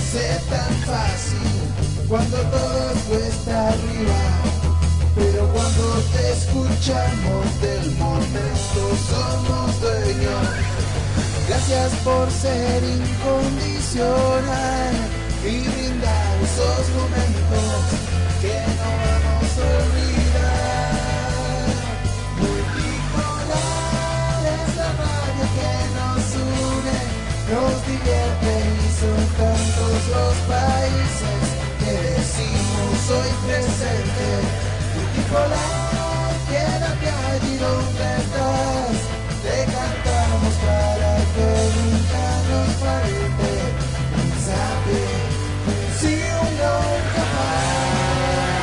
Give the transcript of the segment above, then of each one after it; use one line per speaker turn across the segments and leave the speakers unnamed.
ser tan fácil cuando todo cuesta arriba. Pero cuando te escuchamos del momento somos dueños. Gracias por ser incondicional y brindar esos momentos que no vamos a olvidar. Multicolor es la radio que nos une, nos divierte y son tantos los países que decimos hoy presente. Multicolor, quédate allí donde estás. Te cantamos para que nunca nos falte un sabe, un sí o un no capaz.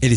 El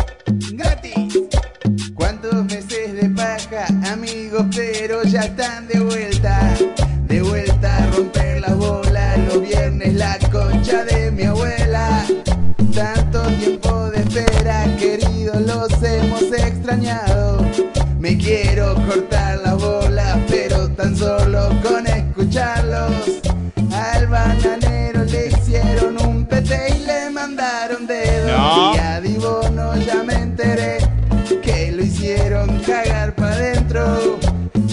gratis. ¿Cuántos meses de paja, amigos? Pero ya están de vuelta. De vuelta a romper la bola. Los viernes la concha de mi abuela. Tanto tiempo de espera, queridos, los hemos extrañado. Me quiero cortar la bola, pero tan solo con escucharlos. Al bananero le hicieron un pete y le mandaron dedo.
No.
Y a Dibono ya me enteré que lo hicieron cagar para adentro.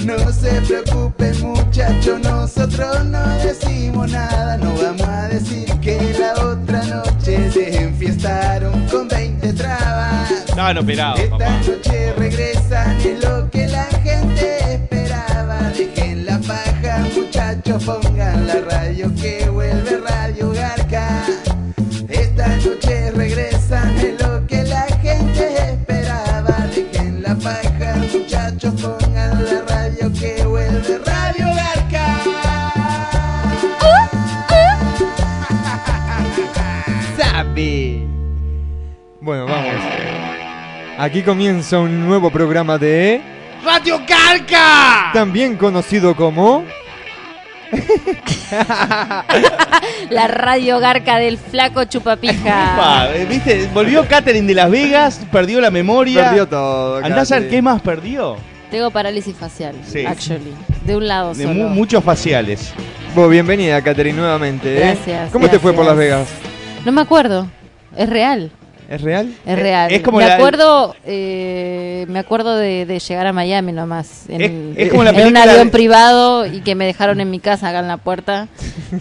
No se preocupen muchachos, nosotros no decimos nada, no vamos a decir que la otra noche se enfiestaron con 20 trabas.
Estaban operados,
Esta
papá.
noche regresan es lo que la gente esperaba. Dejen la paja, muchachos, pongan la radio que vuelve Radio Garca. Esta noche regresan es lo que la gente esperaba. Dejen la paja, muchachos, pongan la radio que vuelve Radio Garca.
Sabe. Bueno, vamos. Aquí comienza un nuevo programa de...
¡Radio Carca!
También conocido como...
La radio garca del flaco chupapija.
Pa, eh, ¿Viste? Volvió Catherine de Las Vegas, perdió la memoria.
Perdió todo.
Andá a saber
Katy.
qué más perdió.
Tengo parálisis facial,
Sí.
actually. De un lado
De
solo.
mu- muchos faciales.
Vos, bienvenida, Catherine, nuevamente. ¿eh?
Gracias.
¿Cómo te fue por Las Vegas?
gracias. No me acuerdo. Es real.
¿Es real?
Es
Eh,
real.
es como
me
la-
acuerdo, eh, me acuerdo de, de llegar a Miami nomás. En,
Es- es como la
en un
película
avión
de-
privado y que me dejaron en mi casa acá en la puerta.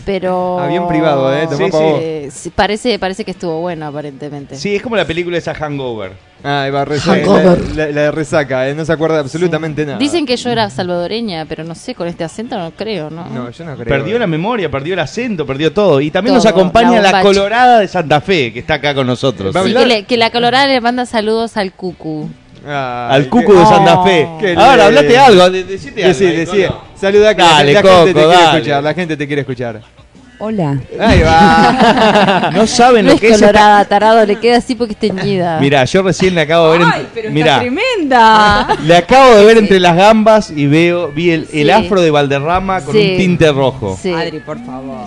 Pero.
Avión privado, ¿eh? Tomá
Sí, pa' sí. vos.
Eh, sí, parece, parece que estuvo bueno, aparentemente.
Sí, es como la película esa Hangover.
Ah, va resaca, la,
Hangover.
la- la resaca, ¿eh? no se acuerda de absolutamente nada.
Dicen que yo era salvadoreña, pero no sé, con este acento no creo, ¿no?
No, yo no creo.
Perdió la memoria, perdió el acento, perdió todo. Y también nos
Todo,
acompaña
la
la,
bombacha.
Colorada de Santa Fe, que está acá con nosotros.
Va a
Sí,
hablar.
que, le- que la colorada le manda saludos al cucu.
Ay,
Al
qué-
cucu de
Oh.
Santa Fe.
Eh, Qué lindo.
Ahora, hablate algo, de- decite algo.
Decí,
ahí,
decí.
Colo.
Saluda que la
Dale,
gente- la, gente te
Coco,
quiere
dale.
escuchar. La gente te quiere escuchar.
Hola.
Ahí va.
No saben
No
lo
es
que es. esta-
colorada, tarado, le queda así porque es teñida.
Mirá, yo recién le acabo de ver. entre- Mirá,
tremenda.
le acabo de ver entre las gambas y veo, vi el, el
Sí.
afro de Valderrama con
Sí.
un tinte rojo.
Sí.
Adri, por favor.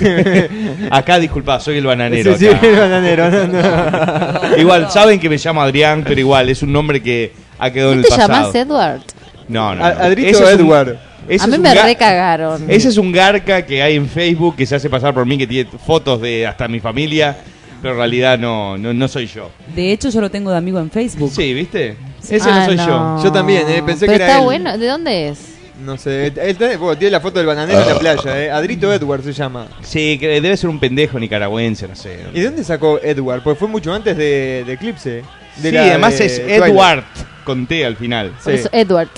Acá, disculpa, soy el bananero.
Sí, sí,
acá.
el bananero, no, no.
Igual, saben que me llamo Adrián, pero igual, es un nombre que ha quedado en
¿No
el
te
pasado.
llamas Edward?
No, no. no.
A- Adrito
Ese es un-
Edward.
ese
A
es
mí
un
me
ga-
recagaron.
Ese es un garca que hay en Facebook que se hace pasar por mí, que tiene fotos de hasta mi familia, pero en realidad no, no, no soy yo.
De hecho, yo lo tengo de amigo en Facebook.
Sí, ¿viste? Ese
Ah,
no soy yo.
Yo también, eh, pensé
Pero
que era
está
él.
bueno. ¿De dónde es?
No sé. él tiene, bueno, tiene la foto del bananero
Ah.
en la playa, ¿eh? Adrito Edward se llama.
Sí, que debe ser un pendejo nicaragüense, no sé.
Pues ¿Y de dónde sacó Edward? Porque fue mucho antes de, de Eclipse. de
sí,
la
además
de
es
Twilight.
Edward con T al final. Ah,
Por
Sí.
eso, Edward.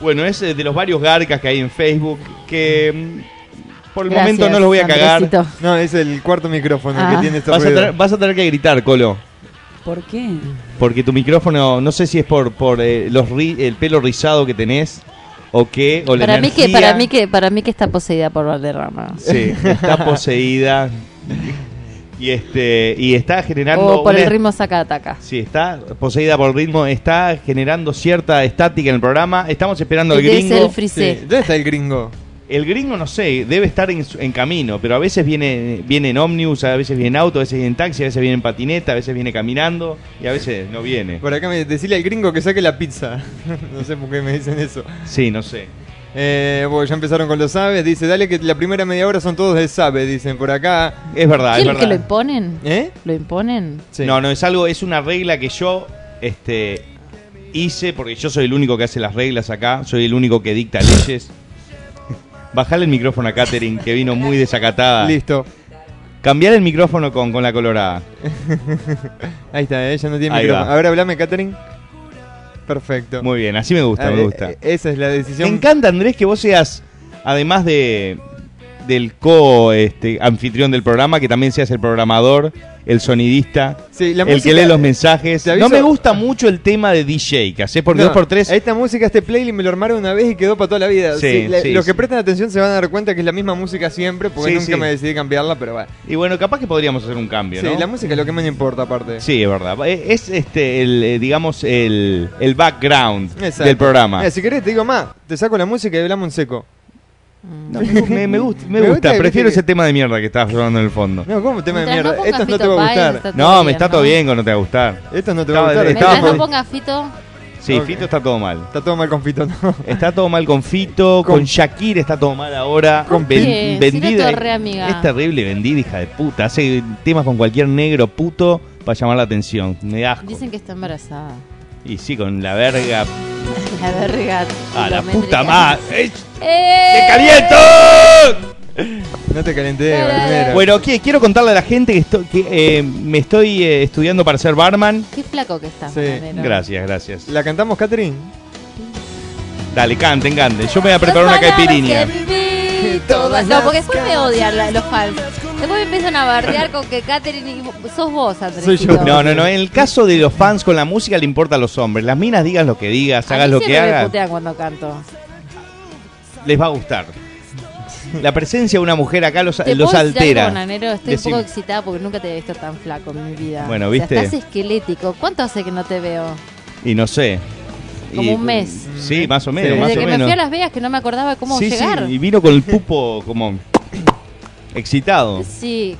Bueno, es eh, de los varios garcas que hay en Facebook que mm, por el
Gracias,
momento no los voy a cagar.
Andresito.
No, es el cuarto micrófono
Ah.
que tiene este
Vas a,
ruido.
tener, vas a tener que gritar, Colo.
¿Por qué?
Porque tu micrófono, no sé si es por, por eh, los ri- el pelo rizado que tenés o qué, o la
Para mí, que,
energía.
para, mí que, para mí que está poseída por Valderrama.
Sí, está poseída y este y está generando
O por el
una-
ritmo saca-ataca.
Sí, está poseída por el ritmo, está generando cierta estática en el programa. Estamos esperando al
Y es
gringo.
el
Sí.
frisé.
¿Dónde está el gringo?
El gringo, no sé, debe estar en, su- en camino, pero a veces viene, viene en ómnibus, a veces viene en auto, a veces viene en taxi, a veces viene en patineta, a veces viene caminando y a veces no viene.
Por acá me decirle al gringo que saque la pizza. no sé por qué me dicen eso.
Sí, no sé.
Eh, bueno, ya empezaron con los aves. Dice, dale que la primera media hora son todos de sabe, dicen por acá.
Es verdad, es
¿Quieren que lo
verdad.
imponen?
¿Eh?
¿Lo imponen?
Sí.
No, no, es algo, es una regla que yo este, hice porque yo soy el único que hace las reglas acá, soy el único que dicta leyes. Bajale el micrófono a Katherine, que vino muy desacatada.
Listo.
Cambiar el micrófono con, con la colorada.
Ahí está, ella no tiene
Ahí
micrófono.
va.
A ver, hablame, Catherine. Perfecto.
Muy bien, así me gusta,
Ah,
me
eh,
gusta.
eh, Esa es la
Me
decisión.
encanta, Andrés, que vos seas, además de del co este, anfitrión del programa, que también seas el programador, el sonidista,
Sí, la
el que
música-
lee los mensajes.
te aviso-
No me gusta mucho el tema de DJ que haces por
No,
dos por tres.
Esta música, este playlist me lo armaron una vez y quedó para toda la vida.
Sí,
Sí, la-
sí,
los
sí.
que prestan atención se van a dar cuenta que es la misma música siempre, porque
Sí,
nunca
sí.
me decidí cambiarla, pero bueno.
Y bueno, capaz que podríamos hacer un cambio,
Sí,
¿no?
la música es lo que menos importa aparte.
Sí, es verdad. Eh, Es este el, eh, digamos el, el background
Exacto.
del programa.
Mira, si querés te digo más, te saco la música y hablamos un seco.
No, me, gu- me- me gust- me
Me
gusta,
gusta,
prefiero
viste
ese
que-
tema de mierda que estabas hablando en el fondo.
No, ¿cómo tema de
Mientras
mierda?
no pongas
Estos no te
Fito
va a
Páez,
gustar.
está todo
No, me
bien,
está todo bien con no te va a gustar.
Estos no te va a
Estaba-
gustar.
Mientras
Está,
estábamos-
no ponga fito,
Sí,
Ok.
Fito está todo mal.
está todo mal con Fito, ¿no?
Está todo mal con Fito, con,
Con-
Shakira está todo mal ahora.
¿Con
Ven-
qué? Si era tu eh, re amiga.
es terrible, vendida, hija de puta. Hace temas con cualquier negro puto para llamar la atención. Me da asco.
dicen que está embarazada.
Y sí, con la verga.
La verga.
A la
kilométrica.
puta madre. ¡Eh!
¡Eh!
¡Te caliento!
No te calenté,
Eh.
Valmera.
Bueno, qui- quiero contarle a la gente que, esto- que, eh, me estoy eh, estudiando para ser barman.
Qué flaco que está.
Sí,
Manero.
Gracias, gracias.
¿La cantamos, Catherine?
Dale, canten, canten. Yo me voy a preparar una
Dos palabras
caipirinha.
que vi, todas- No, porque después me odian la- los fans. Después me empiezan a bardear con que Katherine y vos- sos vos, Andrés.
Soy yo.
No, no, no. En el caso de los fans con la música le importa a los hombres. Las minas digas lo que digas, hagas lo que
Me
hagas.
putean cuando canto.
les va a gustar. La presencia de una mujer acá los,
¿Te
los
puedo decir
altera.
algo, Nanero? Estoy
Decime.
un poco excitada porque nunca te había visto tan flaco en mi vida.
Bueno,
O sea,
¿viste?
estás esquelético. ¿Cuánto hace que no te veo?
Y no sé.
Como un mes.
Sí, más o menos,
Sí.
más
Desde
o
que me
menos.
fui a Las Vegas que no me acordaba cómo
sí,
llegar.
sí, y
Sí,
vino con el pupo como excitado.
Eh,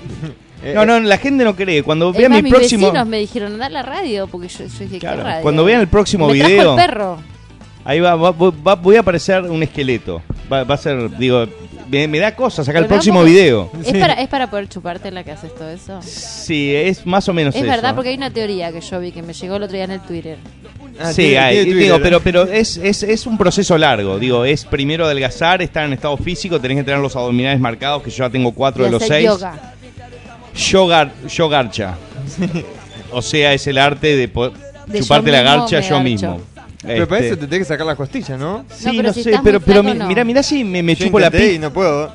No, no, la gente no cree. Cuando
Es
vean
más,
mi
mis
próximo
vecinos me dijeron, andar la radio, porque yo, yo dije,
Claro,
¿qué radio?
cuando vean el próximo
me
video-
Trajo el perro.
ahí va, va- va- voy a aparecer un esqueleto. Va, va a ser, digo, me, me da cosas acá el
Pero
próximo
vamos-
video.
¿Es, para, ¿Es para poder chuparte en la que haces todo eso?
Sí, es más o menos
es
eso.
verdad, porque hay una teoría que yo vi que me llegó el otro día en el Twitter.
Ah,
sí,
tiene-
hay-
tiene Twitter.
digo, pero, pero es, es, es un proceso largo. Digo, es primero adelgazar, estar en estado físico, tenés que tener los abdominales marcados, que yo ya tengo cuatro
Y
de los
hacer
seis.
yoga.
Yogar, yogarcha. o sea, es el arte de, po-
De
chuparte
yo
la
mismo
garcha
me
yo
garcho.
mismo.
Pero para
Este,
eso te tenés que sacar las costillas, ¿no?
Sí,
No,
no,
pero si
sé,
estás
pero,
muy
pero
flaco,
mi-
no.
mirá, mirá si me, me
Yo
chupo la
intenté
pija.
y no puedo.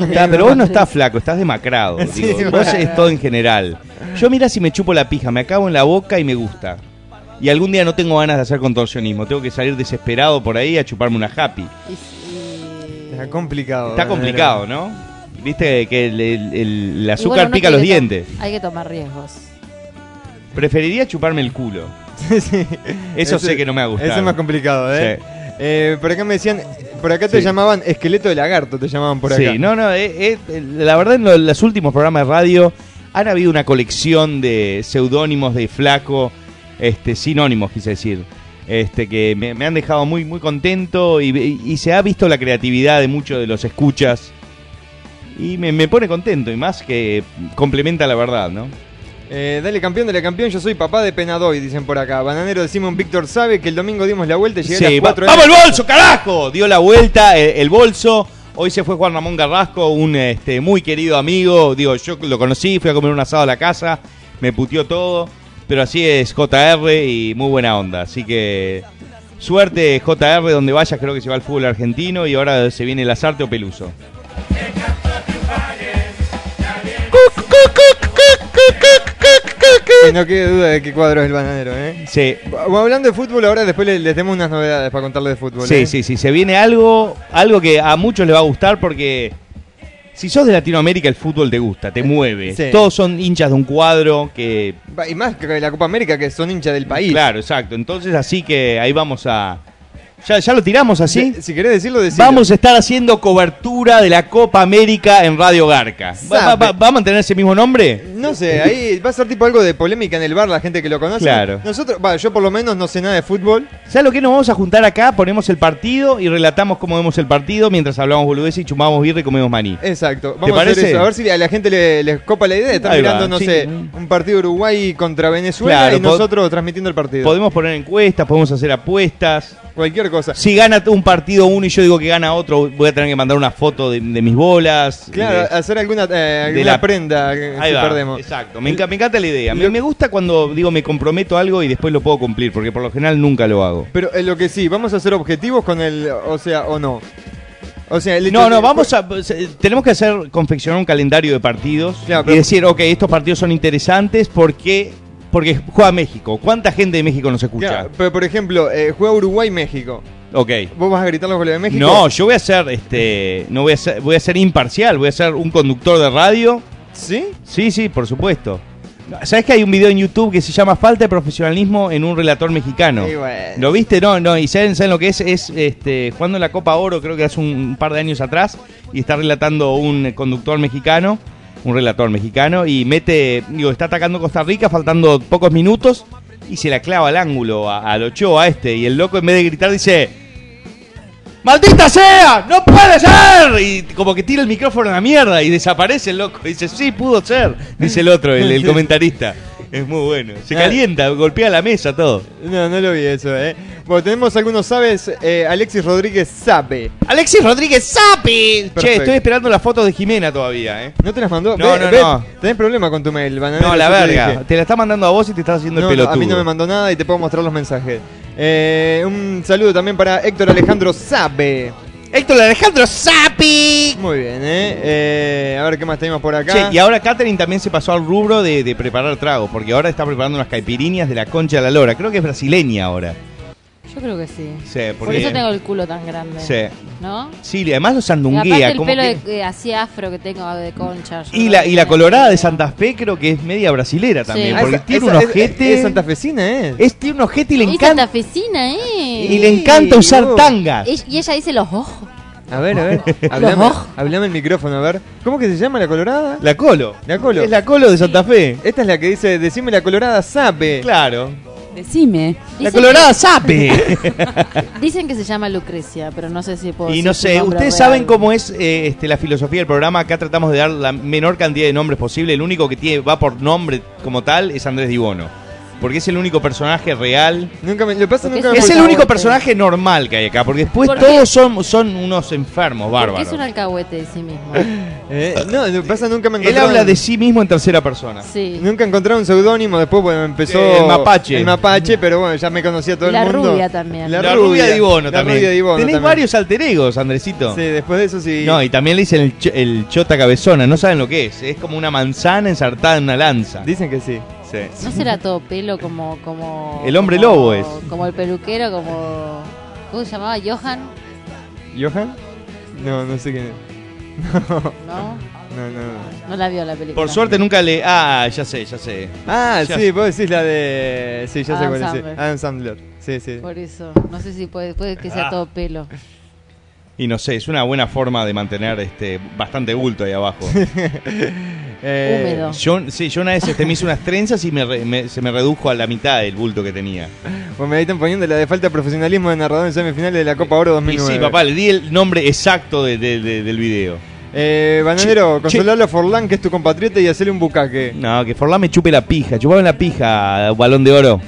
Está, pero vos no estás flaco, estás demacrado.
Sí,
digo.
demacrado.
Vos es todo en general. Yo mira si me chupo la pija, me acabo en la boca y me gusta. Y algún día no tengo ganas de hacer contorsionismo, tengo que salir desesperado por ahí a chuparme una happy.
Y- y-
Está complicado. eh.
Está
Valmera.
complicado, ¿no? Viste que el, el- el- el
y
azúcar
bueno, uno
pica los
tiene que to-
dientes.
Hay que tomar riesgos.
Preferiría chuparme el culo.
Sí, sí.
Eso
Ese-
sé que no me ha gustado.
Eso es más complicado, ¿eh?
Sí.
Eh, por acá me decían, por acá te
Sí.
llamaban esqueleto de lagarto, te llamaban por acá.
Sí, no, no, eh, eh, la verdad en lo- los últimos programas de radio han habido una colección de seudónimos de flaco, este, sinónimos quise decir, este, que me, me han dejado muy, muy contento y, y se ha visto la creatividad de muchos de los escuchas y me, me pone contento y más que complementa la verdad, ¿no?
Eh, dale campeón, dale campeón, yo soy papá de Penadoy, dicen por acá. Bananero de Simon Víctor sabe que el domingo dimos la vuelta y llegué a
Sí,
las
va-
4
¡Vamos el bolso, carajo! Dio la vuelta eh, el, bolso. Hoy se fue Juan Ramón Garrasco, un este, muy querido amigo. Digo, yo lo conocí, fui a comer un asado a la casa, me puteó todo. Pero así es JR y muy buena onda. Así que suerte JR donde vayas, creo que se va al fútbol argentino y ahora se viene Lazarte o Peluso.
Que no quede duda de qué cuadro es el bananero, ¿eh?
Sí,
Bu- Hablando de fútbol, ahora después le- les, demos unas novedades para contarles de fútbol.
sí,
¿eh?
sí, sí, se viene algo, algo que a muchos les va a gustar porque si sos de Latinoamérica el fútbol te gusta, te mueve.
Eh, Sí.
Todos son hinchas de un cuadro que
Va- Y más que la Copa América, que son hinchas del país.
Claro, exacto. Entonces así que ahí vamos a... Ya, ya lo tiramos así.
Si, si querés decirlo, decilo.
Vamos a estar haciendo cobertura de la Copa América en Radio Garca. ¿Va, va- va- va a mantener ese mismo nombre?
No sé, ahí va a ser tipo algo de polémica en el bar, la gente que lo conoce.
Claro.
Nosotros, va, yo por lo menos no sé nada de fútbol.
¿Sabes lo que nos vamos a juntar acá? Ponemos el partido y relatamos cómo vemos el partido mientras hablamos boludeces y chumamos birra y comemos maní.
Eh, Exacto. Vamos a hacer
parece?
eso. A ver si a la gente le, les copa la idea. Están
Ahí va,
mirando, no
sí.
sé, un partido Uruguay contra Venezuela
Claro,
y
pod-
nosotros transmitiendo el partido.
Podemos poner encuestas, podemos hacer apuestas.
eh, Cualquier cosa.
Si gana un partido uno y yo digo que gana otro, voy a tener que mandar una foto de, de mis bolas.
Claro,
de-
hacer alguna, eh, alguna
la-
prenda que
Ahí
si
va,
perdemos.
Exacto, me, enca- me encanta la idea. Me, me gusta cuando digo me comprometo a algo y después lo puedo cumplir, porque por lo general nunca lo hago.
Pero eh, lo que sí, vamos a hacer objetivos con el, o sea, o no. O sea, el hecho
No,
de-
no, vamos a. se- Tenemos que hacer, confeccionar un calendario de partidos
Claro,
y
pero-
decir, ok, estos partidos son interesantes porque, porque juega México. ¿Cuánta gente de México nos escucha?
Claro, pero por ejemplo, eh, juega Uruguay-México.
Ok.
¿Vos vas a gritar los goles de México?
No, yo voy a ser, este, no voy a ser, voy a ser imparcial, voy a ser un conductor de radio.
¿Sí?
Sí, sí, por supuesto. ¿Sabes que hay un video en YouTube que se llama Falta de profesionalismo en un relator mexicano?
Y bueno.
¿Lo viste? No, no, y saben, saben lo que es, es este, jugando la Copa Oro, creo que hace un par de años atrás, y está relatando un conductor mexicano, un relator mexicano, y mete, digo, está atacando Costa Rica, faltando pocos minutos, y se la clava al ángulo, a- al Ochoa este, y el loco en vez de gritar dice, ¡Maldita sea! ¡No puede ser! Y como que tira el micrófono a la mierda y desaparece el loco. Dice, sí, pudo ser. Dice el otro, el, el comentarista. Es muy bueno. Se calienta, golpea la mesa, todo.
No, no lo vi eso, eh. Bueno, tenemos algunos sabes. eh, Alexis Rodríguez sabe.
Alexis Rodríguez Sapi. Che,
Perfecto.
estoy esperando las fotos de Jimena todavía, ¿eh?
¿No te las mandó?
No,
Ve-
no,
ve,
no.
Tenés problema con tu mail, bananero.
No, la
yo te
verga.
dije.
Te la está mandando a vos y te estás haciendo
No,
el
no,
pelotudo.
a mí no me mandó nada y te puedo mostrar los mensajes. Eh, un saludo también para Héctor Alejandro Sabe.
Héctor Alejandro Sapi.
Muy bien, eh. Eh, a ver qué más tenemos por acá.
Che, y ahora Katherine también se pasó al rubro de, de preparar tragos, porque ahora está preparando unas caipiriñas de la concha de la lora. Creo que es brasileña ahora.
Yo creo que sí.
Sí,
Por
porque-
eso tengo el culo tan grande.
Sí.
¿No?
Sí, y además los
Y
sandunguea.
aparte el
como
pelo
que-
de- eh, así afro que tengo de concha. yo
y,
creo
la,
que
y la
tiene-
colorada de Santa Fe creo que es media brasilera también,
Sí.
porque
esa-
tiene
Ah, esa-
un
es-
ojete...
Es, santafesina, eh.
es- tiene un ojete y le
Y
encanta...
santafesina, ¿eh?
Y le encanta usar
Sí,
tangas.
Ella- Y ella dice los ojos.
A ver, a ver. Hablame,
ojos.
hablame el micrófono, a ver. ¿Cómo que se llama la colorada?
La colo.
La colo.
Es la colo de Santa Fe.
Esta es la que dice, decime la colorada sabe.
Claro.
Decime.
la
Dicen
colorada sabe.
que- dicen que se llama Lucrecia, pero no sé si puedo
y
decir
no
su
sé,
nombre
ustedes
real.
saben cómo es eh, este, la filosofía del programa. Acá tratamos de dar la menor cantidad de nombres posible. El único que tiene, va por nombre como tal es Andrés Dibono. Porque es el único personaje real
Nunca me, lo que pasa
Porque
nunca
es
me
Es el
Alcahuete.
único personaje normal que hay acá, porque después
¿Por qué?
todos son, son unos enfermos
Porque
bárbaros.
es un alcahuete de sí mismo.
Eh, no, lo que pasa nunca me
Él
encontraron.
habla de sí mismo en tercera persona.
Sí.
Nunca encontré un seudónimo, después bueno, empezó
Eh, el mapache.
El mapache, pero bueno, ya me conocía todo
La
el mundo.
rubia también.
La, rubia de Ibono
la
también.
rubia de Ibono
Tenés
también.
varios alter egos, Andresito.
Sí, después de eso sí.
No, y también le dicen el, cho- el chota cabezona, no saben lo que es. Es como una manzana ensartada en una lanza.
Dicen que sí.
¿No será todo pelo como... como
El hombre
como-
lobo es.
Como el peluquero, como... ¿Cómo se llamaba? Johan,
¿Johan? No, no sé quién es.
¿no?
No, no, no.
No la vio la película.
Por suerte nunca le. Ah, ya sé, ya sé.
Ah,
Ya
sí, vos decís la de. Sí, ya sé
Adam
cuál es.
Ah,
Ah,
sí.
Sandler.
Adam Sandler. Sí, sí.
Por eso. No sé si puede, puede que sea
Ah.
todo pelo.
Y no sé, es una buena forma de mantener este bastante bulto ahí abajo.
Eh,
Húmedo.
Yo, sí, yo una vez este, me hice unas trenzas y me re- me- se me redujo a la mitad del bulto que tenía.
Pues me están poniendo la de falta de profesionalismo de narrador en semifinales de la Copa Oro
Y
2009.
sí, papá, le di el nombre exacto de- de- de- del video.
Eh, Bananero,
Che, che.
consolalo a Forlán, que es tu compatriota, y hacele un bucaque.
No, que Forlán me chupe la pija. Chupame la pija, balón de oro.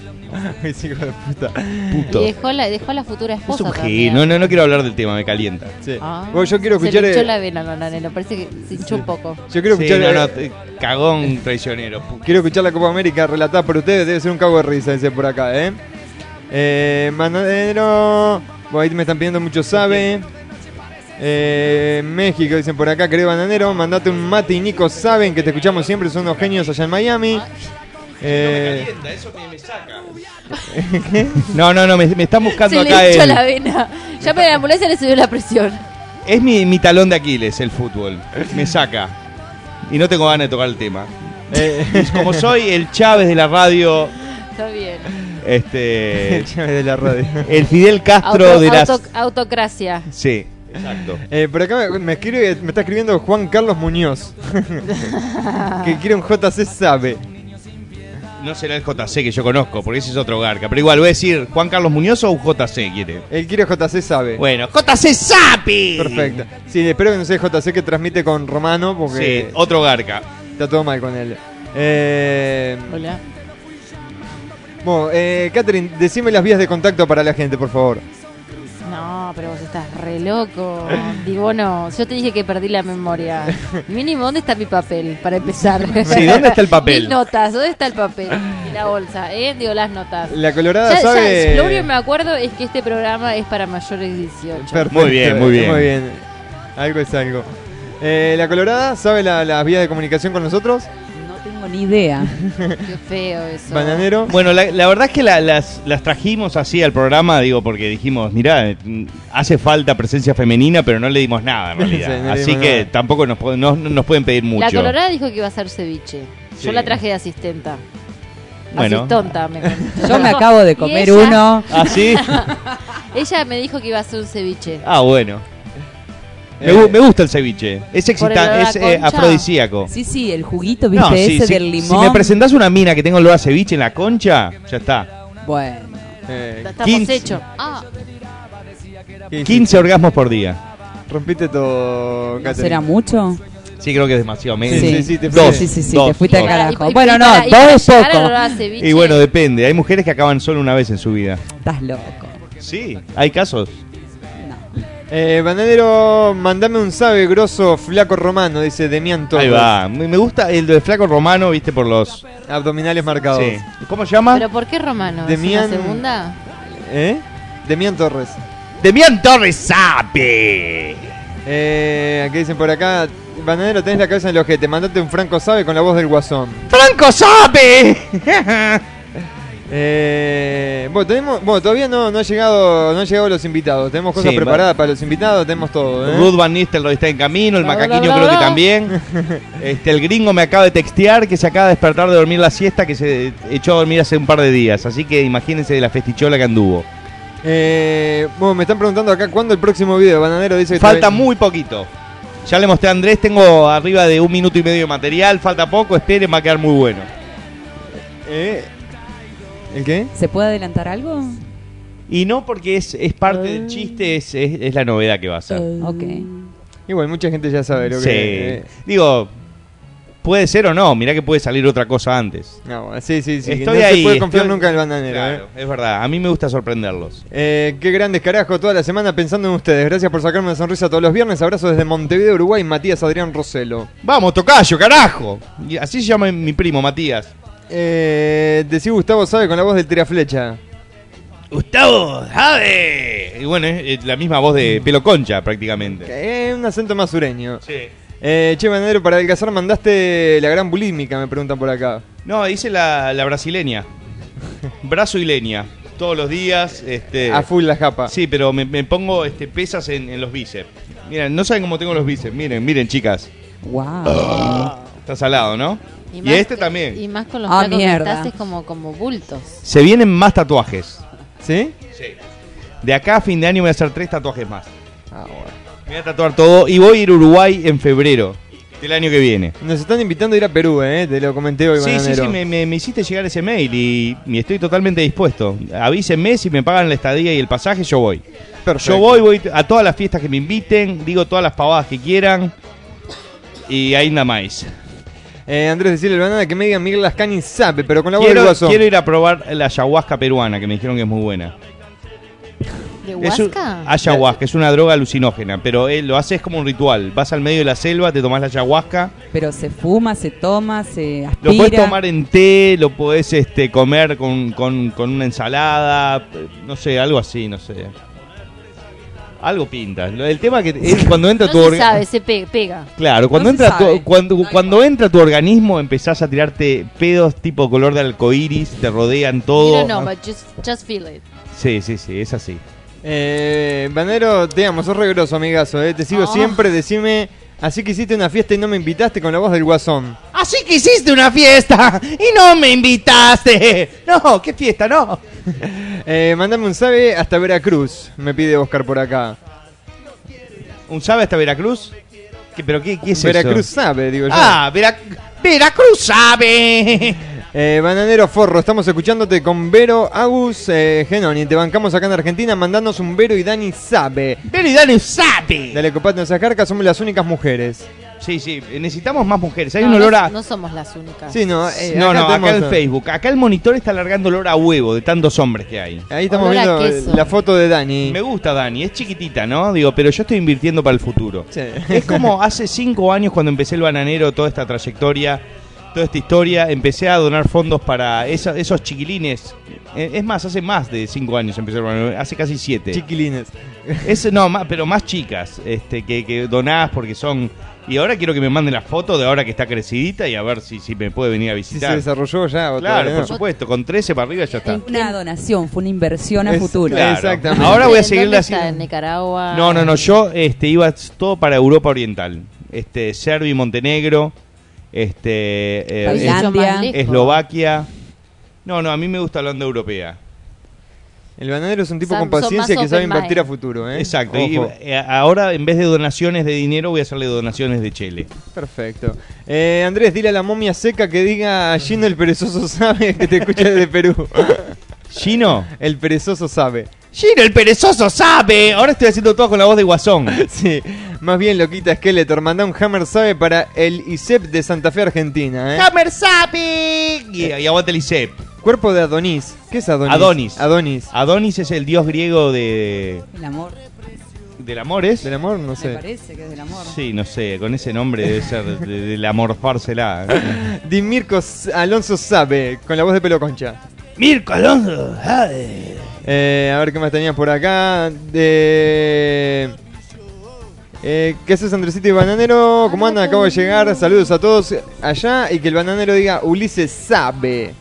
Es hijo de puta.
Puto.
Y dejó la, dejó a la futura
Es
esposa.
un
también.
gil. No, no, no quiero hablar del tema, me calienta.
Sí.
Ah.
Bueno, yo quiero
Se
escuchar.
le hinchó
eh,
la vena a Nanelo, parece que se hinchó un poco.
Yo quiero
Sí,
escuchar.
no,
eh,
no, te- cagón traicionero. puto.
Quiero escuchar la Copa América relatada por ustedes, debe ser un cago de risa ese por acá, ¿eh? Eh, Manadero, bueno, ahí me están pidiendo mucho sabe. Eh, México, dicen por acá, querido bananero, mandate un mate y Nico saben que te escuchamos siempre, son unos genios allá en Miami. Eh,
No, no, no, me, me están buscando
Se le
acá.
hinchó
el-
la vena. Ya para la ambulancia le subió la presión.
Es mi, mi talón de Aquiles el fútbol. Me saca. Y no tengo ganas de tocar el tema.
eh,
Como soy el Chávez de la radio,
Está bien.
este.
llave de la radio.
El Fidel Castro
Auto-
de las.
auto- autocracia.
Sí, exacto.
Eh, por acá me, me escribe- me está escribiendo Juan Carlos Muñoz, que quiere un JC sabe.
No será el JC que yo conozco, porque ese es otro garca. Pero igual, voy a decir, ¿Juan Carlos Muñoz o un JC quiere?
Él quiere JC sabe.
Bueno, JC Sapi.
Perfecto. Sí, espero que no sea JC que transmite con Romano,
Sí,
porque...
otro garca.
Está todo mal con él. Eh,
Hola.
bueno, eh, Catherine, decime las vías de contacto para la gente, por favor.
No, pero vos estás re loco. Digo, no, yo te dije que perdí la memoria. Mínimo, ¿dónde está mi papel? Para empezar.
Sí, ¿dónde está el papel?
Mis notas, ¿dónde está el papel? Y la bolsa, ¿eh? Digo, las notas.
La Colorada
Ya- ya,
sabe.
lo único que me acuerdo es que este programa es para mayores de 18.
Perfecto,
Muy bien, muy bien.
Muy bien. Algo es algo. Eh, la Colorada sabe la- las vías de comunicación con nosotros.
No tengo ni idea.
Qué feo eso.
Bananero.
Bueno, la, la verdad es que la- las, las trajimos así al programa, digo, porque dijimos, mirá, mm, hace falta presencia femenina, pero no le dimos nada en
Sí,
realidad.
no le
así
dimos
que
nada.
tampoco nos, po- no- no nos pueden pedir mucho.
La Colorada dijo que iba a hacer ceviche.
Sí.
Yo la traje de asistenta.
Bueno.
Asistonta, me
Yo me acabo de
Y
comer
ella-
uno.
¿Ah, sí?
Ella me dijo que iba a hacer un ceviche.
Ah, bueno. Me,
Eh,
gu- me gusta el ceviche. Es
Por el olor
excitante,
a
es eh,
concha.
afrodisíaco.
Sí, sí, el juguito, viste,
No, sí,
ese
sí.
del
Si
limón.
me presentás una mina que tenga olor a ceviche en la concha, ya está.
Bueno,
Eh,
Estamos
15.
hechos. Ah,
¿qué hiciste?
15 orgasmos por día.
Rompiste
¿no
todo, Catherine.
será mucho?
Sí, creo que es demasiado. Me-
Sí, sí, sí, te
dos,
fuiste.
sí, sí, sí,
dos,
te fuiste al
dos.
para- y-
carajo.
y
bueno, no,
para- y
dos
para
es
llegar al olor
poco.
a ceviche,
Y bueno, depende. Hay mujeres que acaban solo una vez en su vida.
Estás loco.
Sí. Hay casos.
No.
Eh, Bananero, mandame un sabe grosso flaco romano, dice Demian Torres.
Ahí va. Me me gusta el de flaco romano, viste, por los...
Abdominales marcados.
Sí. ¿Cómo se llama?
¿Pero por qué romano? ¿Es
Demian-
una segunda?
¿Eh? Demian Torres.
Demian Torres Sapi.
Eh, ¿Qué dicen por acá? Bananero, tenés la cabeza en el ojete. Mandate un Franco Sabe con la voz del guasón.
¡Franco Sapi!
Eh, bueno, tenemos, bueno, todavía no, no, ha llegado, no han llegado los invitados. Tenemos cosas
Sí,
preparadas para los invitados, tenemos todo. ¿eh?
Ruth Van Nistelrooy está en camino, el
Bla, bla,
macaquiño
bla,
creo que
bla.
también. Este, el gringo me acaba de textear que se acaba de despertar de dormir la siesta que se echó a dormir hace un par de días. Así que imagínense de la festichola que anduvo.
Eh, bueno, me están preguntando acá cuándo el próximo video. Bananero dice que
Falta
todavía-
muy poquito. Ya le mostré a Andrés, tengo arriba de un minuto y medio de material, falta poco, esperen, va a quedar muy bueno.
Eh, ¿El qué?
¿Se puede adelantar algo?
Y no porque es, es parte
Ah.
del chiste, es, es- es la novedad que va a ser.
Eh,
Mm,
Ok.
Igual, mucha gente ya sabe lo
Sí.
Ah, que. eh,
Digo, puede ser o no, mirá que puede salir otra cosa antes.
no, bueno, sí, sí, sí.
Estoy
no
ahí,
se puede confiar
estoy-
nunca en el bananero.
Claro,
eh.
es verdad, a mí me gusta sorprenderlos.
Eh, qué grandes carajo, toda la semana pensando en ustedes. Gracias por sacarme una sonrisa todos los viernes. Abrazo desde Montevideo, Uruguay, Matías Adrián Roselo.
Vamos, tocayo, carajo. Y así se llama mi primo, Matías.
Eh, decí Gustavo sabe con la voz del tiraflecha.
Gustavo, Jade. Y bueno, es, es la misma voz de Pelo Concha prácticamente.
Eh, un acento más sureño.
Sí.
Eh, che, Manero, para adelgazar mandaste la gran bulímica, me preguntan por acá.
No, hice la, la brasileña. Brazo y leña. Todos los días. Este,
A full la japa.
Sí, pero me, me pongo este, pesas en, en los bíceps. Miren, no saben cómo tengo los bíceps. Miren, miren, chicas.
Wow.
Está salado, ¿no? Y,
más
este
que-
también.
Y más con los
Ah,
flacos que
mierda.
estás, es como, como bultos.
Se vienen más tatuajes.
¿Sí?
Sí. De acá a fin de año voy a hacer tres tatuajes más.
Ah, bueno.
Me voy a tatuar todo y voy a ir a Uruguay en febrero del año que viene.
Nos están invitando a ir a Perú, eh. Te lo comenté hoy,
Sí, sí,
Bananero.
sí, me, me- me hiciste llegar ese mail y, y estoy totalmente dispuesto. Avísenme si me pagan la estadía y el pasaje, yo voy.
Perfecto.
Yo voy, voy a todas las fiestas que me inviten, digo todas las pavadas que quieran y ainda más.
Eh, Andrés, decirle al banana que me diga Miguel Lascani sabe, pero con la voz del
Quiero,
guaso.
quiero ir a probar la ayahuasca peruana, que me dijeron que es muy buena.
¿De
Es un- Ah.
Huasca?
ayahuasca, es una droga alucinógena, pero él lo hace es como un ritual. Vas al medio de la selva, te tomás la ayahuasca,
Pero se fuma, se toma, se aspira.
lo puedes tomar en té, lo puedes este, comer con, con- con una ensalada, eh, no sé, algo así, no sé. Algo pinta. Lo- El tema que es cuando entra
No
tu
se
orga-
sabe, se pe- pega.
Claro,
se
cuando entra tu,
sabe.
cuando,
Tal
cuando entra tu organismo empezás a tirarte pedos tipo color de arcoíris, te rodean
Oh,
todo.
You don't
ah.
know, but just, just feel it.
Sí, sí, sí, es así.
Eh, Banero, te amo, sos regroso, amigazo. eh, Te sigo
Ah.
siempre, decime. Así que hiciste una fiesta y no me invitaste con la voz del guasón.
Así que hiciste una fiesta y no me invitaste. No, qué fiesta, no.
Eh, mandame un sabe hasta Veracruz, me pide Oscar por acá.
¿Un sabe hasta Veracruz? ¿Qué- ¿Pero qué, qué es
Veracruz
eso?
sabe, digo yo.
Ah, Veracruz. Veracruz sabe.
Eh, bananero Forro, estamos escuchándote con Vero, Agus, eh, Genoni. Te bancamos acá en Argentina, mandanos un Vero y Dani sabe.
Pero y dale sabe.
Dale, copate esa carca, somos las únicas mujeres.
Sí, sí, necesitamos más mujeres. Hay
No,
un olor
no-
a...
No somos las únicas.
Sí, no, eh,
no, no, acá
tenemos-
en Facebook. Acá el monitor está alargando olor a huevo de tantos hombres que hay.
Ahí estamos
Olor a
viendo eh,
queso.
la foto de Dani.
Me gusta Dani, es chiquitita, ¿no? Digo, pero yo estoy invirtiendo para el futuro.
Sí.
Es como hace cinco años cuando empecé el bananero, toda esta trayectoria, toda esta historia, empecé a donar fondos para esa- esos chiquilines. Eh, Es más, hace más de cinco años empecé el bananero, hace casi siete.
Chiquilines.
Es, no, más- pero más chicas, este, que, que donás porque son... Y ahora quiero que me manden la foto de ahora que está crecidita y a ver si, si me puede venir a
Si se
visitar.
desarrolló ya
claro,
o todavía
por
no.
supuesto, con 13 para arriba ya está.
Una donación, fue una inversión a
Es-
futuro.
claro. Exactamente.
Ahora voy a
¿En
seguir
dónde
la
está? ¿En Nicaragua?
No, no, no, yo este, iba todo para Europa Oriental. Este, Serbia y Montenegro, este, eh,
Países
Tailandia.
más lejos.
Eslovaquia. No, no, a mí me gusta la onda europea.
El bananero es un tipo
Son-
con
son
paciencia
más
que sabe
open mind.
invertir a futuro, ¿eh?
Exacto.
Ojo.
y, eh, ahora en vez de donaciones de dinero voy a hacerle donaciones de chele.
Perfecto. Eh, Andrés, dile a la momia seca que diga Gino el perezoso sabe que te escucha desde Perú.
Gino.
El perezoso sabe.
Gino, el perezoso sabe. Ahora estoy haciendo todo con la voz de guasón.
Sí, más bien loquita Skeletor, mandá un Hammer sabe para el ISEP de Santa Fe, Argentina, ¿eh?
Hammer sabe. Y, y aguanta el ISEP.
Cuerpo de Adonis. ¿Qué es Adonis?
Adonis.
Adonis.
Adonis es el dios griego de,
El amor,
del amor, ¿es?
¿Del amor? No
me
sé.
parece que es del amor.
Sí, no sé, con ese nombre debe ser de, de la morfársela.
Dimirko Alonso sabe, con la voz de pelo concha.
Mirko Alonso.
Eh, a ver qué más tenías por acá. De... Eh, ¿Qué haces, Andresito y Bananero? ¿Cómo andan? Acabo de llegar. Saludos a todos allá y que el bananero diga Ulises sabe.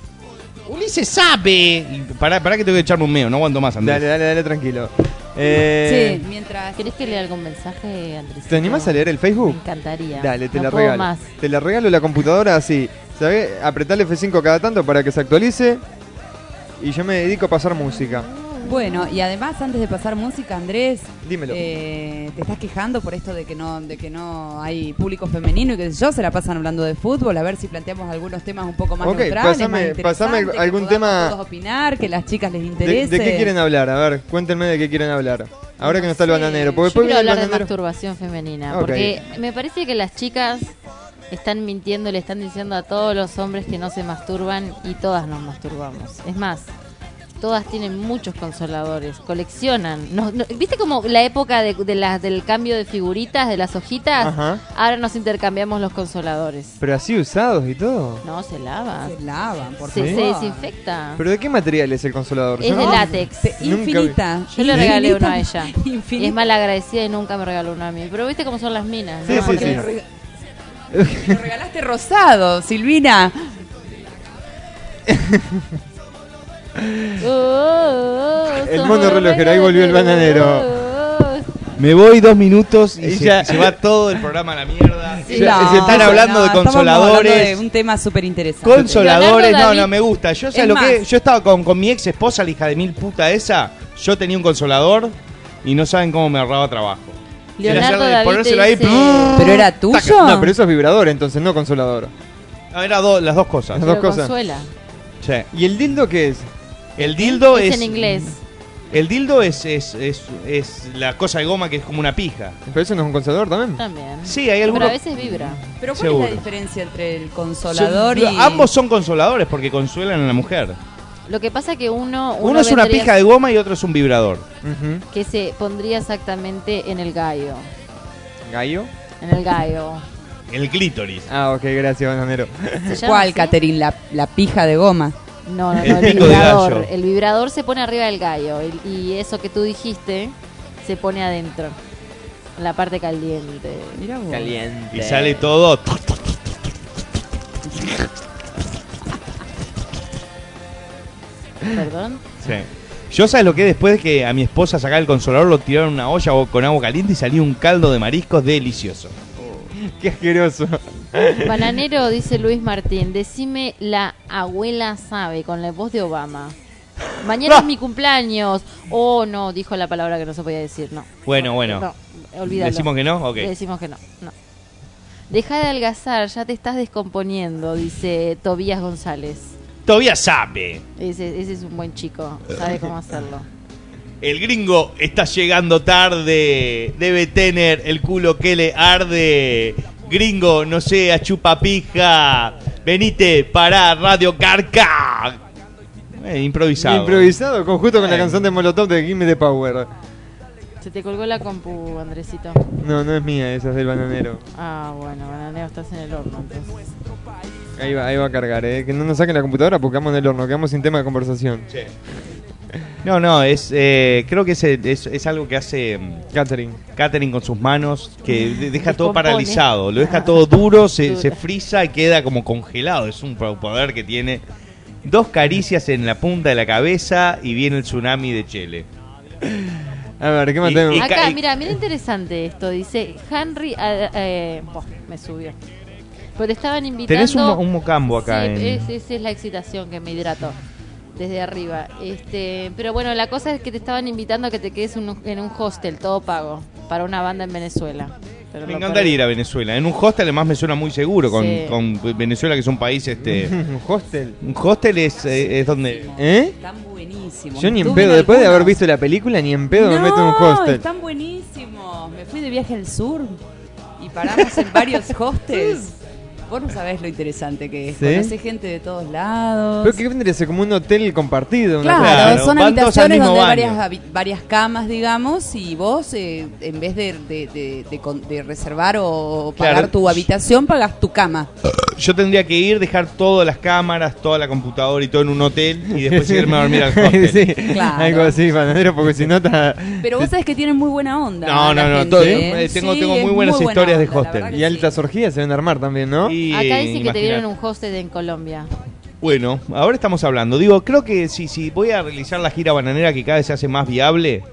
Ulises sabe. Pará, pará que tengo que echarme un meo, no aguanto más, Andrés.
Dale, dale, dale, tranquilo. Eh,
sí, mientras.
¿Querés que lea algún mensaje, Andrés?
¿Te animás a leer el
Me
Facebook?
encantaría.
Dale, te
No
la
puedo
regalo.
más.
Te la regalo la computadora así. ¿Sabes? Apretale F5 cada tanto para que se actualice. Y yo me dedico a pasar música.
Bueno, y además, antes de pasar música, Andrés.
Dímelo.
eh, te estás quejando por esto de que no de que no hay público femenino y que yo se la pasan hablando de fútbol. A ver si planteamos algunos temas un poco más
Ok,
neutrales,
pasame-
más interesantes,
pasame
que
algún
podamos
tema-
todos opinar, que las chicas les
¿De,
interese.
de qué quieren hablar? A ver, cuéntenme de qué quieren hablar. Ahora que no está el
Sí,
bananero.
Yo
Porque después
quiero
viene el
hablar de
bananero.
masturbación femenina,
Ok.
porque me parece que las chicas están mintiendo, le están diciendo a todos los hombres que no se masturban y todas nos masturbamos. Es más, todas tienen muchos consoladores, coleccionan. Nos- no- ¿Viste como la época de, de las- del cambio de figuritas, de las hojitas?
Ajá.
Ahora nos intercambiamos los consoladores.
Pero así usados y todo.
No, se lava.
Se lavan, por
Se, se
favor.
desinfecta.
¿Pero de qué material es el consolador?
Es
Yo
de
no-
látex.
Pe-
Nunca vi-
Infinita.
Yo le regalé uno a ella.
Infinita.
Y es malagradecida y nunca me regaló uno a mí. Pero viste cómo son las minas.
Sí,
¿no,
sí, sí.
Andrés?
Me rega- me regalaste rosado, Silvina.
El
El
mono relojero, ahí volvió el bananero.
Me voy dos minutos y,
Y
se,
ya-
se va todo el programa a la mierda.
Sí.
Se-
No,
se están
pero
hablando
no,
de
estábamos
consoladores.
hablando de un tema súper interesante.
Consoladores,
Leonardo
no,
David-
no, me gusta. Yo, o sea,
Es
lo que,
más.
yo estaba con, con mi ex esposa, la hija de mil puta esa. Yo tenía un consolador y no saben cómo me ahorraba trabajo.
Leonardo
Era hacerle-
David
ponérselo
te
ahí,
dice-
¡plum!
¿Pero era tuyo?
Taca. No, pero eso es vibrador, entonces no consolador.
Ah, Era do- las dos cosas.
Las
Pero
dos cosas.
Consuela.
Sí.
¿Y el dildo qué es?
El dildo
Es
es.
en inglés.
El dildo es, es, es, es la cosa de goma que es como una pija.
Pero eso no es un consolador también.
También.
Sí, hay
Pero a
algunos...
veces vibra.
Pero ¿cuál es
Seguro.
la diferencia entre el
son-
consolador y.
Ambos son consoladores porque consuelan a la mujer.
Lo que pasa que uno...
Uno, es una
vendría-
pija de goma y otro es un vibrador.
Ujú.
Que se pondría exactamente en el gallo.
¿Gallo?
En el gallo.
El clítoris.
Ah, ok, gracias, bananero.
¿Se llama
¿Cuál,
así?
Caterín? La, la pija de goma.
No, no,
El
no, el
pico de
vibrador.
gallo.
El vibrador se pone arriba del gallo y, y eso que tú dijiste se pone adentro, en la parte caliente.
Mira vos.
Caliente.
Y sale todo.
¿Perdón?
Sí. Yo sabes lo que es? después de que a mi esposa sacaba el consolador lo tiraron en una olla o- con agua caliente y salía un caldo de mariscos delicioso.
Qué asqueroso.
Bananero, dice Luis Martín, decime la abuela sabe con la voz de Obama. Mañana es mi cumpleaños. Oh, no, dijo la palabra que no se podía decir, no.
Bueno, bueno.
No, olvídalo.
¿Decimos que no? Ok.
Le decimos que no, no. Deja de adelgazar, ya te estás descomponiendo, dice Tobías González.
Todavía sabe.
Ese, ese es un buen chico, sabe cómo hacerlo.
El gringo está llegando tarde. Debe tener el culo que le arde. Gringo, no sea chupapija. Venite para Radio Carca. Eh, improvisado.
Improvisado, conjunto con la
Eh.
canción de Molotov de Gimme the Power.
Se te colgó la compu, Andresito.
No, no es mía, esa es del bananero.
Ah, bueno, bananero, estás en el horno entonces.
Ahí va, ahí va a cargar, eh. Que no nos saquen la computadora porque vamos en el horno, quedamos sin tema de conversación.
Sí. No, no, es, eh, creo que es, es- es algo que hace mm,
Catherine.
Catherine con sus manos, que de- deja todo
Mm. Descompone.
paralizado, lo deja todo duro, se,
Duro.
se frisa y queda como congelado. Es un pro- poder que tiene dos caricias en la punta de la cabeza y viene el tsunami de Chile.
A ver, ¿qué más
Y-
tenemos?
y-
Acá,
y-
mira, mira interesante esto. Dice Henry. ah, eh, buah, me subió. Pero te estaban invitando.
Tenés un, mo- un mocambo acá.
Sí,
en-
es- esa es la excitación que me hidrato desde arriba. Este, pero bueno, la cosa es que te estaban invitando a que te quedes un- en un hostel todo pago para una banda en Venezuela. Pero
Me
lo
encantaría ir a Venezuela. En un hostel además me suena muy seguro con,
Sí.
con Venezuela, que es un país... este
Un hostel.
Un hostel es, eh, es donde...
¿Eh?
Están buenísimos.
Yo ni en
Tuve
pedo, después de haber
algunos.
visto la película, ni en pedo me
no,
meto en un hostel.
Están buenísimos. Me fui de viaje al sur y paramos en varios hostels. Vos no sabés lo interesante que es.
Sí.
Conocés gente de todos lados.
Pero que vendría a ser como un hotel compartido. una
Claro,
cosa.
son
Claro, van todos al
habitaciones
mismo
donde hay
baño.
varias, habi- varias camas, digamos, y vos, eh, en vez de, de- de- de con- de reservar o pagar
Claro.
tu habitación, pagas tu cama.
Yo tendría que ir, dejar todas las cámaras, toda la computadora y todo en un hotel y después irme a dormir al hostel.
Sí,
Claro.
algo así, panadero, porque si no está...
Pero vos sabés que tienen muy buena onda.
No,
la
no, no,
gente,
todo-
¿eh?
eh, tengo-
Sí,
tengo
es
muy buenas
buena
historias de
onda, la
hostel.
verdad que
Y altas
sí.
orgías se deben armar también, ¿no?
Y,
Acá dicen que
imagínate.
te vieron en un hostel en Colombia.
Bueno, ahora estamos hablando. Digo, creo que si, si voy a realizar la gira bananera que cada vez se hace más viable,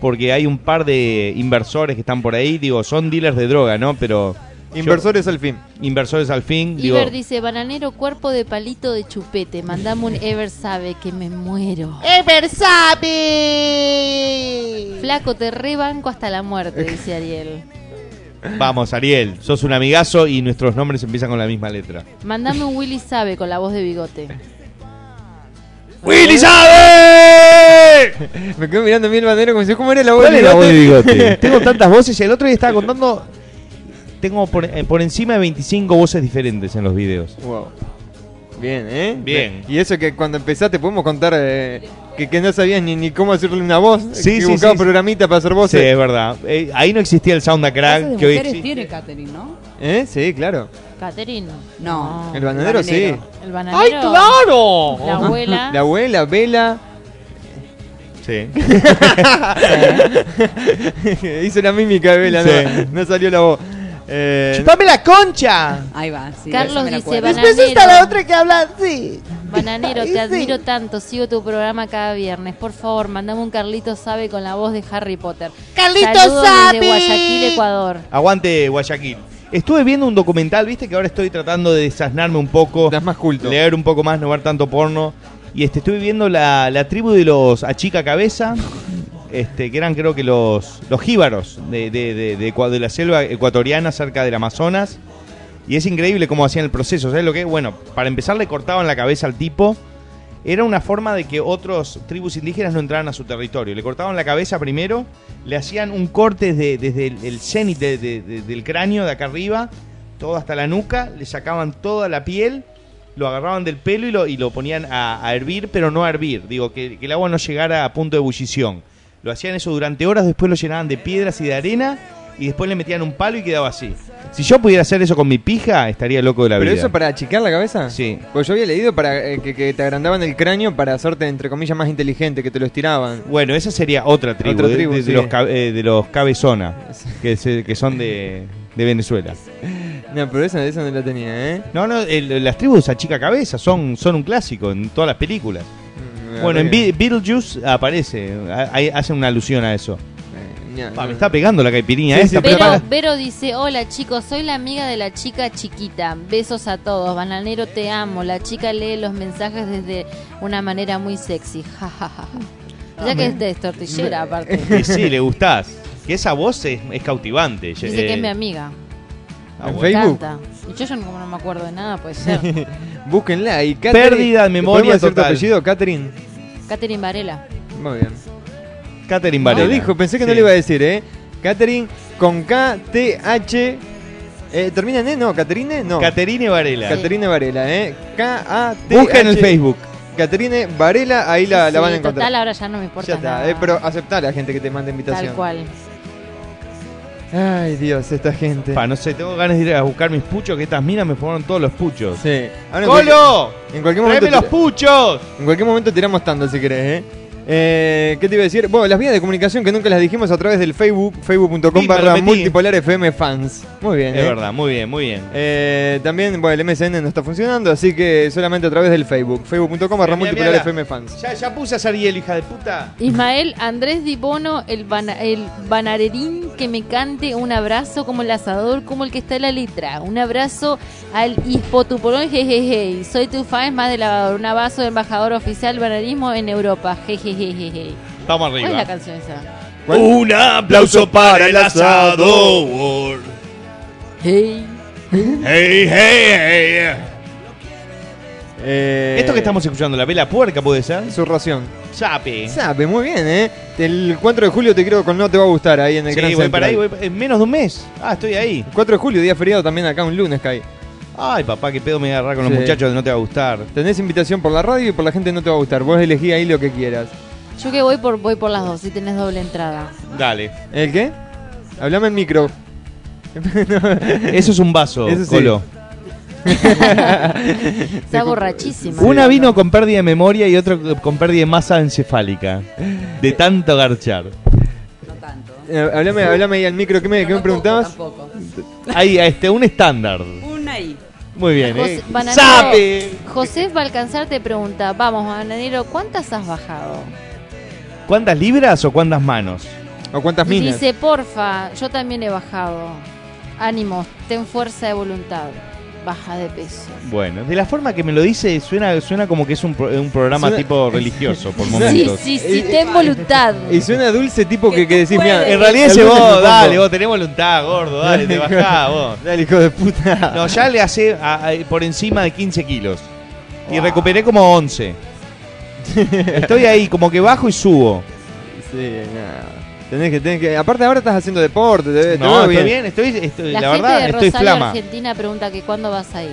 porque hay un par de inversores que están por ahí, digo, son dealers de droga, ¿no? Pero... yo-
Inversores al fin.
inversores al fin, digo...
Iber dice, bananero, cuerpo de palito de chupete. Mandame un Ever sabe que me muero.
Ever sabe.
Flaco, te rebanco hasta la muerte, dice Ariel.
Vamos, Ariel, sos un amigazo y nuestros nombres empiezan con la misma letra.
Mandame un Willy sabe con la voz de bigote.
¡Willy sabe!
Me quedo mirando a mí el bananero como si, ¿cómo era la voz
¿Cuál
de
es la voz de
bigote?
bigote? Tengo tantas voces. El otro día estaba contando. Tengo por, eh, por encima de 25 voces diferentes en los videos.
Wow. Bien, ¿eh?
Bien.
Y eso que cuando empezaste podemos contar eh, que, que no sabías ni, ni cómo hacerle una voz.
Sí,
que
sí,
buscaba
sí.
programita para hacer
Sí,
voces.
es verdad. Eh, ahí no existía el sound a
Casas de
crack que hoy
mujeres
existe.
tiene Catherine, ¿no?
¿Eh? Sí, claro.
Caterino.
No.
El bananero, sí.
El bananero. ¡Ay, claro! La abuela.
La abuela, Vela.
Sí.
Hizo la mímica de Vela,
Sí.
no, no salió la voz. Eh,
la concha!
Ahí va, sí.
Carlos
esa me la
dice,
acuerdo.
Bananero.
Después está la otra que habla así.
Bananero,
Sí.
te admiro tanto. Sigo tu programa cada viernes. Por favor, mandame un Carlito Sabe con la voz de Harry Potter.
Carlito
Saludos
Sabe.
Desde Guayaquil, Ecuador.
Aguante, Guayaquil. Estuve viendo un documental, viste que ahora estoy tratando de desasnarme un poco,
Estás más culto.
leer un poco más, no ver tanto porno. Y este, estuve viendo la, la tribu de los Achica Cabeza, este, que eran creo que los, los jíbaros de, de- de- de Ecua- de la selva ecuatoriana cerca del Amazonas. Y es increíble cómo hacían el proceso. ¿Sabes lo que es? Bueno, para empezar le cortaban la cabeza al tipo era una forma de que otros tribus indígenas no entraran a su territorio. Le cortaban la cabeza primero, le hacían un corte de- desde el, el cenit de- de- de- del cráneo de acá arriba, todo hasta la nuca, le sacaban toda la piel, lo agarraban del pelo y lo, y lo ponían a, a hervir, pero no a hervir, digo, que, que el agua no llegara a punto de ebullición. Lo hacían eso durante horas, después lo llenaban de piedras y de arena y después le metían un palo y quedaba así. Si yo pudiera hacer eso con mi pija, estaría loco de la
¿Pero
vida.
eso para achicar la cabeza?
Sí.
Pues yo había leído para eh, que, que te agrandaban el cráneo para hacerte, entre comillas, más inteligente, que te lo estiraban.
Bueno, esa sería otra tribu,
Otra
de-
tribu,
de, de
sí.
los, ca- eh, de los cabezona, que, se- que son de, de Venezuela.
No, pero esa, esa no la tenía, ¿eh?
No, no, el- las tribus a chica cabeza son, son un clásico en todas las películas.
Mm, la
Bueno, en
verdad
Be- Beetlejuice aparece, ha- hay- hacen una alusión a eso.
que- Eh, no,
Pa, me
no.
está pegando la caipirinha
Sí,
esta,
sí,
Vero,
pero para-
Vero dice, hola chicos, soy la amiga de la chica chiquita. Besos a todos. Bananero, te amo. La chica lee los mensajes desde una manera muy sexy. Ja, ja, ja, ja. Ya que es de tortillera, aparte.
Y sí, le gustás. Que esa voz es, es cautivante.
Dice que
Eh,
es mi amiga.
ah,
En
bueno.
Me
Facebook.
encanta. Y yo, yo no, como no me acuerdo de nada, pues ser.
Búsquenla y Catherine-
Pérdida de memoria
¿Podemos decir tu
total.
apellido, Catherine?
Catherine Varela.
Muy bien.
Catherine
Lo
Varela.
dijo, pensé que no
Sí.
le iba a decir, ¿eh? Catherine con K-T-H... Eh, ¿Termina en E? No, ¿Caterine? No.
Catherine Varela.
Caterine Varela, ¿eh? K-A-T-H...
Busca en el Facebook.
Caterine Varela, ahí la,
Sí,
la van a
sí,
encontrar.
Total, ahora ya no me importa
ya está,
nada.
eh, pero aceptá a la gente que te manda invitación.
Tal cual.
Ay, Dios, esta gente.
Pa, no sé, tengo ganas de ir a buscar mis puchos, que estas minas me fueron todos los puchos.
Sí. Ahora en
¡Colo!
cualquier- En cualquier, momento
¡Tráeme los
tira-
puchos!
en cualquier momento tiramos tanto si querés, ¿eh? Eh, ¿Qué te iba a decir? Bueno, las vías de comunicación que nunca las dijimos a través del Facebook, facebook.com
Sí, me
barra
repetí.
multipolar FM fans. Muy bien,
Es
¿eh?
verdad, muy bien, muy bien.
Eh, también, bueno, el MSN no está funcionando, así que solamente a través del Facebook. Facebook.com barra
Mira, mira,
multipolar
mira.
FM fans.
Ya, ya puse a hacer hielo, hija de puta.
Ismael Andrés Dibono, el, bana- el banarerín que me cante un abrazo como el asador, como el que está en la letra. Un abrazo al hispotupolón, jejeje. Soy tu fan más de lavador. Un abrazo de embajador oficial banarismo en Europa, jejejeje.
Estamos
¿Cuál es la
arriba.
canción esa?
Un aplauso para el asador.
Hey.
Hey, hey, hey.
Eh,
Esto que estamos escuchando, la vela puerca puede ser.
Su ración.
Sape.
Sabe, muy bien, ¿eh? El 4 de julio te creo con No Te Va a Gustar ahí en el
Sí,
Gran
voy
Central.
para ahí, voy pa- en menos de un mes. Ah, estoy ahí.
4 de julio, día feriado también acá, un lunes cae.
Ay, papá, qué pedo me voy a agarrar con
Sí.
los muchachos de no te va a gustar.
Tenés invitación por la radio y por la gente no te va a gustar. Vos elegí ahí lo que quieras.
Yo que voy por voy por las dos, si tenés doble entrada.
Dale.
¿El qué? Hablame en micro.
Eso es un vaso,
Eso sí.
Colo.
Está borrachísima.
Una vino con pérdida de memoria y otra con pérdida de masa encefálica. De tanto garchar.
No tanto.
Eh, Hablame, hablame ahí al micro. ¿Qué me,
Pero
qué me
no
preguntabas?
poco, tampoco.
Hay este, un estándar.
Una y.
Muy bien,
José,
¿eh?
bananero,
¡Sape!
José va a alcanzar te pregunta, vamos, bananero, ¿cuántas has bajado?
¿Cuántas libras o cuántas manos?
¿O cuántas minas?
Dice, porfa, yo también he bajado. Ánimo, ten fuerza de voluntad. Baja de peso.
Bueno, de la forma que me lo dice, suena, suena como que es un, pro- un programa
Suena-
tipo religioso por
Sí,
momentos.
sí, sí, ten voluntad.
eh,
Y suena dulce tipo que,
Que
que
tú
decís, mira,
puedes.
En realidad ese
el lunes me
vos,
pongo".
dale, vos tenés voluntad, gordo, dale, te bajá vos.
Dale, hijo de puta.
No, ya le hace a- a- por encima de 15 kilos. Y recuperé como 11. Estoy ahí, como que bajo y subo.
Sí, no. Tenés que, tenés que. Aparte ahora estás haciendo deporte, te, te
No,
veo
estoy
bien.
bien, estoy, estoy-
La,
la,
gente
verdad,
de
estoy
Rosario,
flama.
Argentina, pregunta que cuándo vas a ir.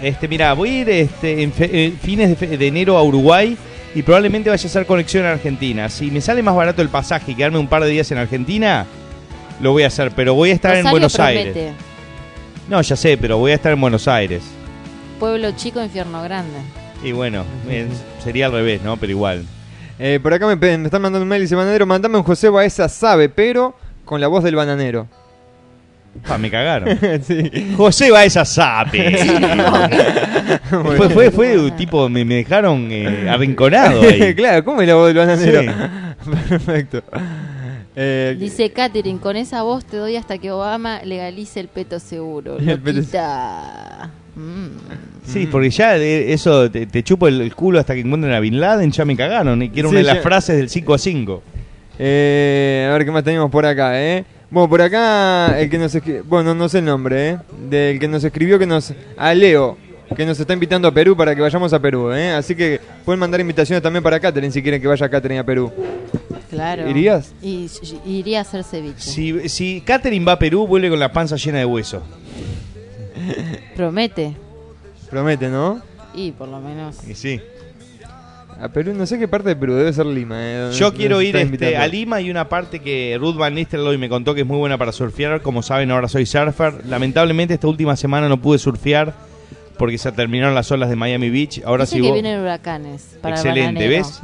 Este, mira, voy a ir este, en fe- eh, fines de, fe- de enero a Uruguay y probablemente vaya a hacer conexión a Argentina. Si me sale más barato el pasaje y quedarme un par de días en Argentina, lo voy a hacer, pero voy a estar en
Rosario
Buenos
promete.
Aires. No, ya sé, pero voy a estar en Buenos Aires.
Pueblo chico, infierno grande.
Y bueno, eh, sería al revés, ¿no? Pero igual.
Eh, por acá me, pe- me están mandando un mail y dice, bananero, mandame un José Baeza sabe, pero con la voz del bananero.
Pa, me cagaron.
sí.
José va esa sape.
Muy
fue, fue, fue, un tipo, me, me dejaron eh, arrinconado ahí.
claro, ¿cómo es la voz del bananero?
Sí.
Perfecto. Eh,
Dice Katherine, con esa voz te doy hasta que Obama legalice el peto seguro.
El peto-
Loquita. Mm.
Sí, porque ya de- eso te, te chupo el, el culo hasta que encuentren a Bin Laden, ya me cagaron. Y quiero
Sí,
una de las
ya.
frases del 5 a 5.
eh, a ver qué más tenemos por acá, ¿eh? Bueno, por acá el que nos escri- bueno, no sé el nombre, ¿eh? Del que nos escribió que nos a Leo. que nos está invitando a Perú para que vayamos a Perú, ¿eh? Así que pueden mandar invitaciones también para Catherine si quieren que vaya Catherine a Perú.
Claro.
¿Irías?
Y, y- iría a hacer ceviche.
Si, si Catherine va a Perú, vuelve con la panza llena de huesos.
Promete.
Promete, ¿no?
Y por lo menos.
Y sí.
A Perú, no sé qué parte de Perú, debe ser Lima. ¿eh? donde
Yo
nos
quiero
está
ir este,
invitando.
a Lima y una parte que Ruth Van Nistelrooy me contó que es muy buena para surfear. Como saben, ahora soy surfer. Lamentablemente, esta última semana no pude surfear porque se terminaron las olas de Miami Beach. Ahora
Dice
sí
que
vos-
vienen huracanes. Para
Excelente,
bananero.
¿ves?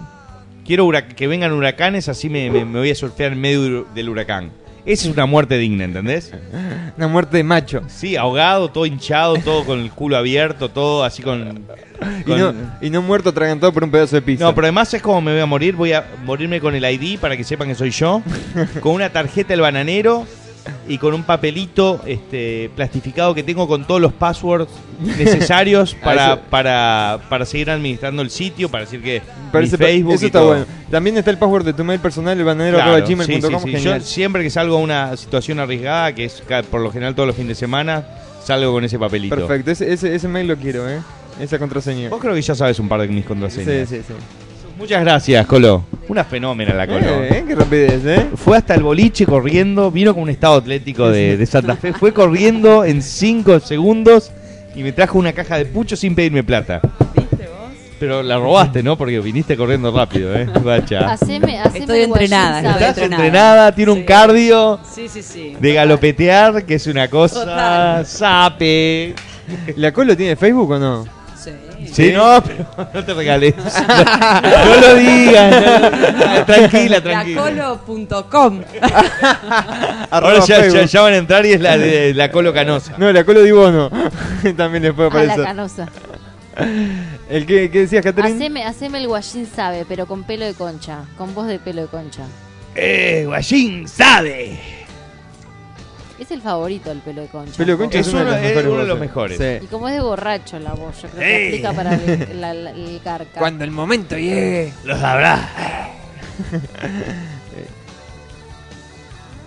Quiero hura- que vengan huracanes, así me, me- me voy a surfear en medio del- del huracán. Esa es una muerte digna, ¿entendés?
Una muerte de macho.
Sí, ahogado, todo hinchado, todo con el culo abierto, todo así con...
Y
con-
no, y no muerto atragantado por un pedazo de pizza.
No, pero además es como me voy a morir. Voy a morirme con el ID para que sepan que soy yo. con una tarjeta del bananero y con un papelito este, plastificado que tengo con todos los passwords necesarios para,
Ah, Eso-
para, para seguir administrando el sitio, para decir que
Pero
mi
ese-
Facebook
eso
y
está
todo.
bueno. También está el password de tu mail personal, el bananero
Claro,
arroba gmail
sí,
punto com,
sí, sí. Yo
genial.
siempre que salgo a una situación arriesgada, que es ca- por lo general todos los fines de semana, salgo con ese papelito.
Perfecto, ese, ese, ese mail lo quiero, ¿eh? Esa contraseña.
Vos creo que ya sabes un par de mis contraseñas.
Sí, sí, sí.
Muchas gracias, Colo. Una fenómena la Colo.
Eh, ¿eh? Qué rapidez, ¿eh?
Fue hasta el boliche corriendo, vino con un estado atlético de, de Santa Fe, fue corriendo en 5 segundos y me trajo una caja de pucho sin pedirme plata.
¿Viste vos?
Pero la robaste, ¿no? Porque viniste corriendo rápido, ¿eh? Guacha.
Haceme, haceme
Estoy
el guayín,
entrenada,
¿sabes?
Estás
entrenada.
entrenada, tiene un
Sí.
cardio.
Sí, sí, sí.
De galopetear, que es una cosa.
Total.
Sape.
¿La Colo tiene Facebook o no?
Sí.
Sí, no, pero no te regales. No, no lo digas. no. tranquila, tranquila.
Lacolo.com.
Ahora ya, ya-
Facebook.
ya van a entrar y es la, de- la colo canosa.
No, la Colo de Ibono. También les puede
A la
aparecer.
canosa.
¿El que, qué decías, Catherine?
Haceme, haceme el guayín sabe, pero con pelo de concha. Con voz de pelo de concha.
Eh, Guayín sabe.
Es el favorito el pelo de concha.
Pelo de concha
Es uno-
las
es
mejores
uno de los
voces.
mejores.
Sí.
Y como es de borracho la voz, yo creo
¡Eh!
que aplica para el, la- la- el carca.
el momento llegue.
Lo sabrá.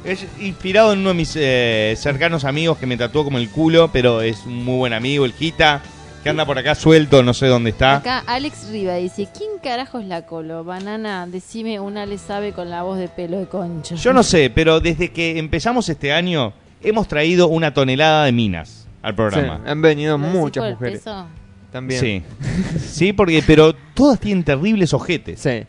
Es inspirado en uno de mis eh, cercanos amigos que me tatuó como el culo, pero es un muy buen amigo, el Gita, que anda por acá suelto, no sé dónde está.
Acá Alex Riva dice, ¿quién carajo es la colo? Banana, decime una le sabe con la voz de pelo de concha.
Yo no sé, pero desde que empezamos este año hemos traído una tonelada de minas al
Sí,
programa.
han venido
¿Lo decís por
muchas
el
mujeres.
peso?
También.
Sí. Sí, porque pero todas tienen terribles ojetes.
Sí.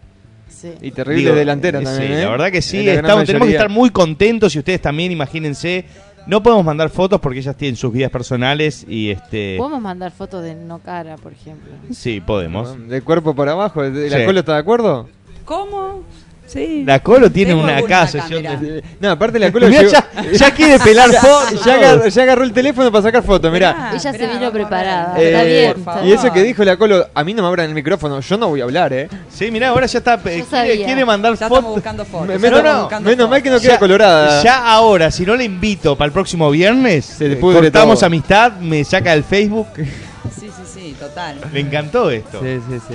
Sí.
Y terrible
Digo,
delantera
eh,
también.
sí,
¿eh?
la verdad que sí.
Eh, la gran
estamos- tenemos que
mayoría.
estar muy contentos y ustedes también, imagínense. No podemos mandar fotos porque ellas tienen sus vidas personales y este.
Podemos mandar fotos de no cara, por ejemplo.
Sí, podemos.
De cuerpo para abajo. ¿La
Sí.
Colo está de acuerdo?
¿Cómo? Sí.
La Colo tiene
Tengo
una
alguna
acá,
acá,
sesión
mirá.
de-
Eh, No, aparte la Colo
Mirá,
llegó-
ya, ya quiere pelar fotos.
ya, agarró, ya agarró el teléfono para sacar fotos, mirá.
Ella se
Ah, esperá,
vino
vamos a ver.
preparada.
Eh,
Está bien,
por
está
favor.
y eso que dijo la Colo, a mí no me abran el micrófono, yo no voy a hablar, ¿eh?
Sí, mirá, ahora ya está. eh,
Yo
quiere,
sabía.
quiere mandar
Ya estamos
fotos.
buscando
Me-
fotos. ya
menos
estamos
no,
buscando
menos
fotos.
mal que no queda colorada.
Ya ahora, si no le invito para el próximo viernes,
Se le
eh,
pudre
cortamos
todo.
amistad, me saca del Facebook.
Sí, sí, sí, total.
Le encantó esto.
Sí, sí, sí.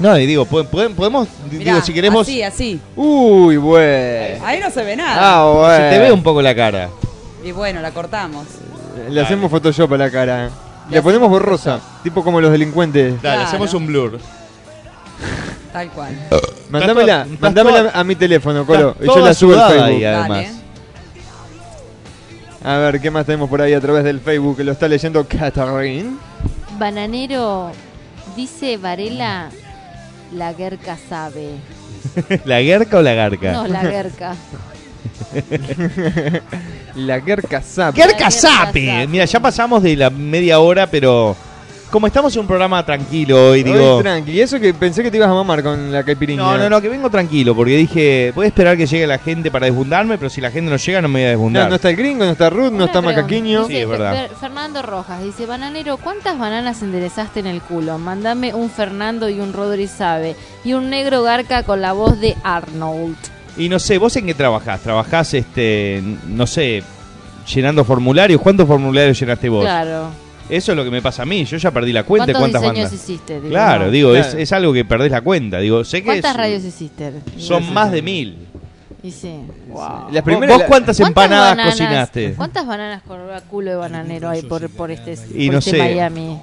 No, y digo, ¿pueden, pueden- podemos,
Mirá,
digo, si queremos,
Así, así.
Uy, güey.
Ahí no se ve nada.
Ah, güey.
se te ve un poco la cara.
Y bueno, la cortamos.
Le hacemos Photoshop a Eh, la cara. Le ponemos borrosa, tipo como los delincuentes.
Dale,
Claro.
hacemos un blur.
Tal cual.
Mandámela,
todo-
mandámela
estás
a mi teléfono, Colo.
Está
Y yo
toda
la subo al
sudada
Facebook.
ahí, además.
Dale.
A ver, ¿qué más tenemos por ahí a través del Facebook? Lo está leyendo Catherine.
Bananero, dice Varela, la guerca sabe.
¿La guerca o la garca?
No, la guerca.
La Guerca Zap.
¿Qué?
¡Guerca Sape! Mira, ya pasamos de la media hora, pero como estamos en un programa tranquilo hoy,
Hoy
digo...
tranqui. Y eso que pensé que te ibas a mamar con la caipirinha.
No, no, no, que vengo tranquilo, porque dije, voy a esperar que llegue la gente para desbundarme, pero si la gente no llega no me voy a desbundar.
No, no está el gringo, no está Ruth, no
Una
está
pregunta.
Macaquiño.
Dice
Sí, es verdad.
Fer- Fernando Rojas dice, bananero, ¿cuántas bananas enderezaste en el culo? Mándame un Fernando y un Rodri Sabe. Y un negro garca con la voz de Arnold.
Y no sé, ¿vos en qué trabajás? ¿Trabajás, este, no sé, llenando formularios? ¿Cuántos formularios llenaste vos?
Claro.
Eso es lo que me pasa a mí, yo ya perdí la cuenta de
¿Cuántos diseños
cuántas bandas.
hiciste? Digo,
Claro,
no.
digo,
Claro.
Es, es algo que perdés la cuenta. Digo, sé que
¿Cuántas
es-
radios hiciste?
son más de mil.
Y sí.
Las primeras, ¿Vos cuántas empanadas
bananas-
cocinaste?
¿Cuántas bananas con olor a culo de bananero hay por, por este,
Y
por
no
este
sé.
Miami?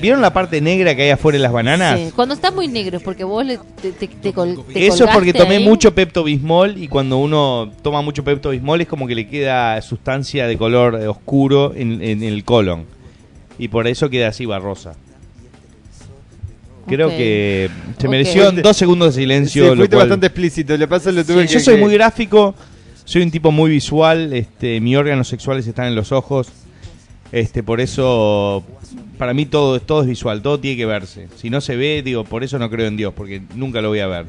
¿Vieron la parte negra que hay afuera de las bananas?
Sí, Cuando está muy negro, porque vos le- te, te, te col- te
Eso es porque
colgaste
tomé
ahí.
mucho Pepto Bismol y cuando uno toma mucho Pepto Bismol es como que le queda sustancia de color eh, oscuro en, en el colon. Y por eso queda así barrosa. Creo
Ok.
que se
Ok.
mereció dos segundos de
Sí,
silencio. lo
fuiste
cual-
bastante explícito, le pasa lo tuve
Sí,
que-
yo soy
que-
muy gráfico, soy un tipo muy visual, este, mis órganos sexuales están en los ojos, este, por eso para mí todo, todo es visual, todo tiene que verse. Si no se ve, digo, por eso no creo en Dios, porque nunca lo voy a ver.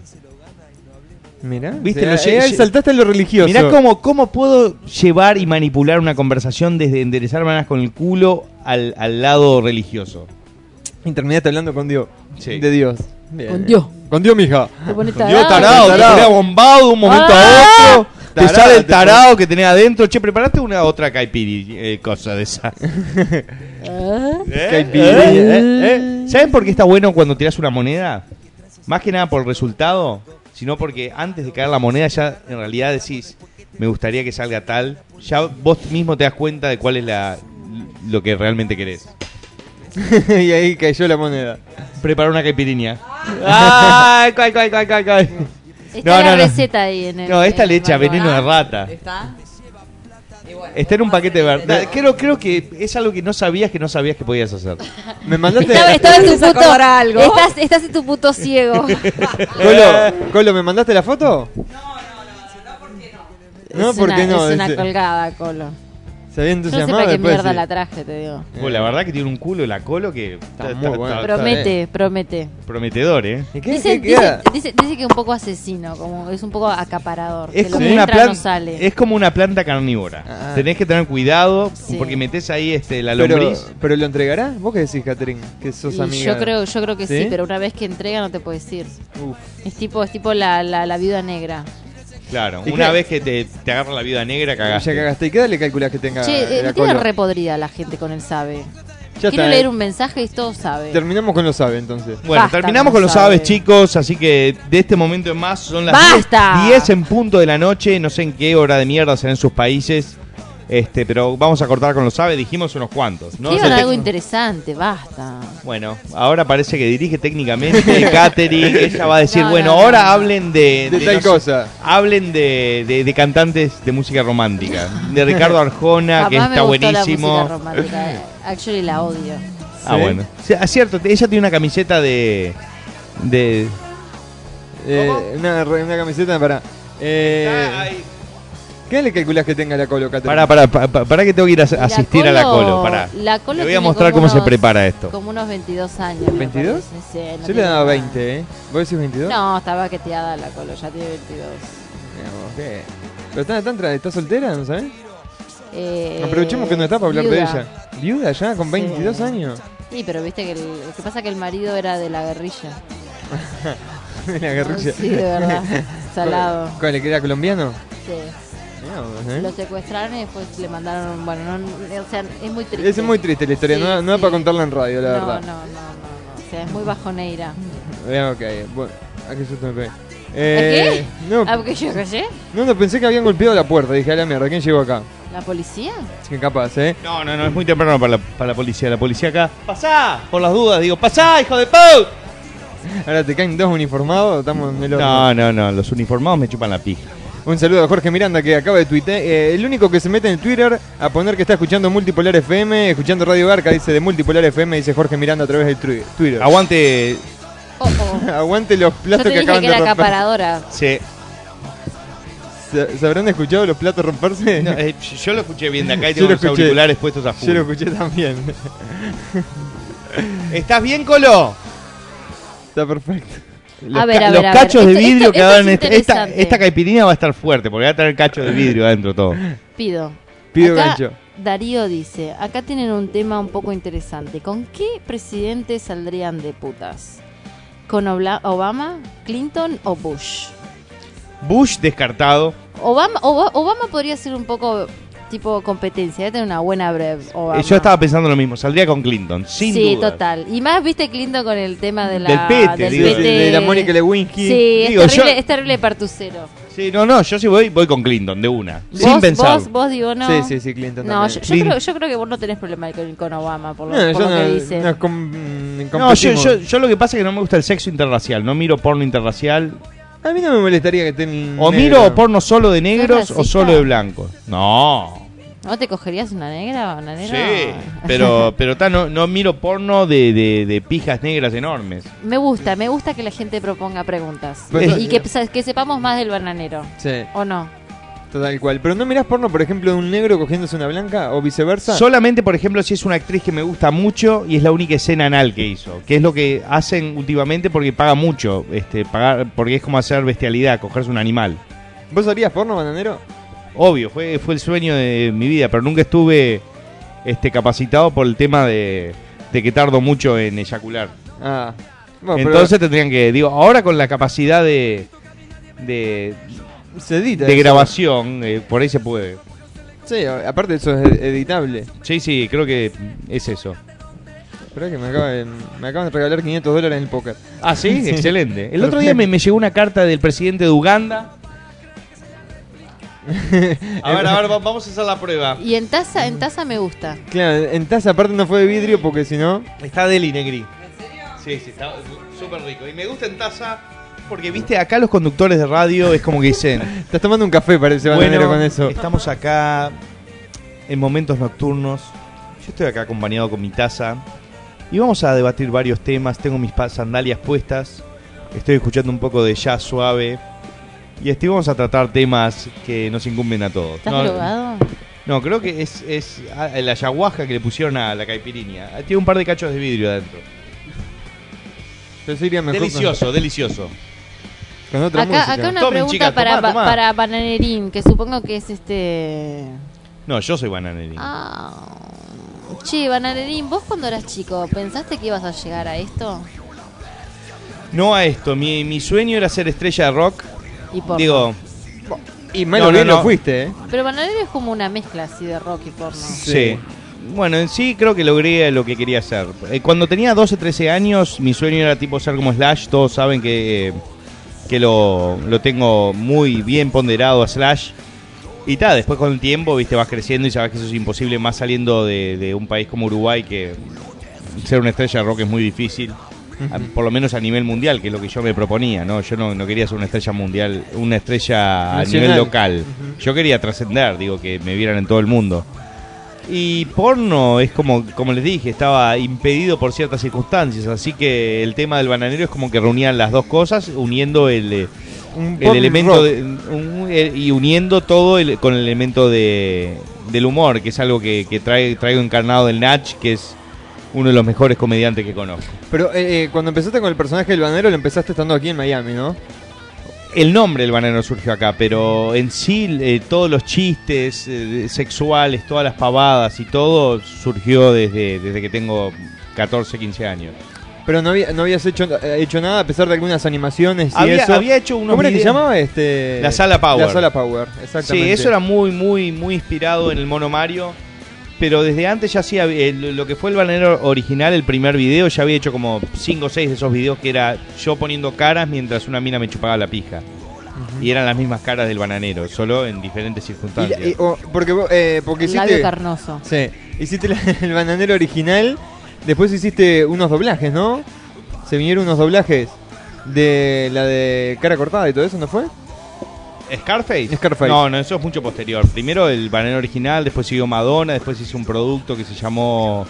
Mirá,
Viste,
o sea,
lo lle-
eh,
lle-
saltaste a lo religioso.
Mirá cómo, cómo puedo llevar y manipular una conversación desde enderezar manas con el culo al, al lado religioso.
Y terminaste hablando con Dios.
Sí.
De Dios. Bien.
Con Dios.
Con Dios, mija.
Te pone
Con
tarado,
Dios tarado,
te
tarado.
Te bombado de un momento
Ah.
a otro. Te
Tarado,
sale el
te-
tarado que tenés adentro. Che, preparaste una otra caipiri, eh, cosa de esa.
Ah,
Caipirinha,
¿Eh? ¿Eh? ¿Saben por qué está bueno cuando tiras una moneda? Más que nada por el resultado, sino porque antes de caer la moneda ya en realidad decís, me gustaría que salga tal. Ya vos mismo te das cuenta de cuál es la, lo que realmente querés.
y ahí cayó la moneda. Ah,
Preparar una caipirinha.
¡Ay, cay, cay, cay, cay, cay!
Está
No,
la
no, no.
receta ahí en el.
No,
en
esta
el
le echa
McDonald's.
veneno de rata.
¿Está? Y bueno,
Está en un paquete verde.
¿Te
Creo, creo que es algo que no sabías que no sabías que podías hacer.
Me mandaste.
Estaba, estaba en tu
¿Te
puto.
acordar algo?
Estás, estás en tu puto ciego.
Eh.
Colo, Colo, ¿me mandaste la foto? No,
Es
¿por
una-
qué no?
Es una
Dice.
colgada, Colo.
Se había
Yo no sé
entusiasmado
para qué
después.
mierda
sí.
la traje, te digo.
Bueno, la verdad que tiene un culo la colo que
Está muy bueno.
Promete, promete.
prometedor, ¿eh?
¿Y qué,
Dice,
qué queda?
dice- dice- dice que un poco asesino, como es un poco acaparador.
Es
que
como,
lo que
una
entra
planta,
no sale.
es como una planta carnívora.
Ah.
Tenés que tener cuidado
Sí.
porque metés ahí este, la
Pero,
lombriz.
¿Pero lo entregará? ¿Vos qué decís, Catherine? Que sos
Y
amiga.
yo creo, yo creo que ¿Sí?
¿Sí?
pero una vez que entrega no te puedes ir.
Uf.
Es tipo, es tipo la, la, la viuda negra.
claro,
¿Y
una
qué?
vez que te, te agarra la vida negra, cagaste.
Ya cagaste. ¿Y qué edad le calculás que
Ah,
tenga
che, eh,
la
me tiene
cola?
repodrida la gente con el sabe.
Ya
Quiero
está,
leer
eh.
un mensaje y todo sabe.
Terminamos con lo sabe, entonces.
Bueno,
Basta
terminamos
con
con los
sabe.
aves, chicos. Así que de este momento en más son las
¡Basta!
10, 10 en punto de la noche. No sé en qué hora de mierda será en sus países. Este, pero vamos a cortar con los aves. Dijimos unos cuantos. ¿no?
Escriban
Sé-
algo interesante, basta.
Bueno, ahora parece que dirige técnicamente Katherine. Ella va a decir,
No,
bueno,
no, no.
ahora hablen de...
De tal
no sé,
cosa.
Hablen de, de- de cantantes de música romántica. De Ricardo Arjona,
Jamás
que
me
está
gustó
buenísimo.
la música romántica. eh. Actually la odio.
Ah,
Sí.
bueno. Sí, ah, cierto, ella tiene una camiseta de... de
Eh, una, re- una camiseta para. Eh, ¿Qué edad le calculás que tenga la colo, Catherine?
Pará, pará, pará, pará, pará que tengo que ir a as- asistir a la colo. Pará.
La Colo
Le voy a
tiene
mostrar
como
cómo se
unos-
prepara esto.
Como unos 22 años. me
22?
parece, sí, no
Yo
tiene
le daba
nada.
20, ¿eh? ¿Vos decís 22?
No, está baqueteada la Colo, ya tiene 22.
Mira vos, ¿qué? Eh, ¿Pero está, está, entra- está soltera, no sabes?
Eh,
Aprovechemos que no está para hablar de
viuda.
ella. ¿Viuda ya? ¿Con 22
Sí.
años?
Sí, pero viste que el, lo que pasa que el marido era de la guerrilla.
la guerrilla.
Sí, de verdad. Salado.
¿Cuál le queda colombiano?
Sí.
Mirá vos, ¿eh?
Lo secuestraron y después le mandaron. Bueno, no, o sea, es muy triste.
Es muy triste la historia,
Sí,
no, no da
sí.
para contarla en radio, la
no,
verdad.
No, no, no, no. O sea, es muy bajoneira.
Eh, ok, bueno, ¿a qué susto me pegué? Eh, No,
Ah, porque yo callé.
no, no, pensé que habían golpeado la puerta, dije, a la mierda, ¿quién llegó acá?
¿La policía?
Es que capaz, ¿eh?
No, no, no, es muy temprano para la, para la policía. La policía acá. ¡Pasá! Por las dudas, digo, ¡pasá, hijo de Pau!
Ahora te caen dos uniformados, estamos en el horno.
No, no, no, los uniformados me chupan la pija.
Un saludo a Jorge Miranda que acaba de tuitear, eh, el único que se mete en Twitter a poner que está escuchando Multipolar FM, escuchando Radio Barca, dice de Multipolar FM, dice Jorge Miranda a través de tru- Twitter.
Aguante.
Oh, oh.
Aguante los
Yo
platos
te
que
dije
acaban
que
de
era
romper.
acaparadora.
Se,
¿Se, se habrán escuchado los platos romperse?
No, eh, yo lo escuché bien de acá y
Yo
tengo
lo
los
escuché.
auriculares puestos a
Yo lo
full.
escuché también.
¿Estás bien, Colo?
Está perfecto.
A ver,
ca-
a ver, a
los
ver.
cachos de
Esto-
vidrio
esto-
que
esto
hagan
es
est- esta,
interesante.
esta caipirina va a estar fuerte porque va a tener cachos de vidrio adentro todo.
Pido.
Pido
Acá
gancho.
Darío dice, acá tienen un tema un poco interesante. ¿Con qué presidente saldrían de putas? ¿Con Obla- Obama, Clinton o Bush?
Bush descartado.
Obama, Oba- Obama podría ser un poco tipo competencia, debe tener una buena breve. Obama.
Eh, Yo estaba pensando lo mismo, saldría con Clinton, sin
Sí,
duda.
total. Y más viste Clinton con el tema de la,
Del pete,
del
digo,
pete.
de la Mónica Lewinsky.
Sí,
Digo,
es, terrible,
yo-
es terrible partucero.
Sí, no, no, yo sí voy, voy con Clinton, de una.
¿Vos,
sin pensar.
Vos, vos digo, no.
Sí, sí, sí, Clinton
No, yo,
también.
yo
Clin-
creo, yo creo que vos no tenés problema con, con Obama, por lo,
No,
por
yo
lo que
no-
dicen.
nos com- mm,
No, yo,
competimos.
yo, yo lo que pasa es que no me gusta el sexo interracial, no miro porno interracial.
A mí no me molestaría que estén.
O
negros.
miro porno solo de
Ah,
negros o
racista?
solo de blancos. No.
¿No te cogerías una negra o una negra?
Sí, pero, pero ta, no, no miro porno de, de, de pijas negras enormes.
Me gusta, me gusta que la gente proponga preguntas.
Pero-
y que, sa- que sepamos más del bananero.
Sí,
¿O no?
tal cual. Pero no mirás porno, por ejemplo, de un negro cogiéndose una blanca o viceversa.
Solamente, por ejemplo, si es una actriz que me gusta mucho y es la única escena anal que hizo, que es lo que hacen últimamente porque paga mucho, este, pagar, porque es como hacer bestialidad, cogerse un animal.
¿Vos harías porno, bananero?
Obvio, fue, fue el sueño de mi vida, pero nunca estuve este, capacitado por el tema de, de que tardo mucho en eyacular.
Ah. Bueno, pero
Entonces tendrían que, digo, ahora con la capacidad de, de,
se edita.
de
eso.
grabación, eh, por ahí se puede.
Sí, a- aparte eso es ed- editable.
Sí, sí, creo que es eso.
Pero es que me acaban, me acaban de regalar 500 dólares en el póker.
Ah, sí, excelente. El otro día me, me llegó una carta del presidente de Uganda. A ver, a ver, va- vamos a hacer la prueba.
Y en taza, en taza me gusta.
Claro, en taza aparte no fue de vidrio porque si no.
Está Deli Negri. ¿En serio? Sí, sí, está súper rico. Y me gusta en taza porque, viste, acá los conductores de radio es como que dicen,
Estás tomando un café, parece, bananero,
bueno,
con eso.
estamos acá en momentos nocturnos. Yo estoy acá acompañado con mi taza y vamos a debatir varios temas. Tengo mis pa- sandalias puestas, estoy escuchando un poco de jazz suave. Y este, vamos a tratar temas que nos incumben a todos.
¿Estás
No,
drogado?
no, creo que es, es ah, la ayahuasca que le pusieron a la caipirinha. Ah, Tiene un par de cachos de vidrio adentro.
Yo sí iría mejor con-
Delicioso, delicioso.
Con, otra
Acá,
música.
acá una
Tomen,
pregunta
chicas,
para,
tomá,
ba-
tomá.
para Bananerín, que supongo que es este...
No, yo soy bananerín.
Ah. Che, Bananerín, vos cuando eras chico, ¿pensaste que ibas a llegar a esto?
No a esto, mi, mi sueño era ser estrella de rock.
Y porno.
Digo,
Y malo
No, no,
bien
no.
lo fuiste, ¿eh?
Pero Bananero es como una mezcla así de rock y porno.
sí. Bueno, en sí creo que logré lo que quería hacer. Eh, cuando tenía 12, 13 años, mi sueño era tipo ser como Slash. Todos saben que, que lo, lo tengo muy bien ponderado a Slash. Y tal, después con el tiempo, viste, vas creciendo y sabes que eso es imposible, más saliendo de, de un país como Uruguay, que ser una estrella de rock es muy difícil. a- Por lo menos a nivel mundial, que es lo que yo me proponía, ¿no? Yo no, no quería ser una estrella mundial, una estrella a
Nacional.
nivel local. Yo quería trascender, digo, que me vieran en todo el mundo. Y porno es como, como les dije, estaba impedido por ciertas circunstancias, así que el tema del bananero es como que reunían las dos cosas, uniendo el, eh,
Un pop
el elemento
rock.
de- un- el- y uniendo todo el- con el elemento de, del humor, que es algo que, que trae, traigo encarnado del Nach, que es uno de los mejores comediantes que conozco.
Pero eh, eh, cuando empezaste con el personaje del bananero, lo empezaste estando aquí en Miami, ¿no?
El nombre del bananero surgió acá, pero en sí eh, todos los chistes eh, sexuales, todas las pavadas y todo surgió desde, desde que tengo 14, 15 años.
Pero no, había- no habías hecho, eh, hecho nada a pesar de algunas animaciones y
había,
eso.
había hecho unos
¿Cómo era que se
videos-
llamaba este?
La Sala Power.
La Sala Power, exactamente.
Sí, eso era muy, muy, muy inspirado en el mono Mario. Pero desde antes ya hacía eh, lo lo que fue el bananero original, el primer video, ya había hecho como 5 o 6 de esos videos que era yo poniendo caras mientras una mina me chupaba la pija. Y eran las mismas caras del bananero, solo en diferentes
Y la-
circunstancias.
y- o- porque vos- eh, porque
El labio
hiciste,
carnoso.
sí, hiciste la- el bananero original, después hiciste unos doblajes, ¿no? Se vinieron unos doblajes de la de cara cortada y todo eso, ¿no fue?
¿Scarface?
Scarface.
No, no, eso es mucho posterior. Primero el bananero original, después siguió Madonna, después hizo un producto que se llamó...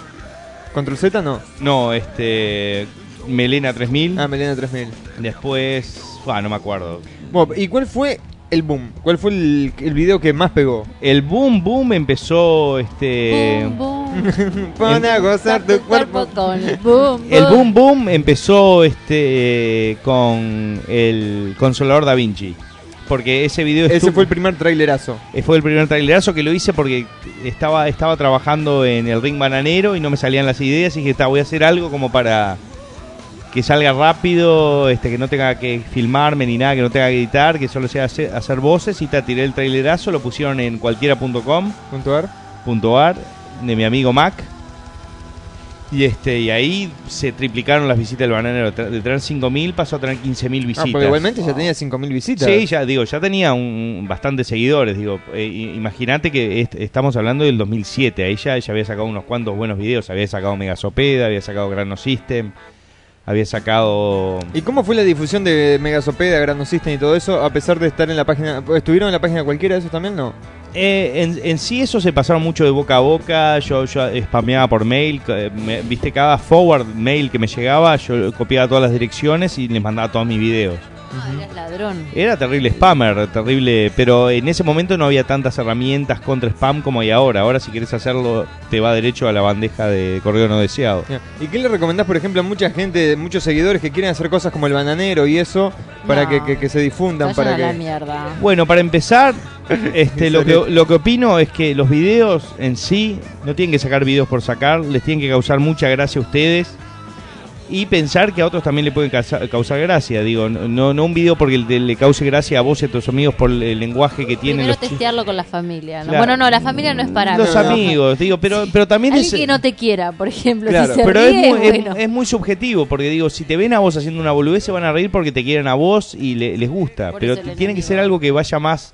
Control Z no.
No, este... Melena 3000.
Ah, Melena 3000.
Después... Ah, no me acuerdo.
Bueno, ¿y cuál fue el boom? ¿Cuál fue el, el video que más pegó?
El boom boom empezó este
Boom, boom.
Pon a gozar tu cuerpo.
con el boom,
el boom boom empezó este con el consolador da Vinci porque ese video
Ese
estuvo-
fue el primer trailerazo.
eh, fue el primer trailerazo que lo hice porque estaba estaba trabajando en el ring bananero y no me salían las ideas y dije "Ta, voy a hacer algo como para que salga rápido, este, que no tenga que filmarme ni nada, que no tenga que editar, que solo sea hacer, hacer voces y te tiré el trailerazo, lo pusieron en cualquiera.com.ar
Punto ar.
de mi amigo Mac. Y este y ahí se triplicaron las visitas del bananero. Tra- De tener 5.000 pasó a tener 15.000
Ah,
visitas.
porque igualmente ya tenía 5.000 visitas.
Sí, ya digo, ya tenía un, bastantes seguidores, digo, eh, i- imagínate que est- estamos hablando del 2007, ahí ya, ya había sacado unos cuantos buenos videos, había sacado Megasopeda, había sacado Grano System, había sacado
¿Y cómo fue la difusión de Megasopeda, Granosystem y todo eso, a pesar de estar en la página... ¿Estuvieron en la página cualquiera de esos también? No.
Eh, en, en sí eso se pasaron mucho de boca a boca, yo, yo spameaba por mail, eh, me- viste cada forward mail que me llegaba, yo copiaba todas las direcciones y les mandaba todos mis videos.
Ah, eras ladrón.
Era terrible spammer, terrible, pero en ese momento no había tantas herramientas contra spam como hay ahora. Ahora si quieres hacerlo te va derecho a la bandeja de correo no deseado.
Ya. ¿Y qué le recomendás, por ejemplo, a mucha gente, muchos seguidores que quieren hacer cosas como el bananero y eso, para
No.
que, que- que se difundan?
Vayan
para
a la
que...
mierda.
Bueno, para empezar, este, lo, que, lo que opino es que los videos en sí no tienen que sacar videos por sacar, les tienen que causar mucha gracia a ustedes y pensar que a otros también le pueden causa- causar gracia. Digo, no, no un video porque le, le cause gracia a vos y a tus amigos por el lenguaje que tienen
Primero
los chi-
testearlo con la familia. ¿no?
Claro.
Bueno, no, la familia no es para
los
mí.
amigos, digo, pero, pero también
Alguien
es...
que no te quiera, por ejemplo.
Claro,
si se
Pero es
ríe,
muy, es-
bueno.
es muy subjetivo, porque digo, si te ven a vos haciendo una boludez, se van a reír porque te quieren a vos y le- les gusta.
Por
pero
eso
t-
el
tiene que
enemigo.
ser algo que vaya más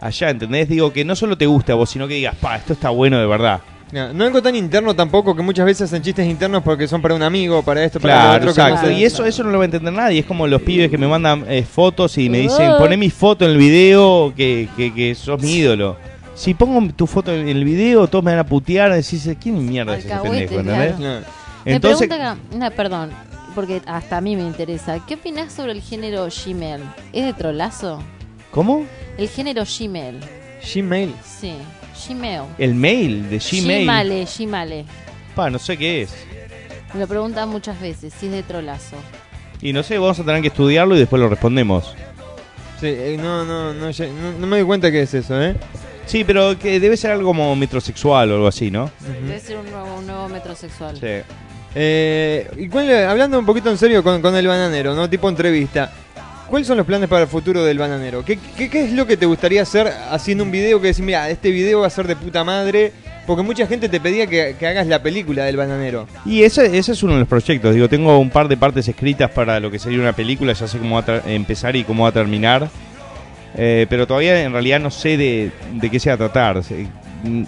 allá, ¿entendés? Digo, que no solo te guste a vos, sino que digas, pa, esto está bueno de verdad.
Ya. No algo tan interno tampoco, que muchas veces hacen chistes internos porque son para un amigo, para esto, para lo
Claro,
otro, que no
exacto.
sé.
Y eso, eso no lo va a entender nadie. Es como los pibes que me mandan eh, fotos y me dicen,
Oh.
poné mi foto en el video, que, que, que sos mi ídolo. Si pongo tu foto en el video, todos me van a putear, decís, ¿quién mierda es ese
Alcahuete,
pendejo? ¿entendés?
claro.
Ya.
Entonces,
Me pregunta, acá- no, perdón, porque hasta a mí me interesa. ¿Qué opinás sobre el género Gmail? ¿Es de trolazo?
¿cómo?
El género Gmail.
Gmail.
Sí, Gmail.
El mail de Gmail.
Gmale, Gmale.
Pa, no sé qué es.
Me lo preguntan muchas veces si es de trolazo.
Y no sé, vamos a tener que estudiarlo y después lo respondemos.
Sí, eh, no, no, no, ya- no, no me doy cuenta que es eso, ¿eh?
Sí, pero que debe ser algo como metrosexual o algo así, ¿no?
Debe ser un nuevo, un nuevo metrosexual.
Sí.
Eh, y cuál- hablando un poquito en serio con, con el bananero, ¿no? Tipo entrevista. ¿Cuáles son los planes para el futuro del bananero? ¿Qué, qué, qué es lo que te gustaría hacer haciendo un video que decís, mira, este video va a ser de puta madre? Porque mucha gente te pedía que, que hagas la película del bananero.
Y ese, ese es uno de los proyectos. Digo, tengo un par de partes escritas para lo que sería una película. Ya sé cómo va a tra- empezar y cómo va a terminar. Eh, pero todavía en realidad no sé de, de qué se va a tratar. Se- mm,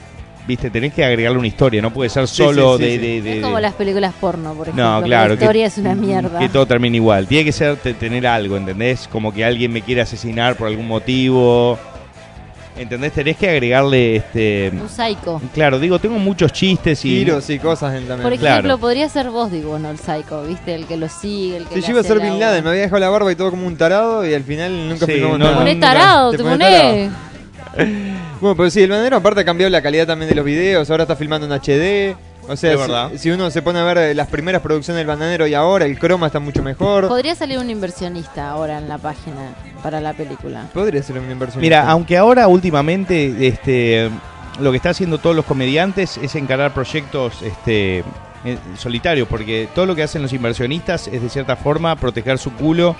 Viste, tenés que agregarle una historia. No puede ser
Sí,
solo
sí,
de-
sí,
de-
sí.
No
de-
es como
de-
las películas porno, por ejemplo.
No,
que
claro.
La
que-
historia es una mierda.
Que todo termine igual. Tiene que ser te- tener algo, ¿entendés? Como que alguien me quiere asesinar por algún motivo. ¿Entendés? Tenés que agregarle este.
Un psycho.
Claro, digo, tengo muchos chistes y.
Tiros y cosas en
Por
también.
ejemplo,
Claro.
podría ser vos, digo, no el psycho, ¿viste? El que lo sigue, el que.
Si
le
yo iba a
hace
ser
la
Bin Laden, me
buena.
había dejado la barba y todo como un tarado y al final nunca
Sí,
filmamos
no,
Te
nada.
ponés tarado, te
pones
ponés.
Bueno, pero sí, el bananero aparte ha cambiado la calidad también de los videos, ahora está filmando en HD. O sea,
Es
si-
verdad.
si, uno se pone a ver eh, las primeras producciones del bananero y ahora, el croma está mucho mejor.
Podría salir un inversionista ahora en la página para la película.
Podría ser una inversión.
Mira, aunque ahora últimamente este, lo que están haciendo todos los comediantes es encarar proyectos este, en- solitarios, porque todo lo que hacen los inversionistas es de cierta forma proteger su culo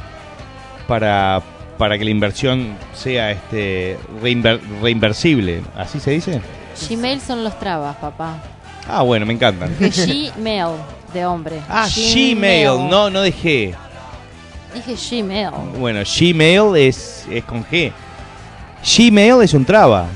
para, para que la inversión sea este, reinver- reinversible. ¿Así se dice?
Gmail son los trabas, papá.
Ah, bueno, me encantan.
De Gmail, de hombre.
Ah, Gmail, no, no dejé.
Dije Gmail.
Bueno, Gmail es, es con G. Gmail es un traba.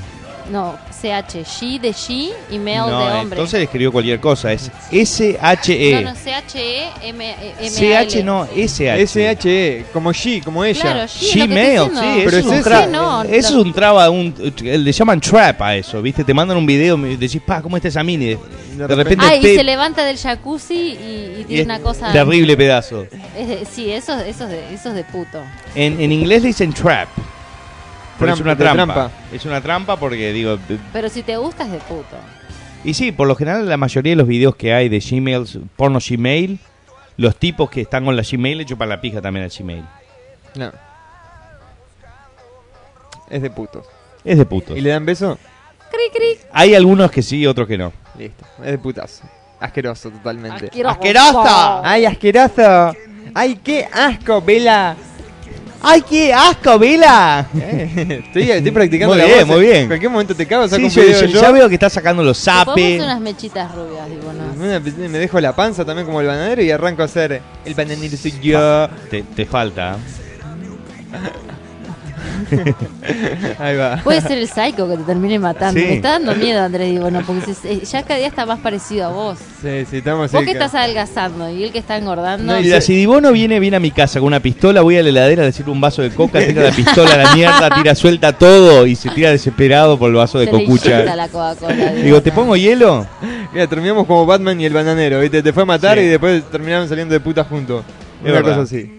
No, CH. G de G y mail
No,
de
eh,
hombre.
entonces escribió cualquier cosa. Es S-H-E.
No, E. no, E C-H-E-M-A-L.
CH no, E. SH.
SHE, E, como G, como ella.
Claro, G. es lo que estoy
Gmail,
diciendo.
sí, eso
Pero
es,
es
un
eso.
traba.
Sí, no,
eso es
no.
un traba, un, eh, le llaman trap a eso, ¿viste? Te mandan un video y decís, pa, ¿cómo está esa mini? De, de repente
Ah, y
te-
se levanta del jacuzzi y, y
y
tiene
es
una cosa.
Terrible pedazo.
es de- sí, eso, eso, es de, eso es de puto.
En, en inglés le dicen trap. Pero
Trampa,
es una
de
trampa.
trampa.
Es una trampa porque, digo. d-
Pero si te gusta es de puto.
Y sí, por lo general, la mayoría de los videos que hay de Gmail, porno Gmail, los tipos que están con la Gmail le chupan la pija también al Gmail. ah.
No. Es de putos.
Es de putos.
¿Y le dan beso?
Cri, cri.
Hay algunos que sí, otros que no.
Listo. Es de putazo. Asqueroso totalmente.
Asqueroso.
¡Asqueroso!
¡Ay, asqueroso! ¡Ay, qué asco, Vela!
¡Ay, qué asco, Vela!
Eh, Estoy, estoy practicando
Muy
la
bien,
voz,
muy
eh.
bien.
En cualquier momento te cago, saco
Sí,
un
yo,
video
yo-
yo.
ya veo que está sacando los
Pongamos
zapes.
unas mechitas rubias, digo, no.
Una- Me dejo la panza también como el bananero y arranco a hacer el bananero soy yo.
Te, te falta.
Ahí va.
Puede ser el psycho que te termine matando.
Sí.
Me está dando miedo, Andrés, digo, no, porque se- eh, ya cada día está más parecido a vos.
Sí, sí, estamos
Vos que
cerca.
estás adelgazando y él que está engordando.
No,
Mira, si Dibono viene, viene a mi casa con una pistola, voy a la heladera, le sirvo un vaso de coca, tira la pistola a la mierda, tira suelta todo y se tira desesperado por el vaso de
se le inyecta
cocucha.
la Coca-Cola.
Digo, ¿te
no.
pongo hielo?
Mira, terminamos como Batman y el bananero, ¿viste? Te fue a matar
Sí.
y después terminaron saliendo de puta juntos.
Es
Una
verdad.
cosa así.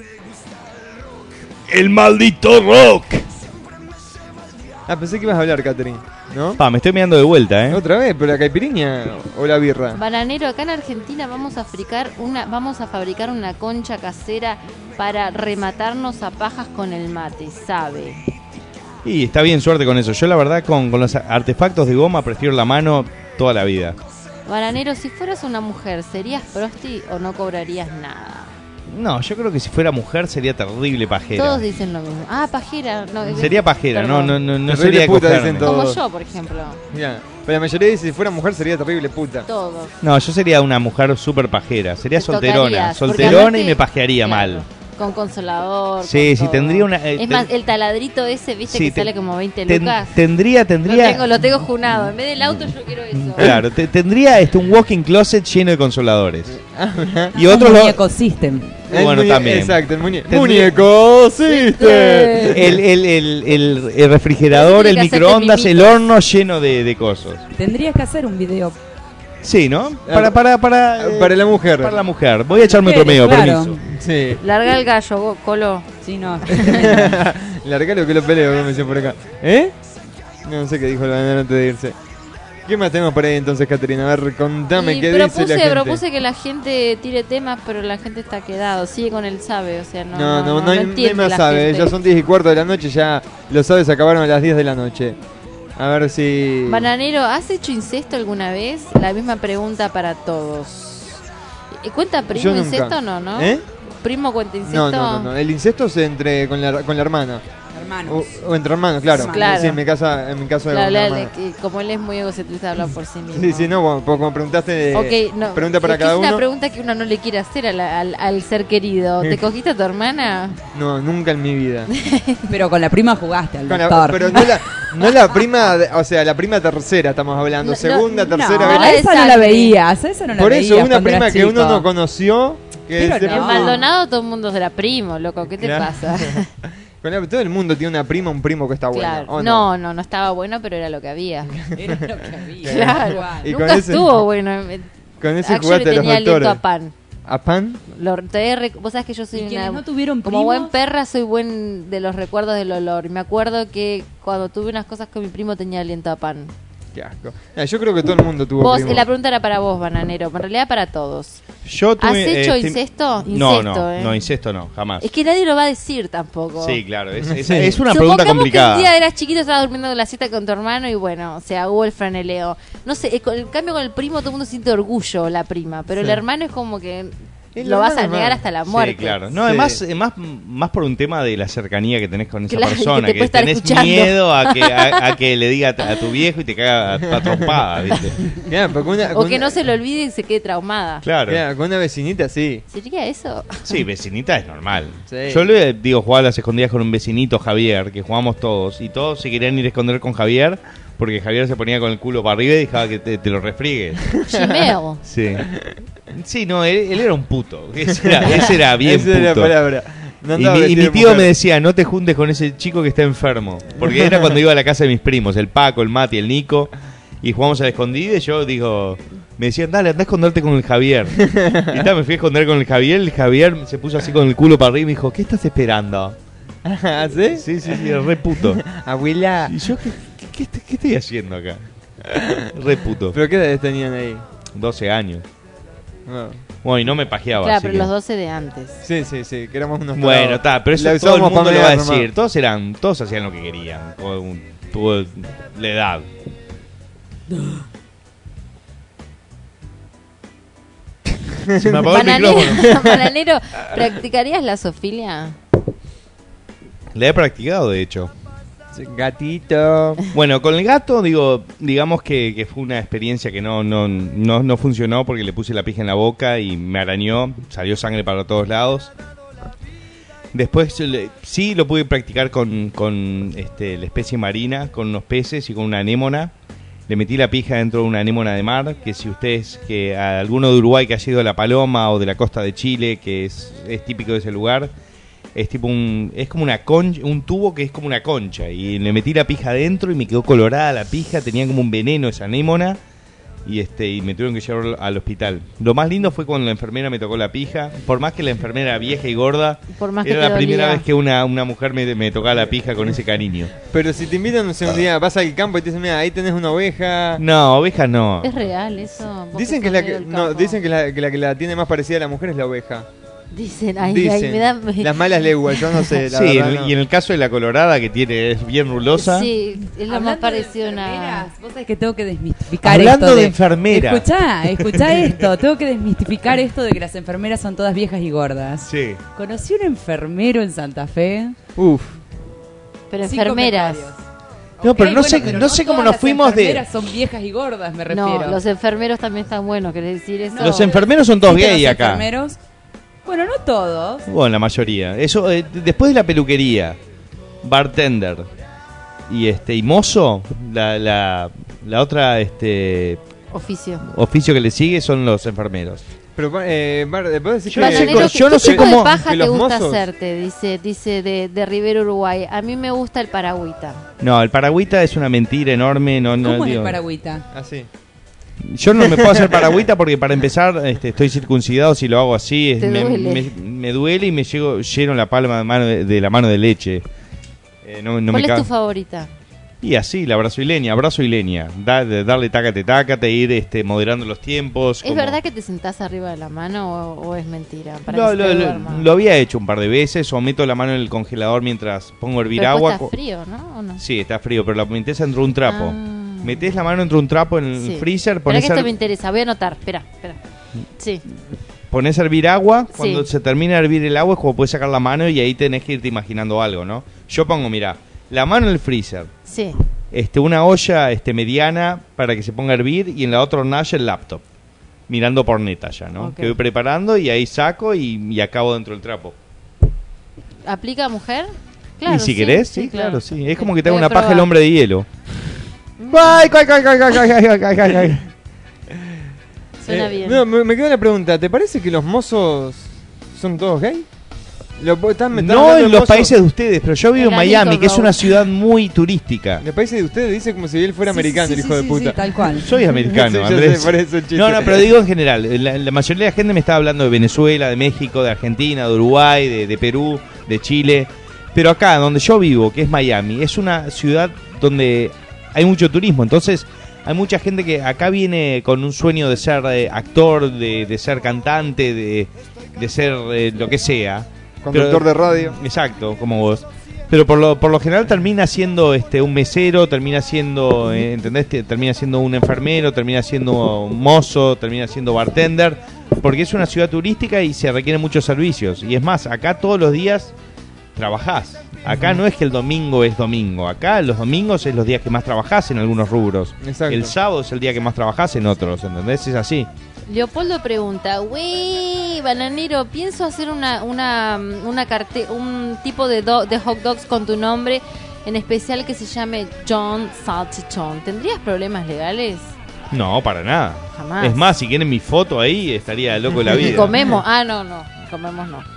¡El maldito rock!
Ah, pensé que ibas a hablar, Catherine. ¿No?
Pa, me estoy mirando de vuelta, ¿eh?
¿Otra vez? ¿Pero la caipiriña o la birra?
Bananero, acá en Argentina vamos a fabricar una, vamos a fabricar una concha casera para rematarnos a pajas con el mate, sabe.
Y está bien suerte con eso. Yo, la verdad, con, con los artefactos de goma prefiero la mano toda la vida.
Bananero, si fueras una mujer, ¿serías prosti o no cobrarías nada?
No, yo creo que si fuera mujer sería terrible pajera.
Todos dicen lo mismo. Ah, pajera. No, eh,
Sería pajera, no,
perdón.
no, no, no
Terrible
sería
puta,
cogerme.
dicen todos.
Como
Todo.
yo, por ejemplo.
Mira, pero la mayoría dice si fuera mujer sería terrible puta.
Todos.
No, yo sería una mujer súper pajera. Sería
Te
solterona.
tocarías, porque
Solterona y
aparte-
me pajearía
Claro,
mal.
Con consolador.
Sí,
con
sí,
todo.
tendría una- eh,
es
ten-
más, el taladrito ese, viste,
Sí,
que
te-
sale como 20
Ten-
lucas.
tendría, tendría.
Lo tengo, lo tengo junado. En vez del auto, yo quiero eso.
Claro, te- tendría este, un walking closet lleno de consoladores. y
Ah,
Un
otros lo-
muñeco system.
El
Bueno,
muñe-
también.
Exacto, el muñeco.
Tendría-
¡Muñeco Sister!
El, el- el- el- el refrigerador,
Tendría
el
que hacerte
microondas, el
mimitos.
horno lleno de, de cosas.
Tendrías que hacer un video.
Sí, ¿no? Para, para, para, eh,
Ah, Para la mujer.
para la mujer. Voy a echarme otro
Mujeres,
medio,
claro.
permiso.
Sí.
Larga el gallo, go- Colo.
Sí, no.
Largalo que lo peleo, como decían por acá. ¿Eh? No sé qué dijo el bananero antes de irse. ¿Qué más tenemos por ahí entonces, Caterina? A ver, contame
Y
qué
propuse,
dice la gente.
propuse que la gente tire temas, pero la gente está quedado. Sigue con el sabe, o sea, no.
No, no, no, hay, no hay
entiende
más
la
sabe.
gente.
Ya son 10 y cuarto de la noche, ya los sabes acabaron a las 10 de la noche. A ver si.
Bananero, ¿has hecho incesto alguna vez? La misma pregunta para todos. Eh, ¿Cuenta
Yo
primo
nunca.
incesto o no, no?
¿Eh?
¿Primo cuenta incesto?
No, no, Uh, no, no. El incesto es entre con la, con la hermana.
Hermano.
O, o entre hermanos, claro.
Claro.
Sí, en mi casa, en mi caso
Claro,
de
la-
hermana.
la- que como él es muy egocentrista, habla por sí mismo.
Sí, sí, no, bueno, como preguntaste.
Ok, no.
Eh, Pregunta para
es que
cada
es una
uno.
pregunta que uno no le quiere hacer a la- al, al ser querido. ¿Te cogiste a tu hermana?
No, nunca en mi vida.
Pero con la prima jugaste al
Con la-
doctor.
pero no la, no la prima, de- o sea, la prima tercera estamos hablando,
No,
segunda,
no,
tercera.
no,
¿viste?
a
la de
esa no la
sangre.
veías, a esa no la
Por
veías.
eso, una
cuando
prima
eras
que uno
chico.
no conoció. Que
Pero
se-
no.
En Maldonado todo el mundo será primo, loco. ¿Qué te
Claro.
pasa?
Con la- todo el mundo tiene una prima, un primo que está bueno.
claro.
¿o no?
no, no, no estaba bueno, pero era lo que había.
Era lo que había.
Claro.
Y
Nunca
con ese-
estuvo bueno. Me-
Con ese
Ah, yo le
juguete de los
tenía aliento
doctores.
a pan.
¿A pan?
Lo, te re- vos sabés que yo
Y
soy una...
quienes no tuvieron
como
primos,
buen perra soy buen de los recuerdos del olor. Y Me acuerdo que cuando tuve unas cosas con mi primo tenía aliento a pan.
Qué asco. Mira, yo creo que todo el mundo tuvo
Vos,
primo.
la pregunta era para vos, bananero. En realidad para todos.
Yo tuve,
¿Has hecho
este,
incesto?
No,
Incesto,
no,
eh.
no, incesto no, jamás.
Es que nadie lo va a decir tampoco.
Sí, claro, es, es- es una pregunta
Supongamos
complicada.
Que un día eras chiquito, estabas durmiendo la siesta con tu hermano y bueno, o sea, hubo el franeleo. No sé, eh, con- en cambio con el primo todo el mundo siente orgullo, la prima, pero el hermano es como que
El
lo vas a
hermano,
negar
hermano.
hasta la
Sí,
muerte.
claro. No,
Sí.
además, eh, más, más por un tema de la cercanía que tenés con esa
Claro, y que
persona,
te
que
puede estar
tenés
escuchando.
miedo a que, a, a que le diga a, a tu viejo y te caga a, a trompada, ¿viste?
Mirá, porque una-
O
con
que
una-
no se lo olvide y se quede traumada.
Claro.
mirá, con una vecinita, sí.
¿Sería eso?
Sí, vecinita es normal.
Sí.
Yo le digo jugar a las escondidas con un vecinito Javier, que jugamos todos, y todos se querían ir a esconder con Javier, porque Javier se ponía con el culo para arriba y dejaba que te, te lo refriegues.
Chimeo.
Sí. Sí, no, él, él era un puto. Ese era, ese era bien
Esa es la
puto.
palabra. No
y
andaba
mi, y
vestido
mi
de
tío
mujer.
me decía, no te juntes con ese chico que está enfermo. Porque era cuando iba a la casa de mis primos, el Paco, el Mati, el Nico, y jugamos a la escondida y yo digo, me decían, dale, anda a esconderte con el Javier. Y ta, me fui a esconder con el Javier, el Javier se puso así con el culo para arriba y me dijo, ¿qué estás esperando?
¿Ah, sí?
Sí, sí, sí, re puto.
Abuela.
Y yo, ¿qué, qué- qué est- qué estoy haciendo acá? Re puto.
¿Pero qué edades tenían ahí?
12 años.
No.
Bueno, y no me pajeaba.
Claro,
así
pero
que-
los 12 de antes.
Sí, sí, sí, que éramos unos
Bueno, está, pero eso
La
todo el
usábamos
mundo
pa'
lo va a
mear,
decir. Todos eran, todos hacían lo que querían. o un- Tuvo la edad.
Se me apagó el
Bananero,
micrófono.
bananero, ¿practicarías la sofilia?
La he practicado, de hecho.
Gatito.
Bueno, con el gato, digo, digamos que, que fue una experiencia que no, no, no, no funcionó porque le puse la pija en la boca y me arañó, salió sangre para todos lados. Después le- sí lo pude practicar con, con, este, la especie marina, con unos peces y con una anémona. Le metí la pija dentro de una anémona de mar, que si ustedes, que a alguno de Uruguay que ha sido de La Paloma o de la costa de Chile, que es, es típico de ese lugar, es tipo un, es como una concha, un tubo que es como una concha. Y le metí la pija adentro y me quedó colorada la pija, tenía como un veneno esa anémona. Y, este, y me tuvieron que llevar al hospital. Lo más lindo fue cuando la enfermera me tocó la pija. Por más que la enfermera era vieja y gorda,
Por más que
era
te
la primera
dolía.
vez que una, una mujer me, me tocaba la pija con ese cariño.
Pero si te invitan, no sé, un día vas al campo y te dicen, mira, ahí tenés una oveja.
No, oveja no.
¿Es real eso? Vos
Dicen que,
sos
es la
medio
que,
del
no,
campo.
dicen que, la, que la que la tiene más parecida a la mujer es la oveja.
Dicen, ay,
Dicen.
ay, me da...
Las malas lenguas, yo no sé. La
sí, en-
verdad, no.
y en el caso de la colorada que tiene es bien rulosa.
Sí, es lo más
Hablando de
parecido a una...
enfermeras, Vos sabés que tengo que desmistificar
Hablando
esto.
de enfermera.
Escuchá, escuchá esto. Tengo que desmistificar esto de que las enfermeras son todas viejas y gordas.
Sí.
Conocí un enfermero en Santa Fe.
Uf.
Pero
Cinco
enfermeras.
comentarios.
No, pero
Ok,
no
bueno,
sé,
pero
no sé cómo
todas
nos
las
fuimos de.
enfermeras son viejas y gordas, me refiero.
No, los enfermeros también están buenos, ¿querés decir eso?
No.
Los enfermeros son todos
¿Viste
gay
los
acá.
enfermeros? Bueno, no todos.
Bueno, la mayoría. Eso eh, después de la peluquería, bartender y este y mozo, la, la, la otra este
Oficio.
oficio que le sigue son los enfermeros.
Pero, eh, Bar, ¿puedo decir
Yo
que-
Bananero,
no sé-
¿qué-
yo no
qué
sé
tipo de
cómo-
paja
que
te
los
gusta
mozos-
hacerte? Dice, dice de, de Rivera, Uruguay. A mí me gusta el paragüita.
No, el paragüita es una mentira enorme, no no
¿Cómo es el
digo-
paragüita?
Así.
Yo no me puedo hacer paragüita porque para empezar este, estoy circuncidado si lo hago así es-
Te
me,
duele.
me- me duele y me llego lleno la palma de, mano de, de la mano de leche. Eh, no, no me
¿Cuál es
ca-
tu favorita?
Y así, la brasileña, brasileña. Da, de darle tácate, tácate, ir este, moderando los tiempos.
¿Es verdad que te sentás arriba de la mano o, o es mentira? Para
Lo,
que se
lo-
te
lo-
duerma?
lo había hecho un par de veces, o meto la mano en el congelador mientras pongo a hervir
Pero después
agua.
está
co-
frío, ¿no? ¿O no?
Sí, está frío, pero la metes dentro de un trapo.
Ah.
Metes la mano dentro de un trapo en el
Sí.
freezer,
Esperá
pones
que
a,
esto me interesa. Voy a anotar. Espera, espera. Sí.
pones a hervir agua. Cuando
Sí.
se termina de hervir el agua es como puedes sacar la mano y ahí tenés que irte imaginando algo, ¿no? Yo pongo, mira, la mano en el freezer,
Sí.
este, una olla este, mediana para que se ponga a hervir y en la otra hornalla el laptop, mirando por neta ya, ¿no?
Ok.
Que voy preparando y ahí saco y, y acabo dentro del trapo.
¿Aplica mujer? Claro.
y si
sí,
querés, sí, claro, sí. Es como que tengo
Voy a
una paja el
probar.
hombre de hielo. Ay, ay, ay, ay, ay, ay, ay, ay, ay, ay.
Suena
Eh,
bien.
no, me, me queda la pregunta, ¿te parece que los mozos son todos gay? Lo- vos estás- me estás
No
hablando
en
de
los
mozo-
países de ustedes, pero yo vivo en
Era
Miami,
Nico
que es
Rowe.
una ciudad muy turística.
Los países de ustedes dice como si él fuera
Sí,
americano,
sí,
el
sí,
hijo
sí,
de
sí,
puta.
tal cual.
Soy americano,
Sí, yo sé,
Andrés.
por eso el chiste.
no, no, pero digo en general. La, la mayoría de la gente me está hablando de Venezuela, de México, de Argentina, de Uruguay, de, de Perú, de Chile. Pero acá, donde yo vivo, que es Miami, es una ciudad donde hay mucho turismo. Entonces, hay mucha gente que acá viene con un sueño de ser eh, actor, de, de ser cantante, de, de ser eh, lo que sea.
Conductor
Pero-
de radio.
Exacto, como vos. Pero por lo, por lo general termina siendo este un mesero, termina siendo, eh, ¿entendés? Te- Termina siendo un enfermero, termina siendo un mozo, termina siendo bartender, porque es una ciudad turística y se requieren muchos servicios. Y es más, acá todos los días trabajás. Acá no es que el domingo es domingo, acá los domingos es los días que más trabajás en algunos rubros.
Exacto.
El sábado es el día que más trabajás en otros, ¿entendés? Es así.
Leopoldo pregunta, wey, bananero, pienso hacer una, una, una carte- un tipo de, do- de hot dogs con tu nombre, en especial que se llame John Salchichon. ¿Tendrías problemas legales?
No, para nada.
Jamás.
Es más, si quieren mi foto ahí, estaría loco de la
Y
vida.
comemos, ah, no, no, comemos no.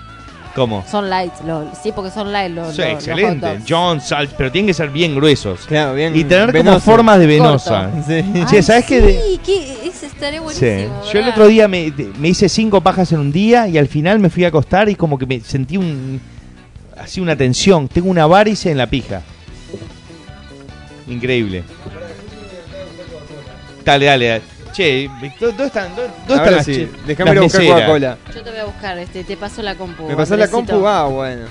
¿Cómo?
Son lights, lo- sí, porque son lights los,
Sí,
los- los hot
excelente.
dogs.
John Salt, pero tienen que ser bien gruesos.
Claro, bien.
Y tener como
venoso.
formas de venosa.
Corto.
Sí.
Ay,
Che, ¿sabes
sí,
qué de-
que es- estaría
Sí.
buenísimo.
Yo el
¿verdad?
otro día me, te- me hice cinco pajas en un día y al final me fui a acostar y como que me sentí un así una tensión. Tengo una varice en la pija. Increíble. Dale, dale. dale. Che, ¿dó- ¿dónde están, dó- dónde están
Ahora
las
sí,
che-
déjame ir
las
a buscar
meseras?
Coca-Cola.
Yo te voy a buscar, este, te paso la compu.
¿Me pasás la
Andresito.
compu? Ah, bueno.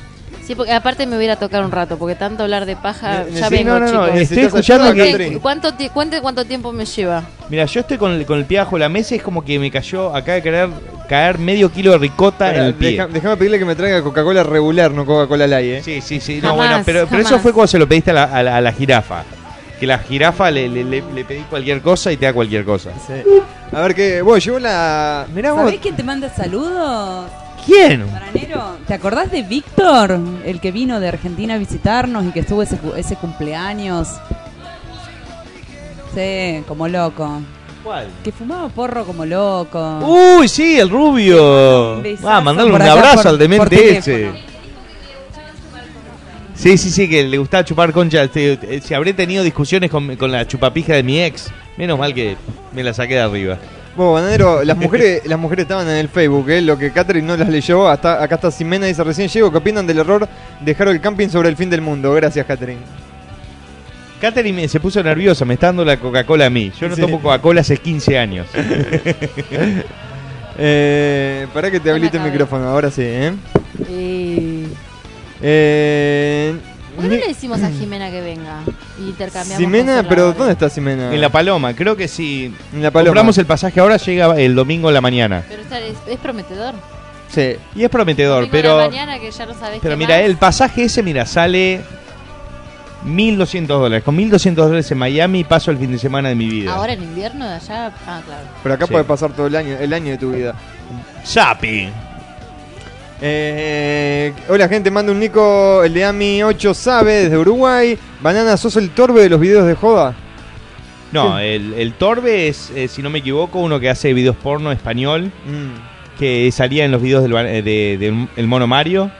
Sí, porque aparte me voy a ir a tocar un rato, porque tanto hablar de paja,
Ne-
ya
sí,
vengo,
Eh, no, no, no,
chicos.
estoy
¿Necesitas
escuchando
ayuda,
que-
Catherine?
¿Cuánto ti- cuente cuánto tiempo me lleva.
Mira, yo estoy con el, con el pie bajo la mesa y es como que me cayó acá de querer caer medio kilo de ricota en
Pará,
el pie.
deja- Déjame pedirle que me traiga Coca-Cola regular, no Coca-Cola Light, ¿eh?
Sí, sí, sí. no,
Jamás,
bueno, pero, pero eso
jamás.
fue cuando se lo pediste a la, a la- a la jirafa. Que la jirafa le, le, le- le pedí cualquier cosa y te da cualquier cosa.
Sí. A ver qué. Vos, llevo la. Mirá vos.
¿Sabés quién te manda saludos?
¿Quién?
Maranero, ¿te acordás de Víctor? El que vino de Argentina a visitarnos y que estuvo ese, cu- ese cumpleaños. Sí, como loco.
¿Cuál?
Que fumaba porro como loco.
Uy, sí, el rubio.
Un besazo
Va, mandarle un
por acá,
abrazo
por-
al
por
demente ese.
teléfono.
Sí, sí, sí, que le gustaba chupar concha. Este, eh, Si habré tenido discusiones con, con la chupapija de mi ex, menos mal que me la saqué de arriba.
Vos, bananero, las mujeres, las mujeres estaban en el Facebook, ¿eh? Lo que Catherine no las leyó. Hasta, acá está Simena, dice recién llego. ¿Qué opinan del error de Harold Camping sobre el fin del mundo? Gracias, Catherine.
Katherine me- se puso nerviosa, me está dando la Coca-Cola a mí. Yo no
Sí.
tomo Coca-Cola hace 15 años.
Eh, para que te
No me
habilite el
acabé.
micrófono, ahora sí, ¿eh?
Eh,
Eh,
¿Por qué
Ni-
no le decimos a Jimena que venga? Y intercambiamos.
Simena, pero
consoladores?
¿dónde está Simena?
en La Paloma, creo que si
En la paloma.
compramos el pasaje ahora, llega el domingo en la mañana.
Pero está- es, es prometedor.
Sí.
Y es prometedor,
Vengo a la
pero...
mañana este que ya no sabés
Pero
qué
mira,
más.
el pasaje ese, mira, sale 1.200 dólares. Con 1.200 dólares en Miami paso el fin de semana de mi vida.
Ahora en invierno de allá. Ah, claro.
Pero acá
Sí.
puede pasar todo el año, el año de tu vida.
Zapi.
Eh, hola gente, manda un Nico, el de AMI 8 sabe, desde Uruguay. Banana, ¿sos el torbe de los videos de joda?
No, el, el Torbe es, eh, si no me equivoco, uno que hace videos porno español,
Mm.
que salía en los videos del, ba- eh, de, de El Mono Mario.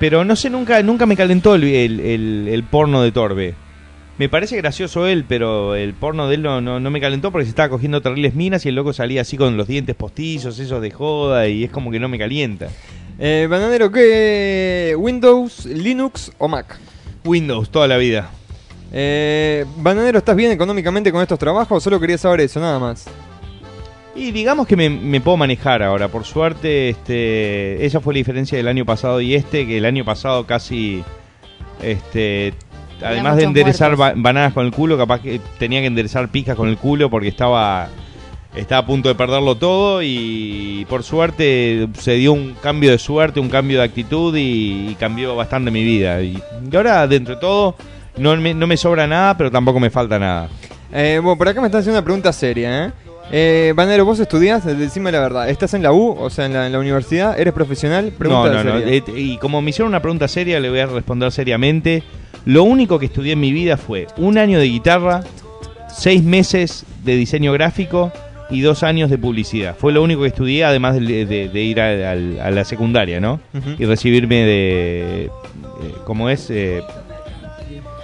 Pero no sé, nunca, nunca me calentó el, el- el- el porno de Torbe. Me parece gracioso él, pero el porno de él no, no, no me calentó porque se estaba cogiendo terribles minas y el loco salía así con los dientes postizos, esos de joda, y es como que no me calienta.
Eh, bananero, ¿qué? ¿Windows, Linux o Mac?
Windows toda la vida.
Eh, bananero, ¿estás bien económicamente con estos trabajos? Solo quería saber eso, nada más.
Y digamos que me, me puedo manejar ahora. Por suerte, este, esa fue la diferencia del año pasado y este, que el año pasado casi, este, además de
muchos
enderezar ba-
muertos.
bananas con el culo, capaz que tenía que enderezar pijas con el culo porque estaba, estaba a punto de perderlo todo y por suerte se dio un cambio de suerte, un cambio de actitud y, y cambió bastante mi vida. Y, y ahora, dentro de todo, no me, no me sobra nada, pero tampoco me falta nada.
Eh, bueno, por acá me están haciendo una pregunta seria, ¿eh? Eh, bananero, ¿vos estudias? Decime la verdad. ¿Estás en la U? O sea, en la, en la universidad. ¿Eres profesional? Pregunta
no, no, no.
seria.
Eh, Y como me hicieron una pregunta seria, le voy a responder seriamente. Lo único que estudié en mi vida fue un año de guitarra, seis meses de diseño gráfico y dos años de publicidad. Fue lo único que estudié, además de, de- de ir a, al- a la secundaria, ¿no?
Ujú.
Y recibirme de. eh, ¿Cómo es? Eh,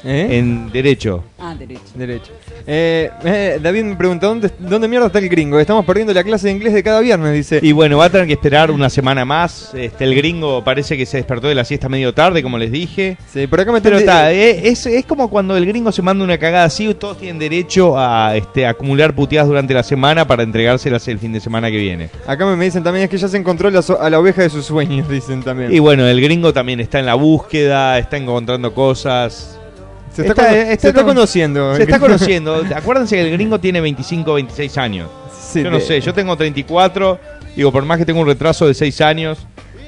¿Eh?
en Derecho.
Ah, derecho.
Derecho. Eh, eh, David me pregunta, ¿dónde, ¿dónde mierda está el gringo? Estamos perdiendo la clase de inglés de cada viernes, dice.
Y bueno, va a tener que esperar una semana más. Este, el gringo parece que se despertó de la siesta medio tarde, como les dije.
Sí, por acá me
Pero
están-
está, eh, es, es como cuando el gringo se manda una cagada así, todos tienen derecho a este, acumular puteadas durante la semana para entregárselas el fin de semana que viene.
Acá me me dicen también, es que ya se encontró la so- a la oveja de sus sueños, dicen también.
Y bueno, el gringo también está en la búsqueda, está encontrando cosas.
se está,
está-
cono-
está
se está
con-
conociendo.
Se está conociendo. Acuérdense que el gringo tiene 25, 26 años.
Sí,
Yo no
te-
sé, yo tengo 34, digo, por más que tengo un retraso de 6 años,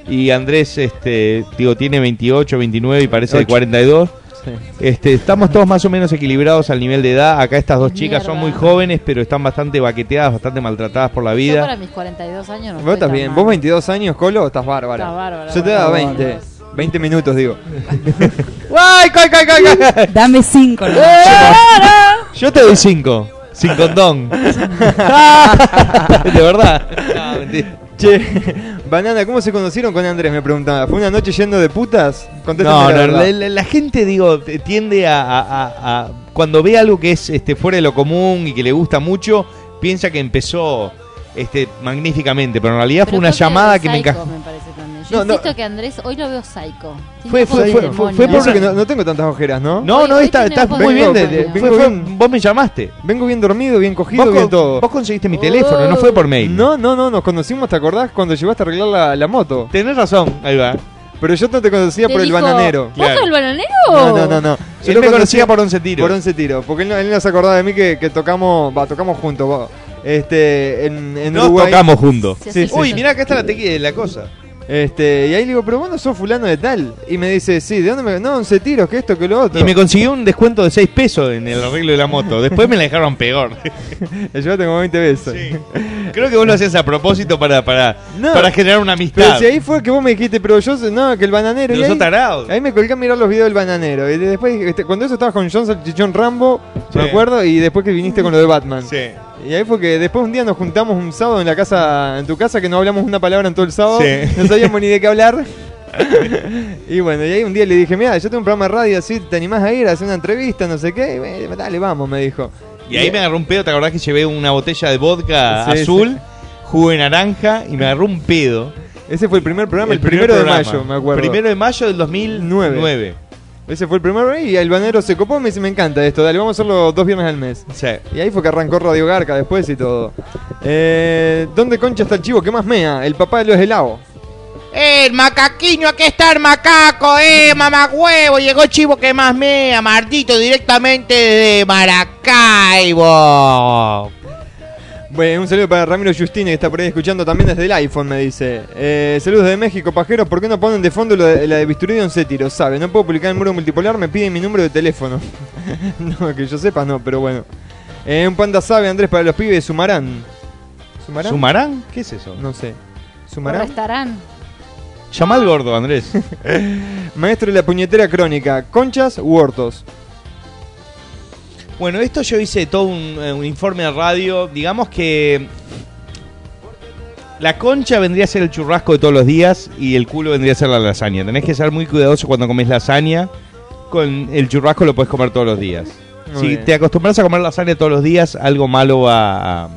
y Andrés, este, digo, tiene 28, 29 y parece de
Ocho.
42.
sí.
Este, estamos todos más o menos equilibrados al nivel de edad. Acá estas dos chicas son muy
Mierda.
jóvenes, pero están bastante baqueteadas, bastante maltratadas por la
Yo para
vida.
mis 42 años no
Vos estás bien. Vos 22 años, Colo, estás bárbara.
Estás bárbara,
Yo te daba
bárbara.
20. 20 minutos, digo.
¡Ay, coi, coi, coi, coi!
Uh, Dame cinco. ¿no?
Eh,
Yo te doy cinco. Sin condón. de verdad. No, mentira.
Che, Banana, ¿cómo se conocieron con Andrés? Me preguntaba. ¿Fue una noche yendo de putas? Contéstame
No,
la
no,
verdad.
la, la- la gente, digo, t- tiende a, a- a- a- Cuando ve algo que es este, fuera de lo común y que le gusta mucho, piensa que empezó este, magníficamente, pero en realidad fue una llamada que me encajó.
Me parece también. Yo
No, no.
insisto que Andrés hoy lo veo psycho. Tiene
Fue-
un poco
fue-
de
fue-
demonio.
fue
Y eso
por-
que no, no tengo tantas ojeras, ¿no?
No,
Hoy-
no,
hoy
está,
tiene
está
voz
muy
de
bien. de-
demonio.
de- fue- fue- vos me llamaste.
Vengo bien dormido, bien cogido,
Vos,
bien
con-
todo.
vos conseguiste mi teléfono, no
Oh.
fue por mail.
No, no, no, nos conocimos, ¿te acordás? Cuando llevaste a arreglar la, la moto.
Tenés razón, ahí va.
Pero yo no te conocía
Te
por el
dijo,
bananero.
¿Vos
claro.
sos el bananero?
No, no, no, no. Yo
Oh. Él
lo
me
conocía
conocía por 11 tiros.
por 11 tiros. Porque él no, él no se acordaba de mí que, que tocamos, va, tocamos juntos. va. Este, en, en
Nos
Uruguay.
tocamos juntos.
Sí,
Sí,
sí,
Uy,
sí.
mirá, acá está la tequila, la cosa.
Este, y ahí le digo, pero vos no sos fulano de tal. Y me dice, sí, ¿de dónde me.? No, 11 tiros, que esto, que lo otro.
Y me consiguió un descuento de 6 pesos en el arreglo de la moto. Después me la dejaron peor.
La llevaste como 20 veces.
Creo que vos lo hacías a propósito para, para,
No.
para generar una
Pero
amistad.
si ahí fue que vos me dijiste, pero yo, sé- no, que el bananero.
Pero
y
sos
ahí-
tarado.
Ahí me colgué a mirar los videos del bananero. Y después, este, cuando eso estabas con John Salchichón Rambo, me
Sí.
acuerdo, y después que viniste con lo de Batman.
Sí.
Y ahí fue que después un día nos juntamos un sábado en la casa, en tu casa, que no hablamos una palabra en todo el sábado.
Sí.
No sabíamos ni de qué hablar. y bueno, y ahí un día le dije, mira, yo tengo un programa de radio, así, ¿te animás a ir a hacer una entrevista? No sé qué. Y bueno, dale, vamos, me dijo.
Y ahí me agarró un pedo, ¿te acordás que llevé una botella de vodka
Sí,
azul, jugo de naranja y me agarró un pedo?
Ese fue el primer programa, el,
primer
primero
programa.
de mayo, me acuerdo.
Primero de mayo del 2009.
Ese fue el primero y el banero se copó y me dice, me encanta esto, dale, vamos a hacerlo dos viernes al mes.
O sea,
Y ahí fue que arrancó Radio Garca después y todo. Eh, ¿Dónde concha está el chivo? ¿Qué más mea? El papá de los helados.
El macaquiño, aquí está el macaco, eh, mamá huevo, llegó chivo que más mea, Martito, directamente de Maracaibo.
Bueno, un saludo para Ramiro Justine que está por ahí escuchando también desde el iPhone, me dice. Eh, saludos de México, pajeros, ¿por qué no ponen de fondo lo de, la de Bisturí de Once Tiros? Sabe, no puedo publicar en muro multipolar, me piden mi número de teléfono. no, que yo sepa no, pero bueno. Eh, un panda sabe, Andrés, para los pibes, Sumarán. ¿Sumarán?
¿Sumarán? ¿Qué es eso?
no sé. ¿Sumarán?
Restarán.
Llamá al gordo, Andrés.
Maestro de la puñetera crónica, conchas u hortos.
Bueno, esto yo hice todo un, eh, un informe de radio. Digamos que la concha vendría a ser el churrasco de todos los días y el culo vendría a ser la lasaña. Tenés que ser muy cuidadoso cuando comes lasaña. Con el churrasco lo puedes comer todos los días.
Muy
si
bien.
te acostumbras a comer lasaña todos los días, algo malo va a...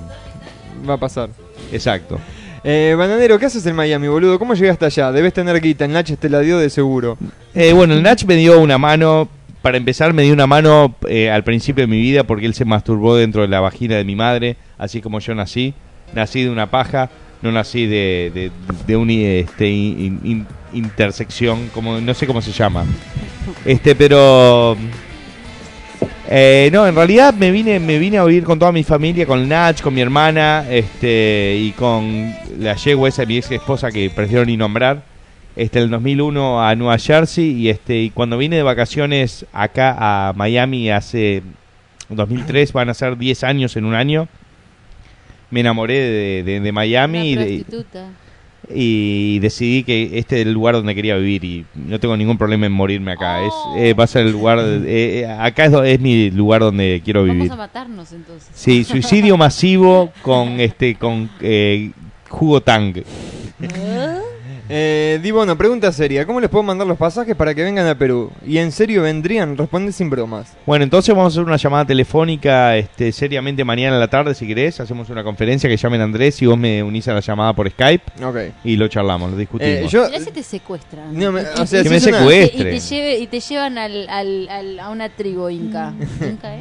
Va a pasar.
Exacto.
Eh, bananero, ¿qué haces en Miami, boludo? ¿Cómo llegaste allá? Debes tener guita, el Nacho te la dio de seguro.
Eh, bueno, el Nach me dio una mano. Para empezar, me dio una mano eh, al principio de mi vida porque él se masturbó dentro de la vagina de mi madre, así como yo nací. Nací de una paja, no nací de, de, de una este, in- in- intersección, como no sé cómo se llama. Este, pero eh, no, en realidad me vine, me vine a vivir con toda mi familia, con Nach, con mi hermana, este, y con la yegua esa, mi ex esposa que prefiero ni nombrar, este, en el 2001 a Nueva Jersey, y este, y cuando vine de vacaciones acá a Miami hace 2003, van a ser 10 años en un año, me enamoré de, de- de
Una
Miami y de-
prostituta.
y decidí que este era el lugar donde quería vivir y no tengo ningún problema en morirme acá. Es, eh, va a ser el lugar, eh, eh, acá es, do- es mi lugar donde quiero vivir.
Vamos a matarnos entonces.
Sí, suicidio masivo con este con eh, jugo tang.
Eh, Dibono, pregunta seria. ¿Cómo les puedo mandar los pasajes para que vengan a Perú? Y en serio vendrían, responde sin bromas.
Bueno, entonces vamos a hacer una llamada telefónica este, seriamente mañana en la tarde, si querés. Hacemos una conferencia que llamen a Andrés y vos me unís a la llamada por Skype
Ok.
y lo charlamos, lo discutimos.
Eh, yo...
Mirá si te secuestran.
No, me- o sea,
Que
si
me
es una-
Y
secue-
te- y,
Secuestren.
te lleve- y te llevan al, al- al- a una tribu inca. Inca, ¿eh?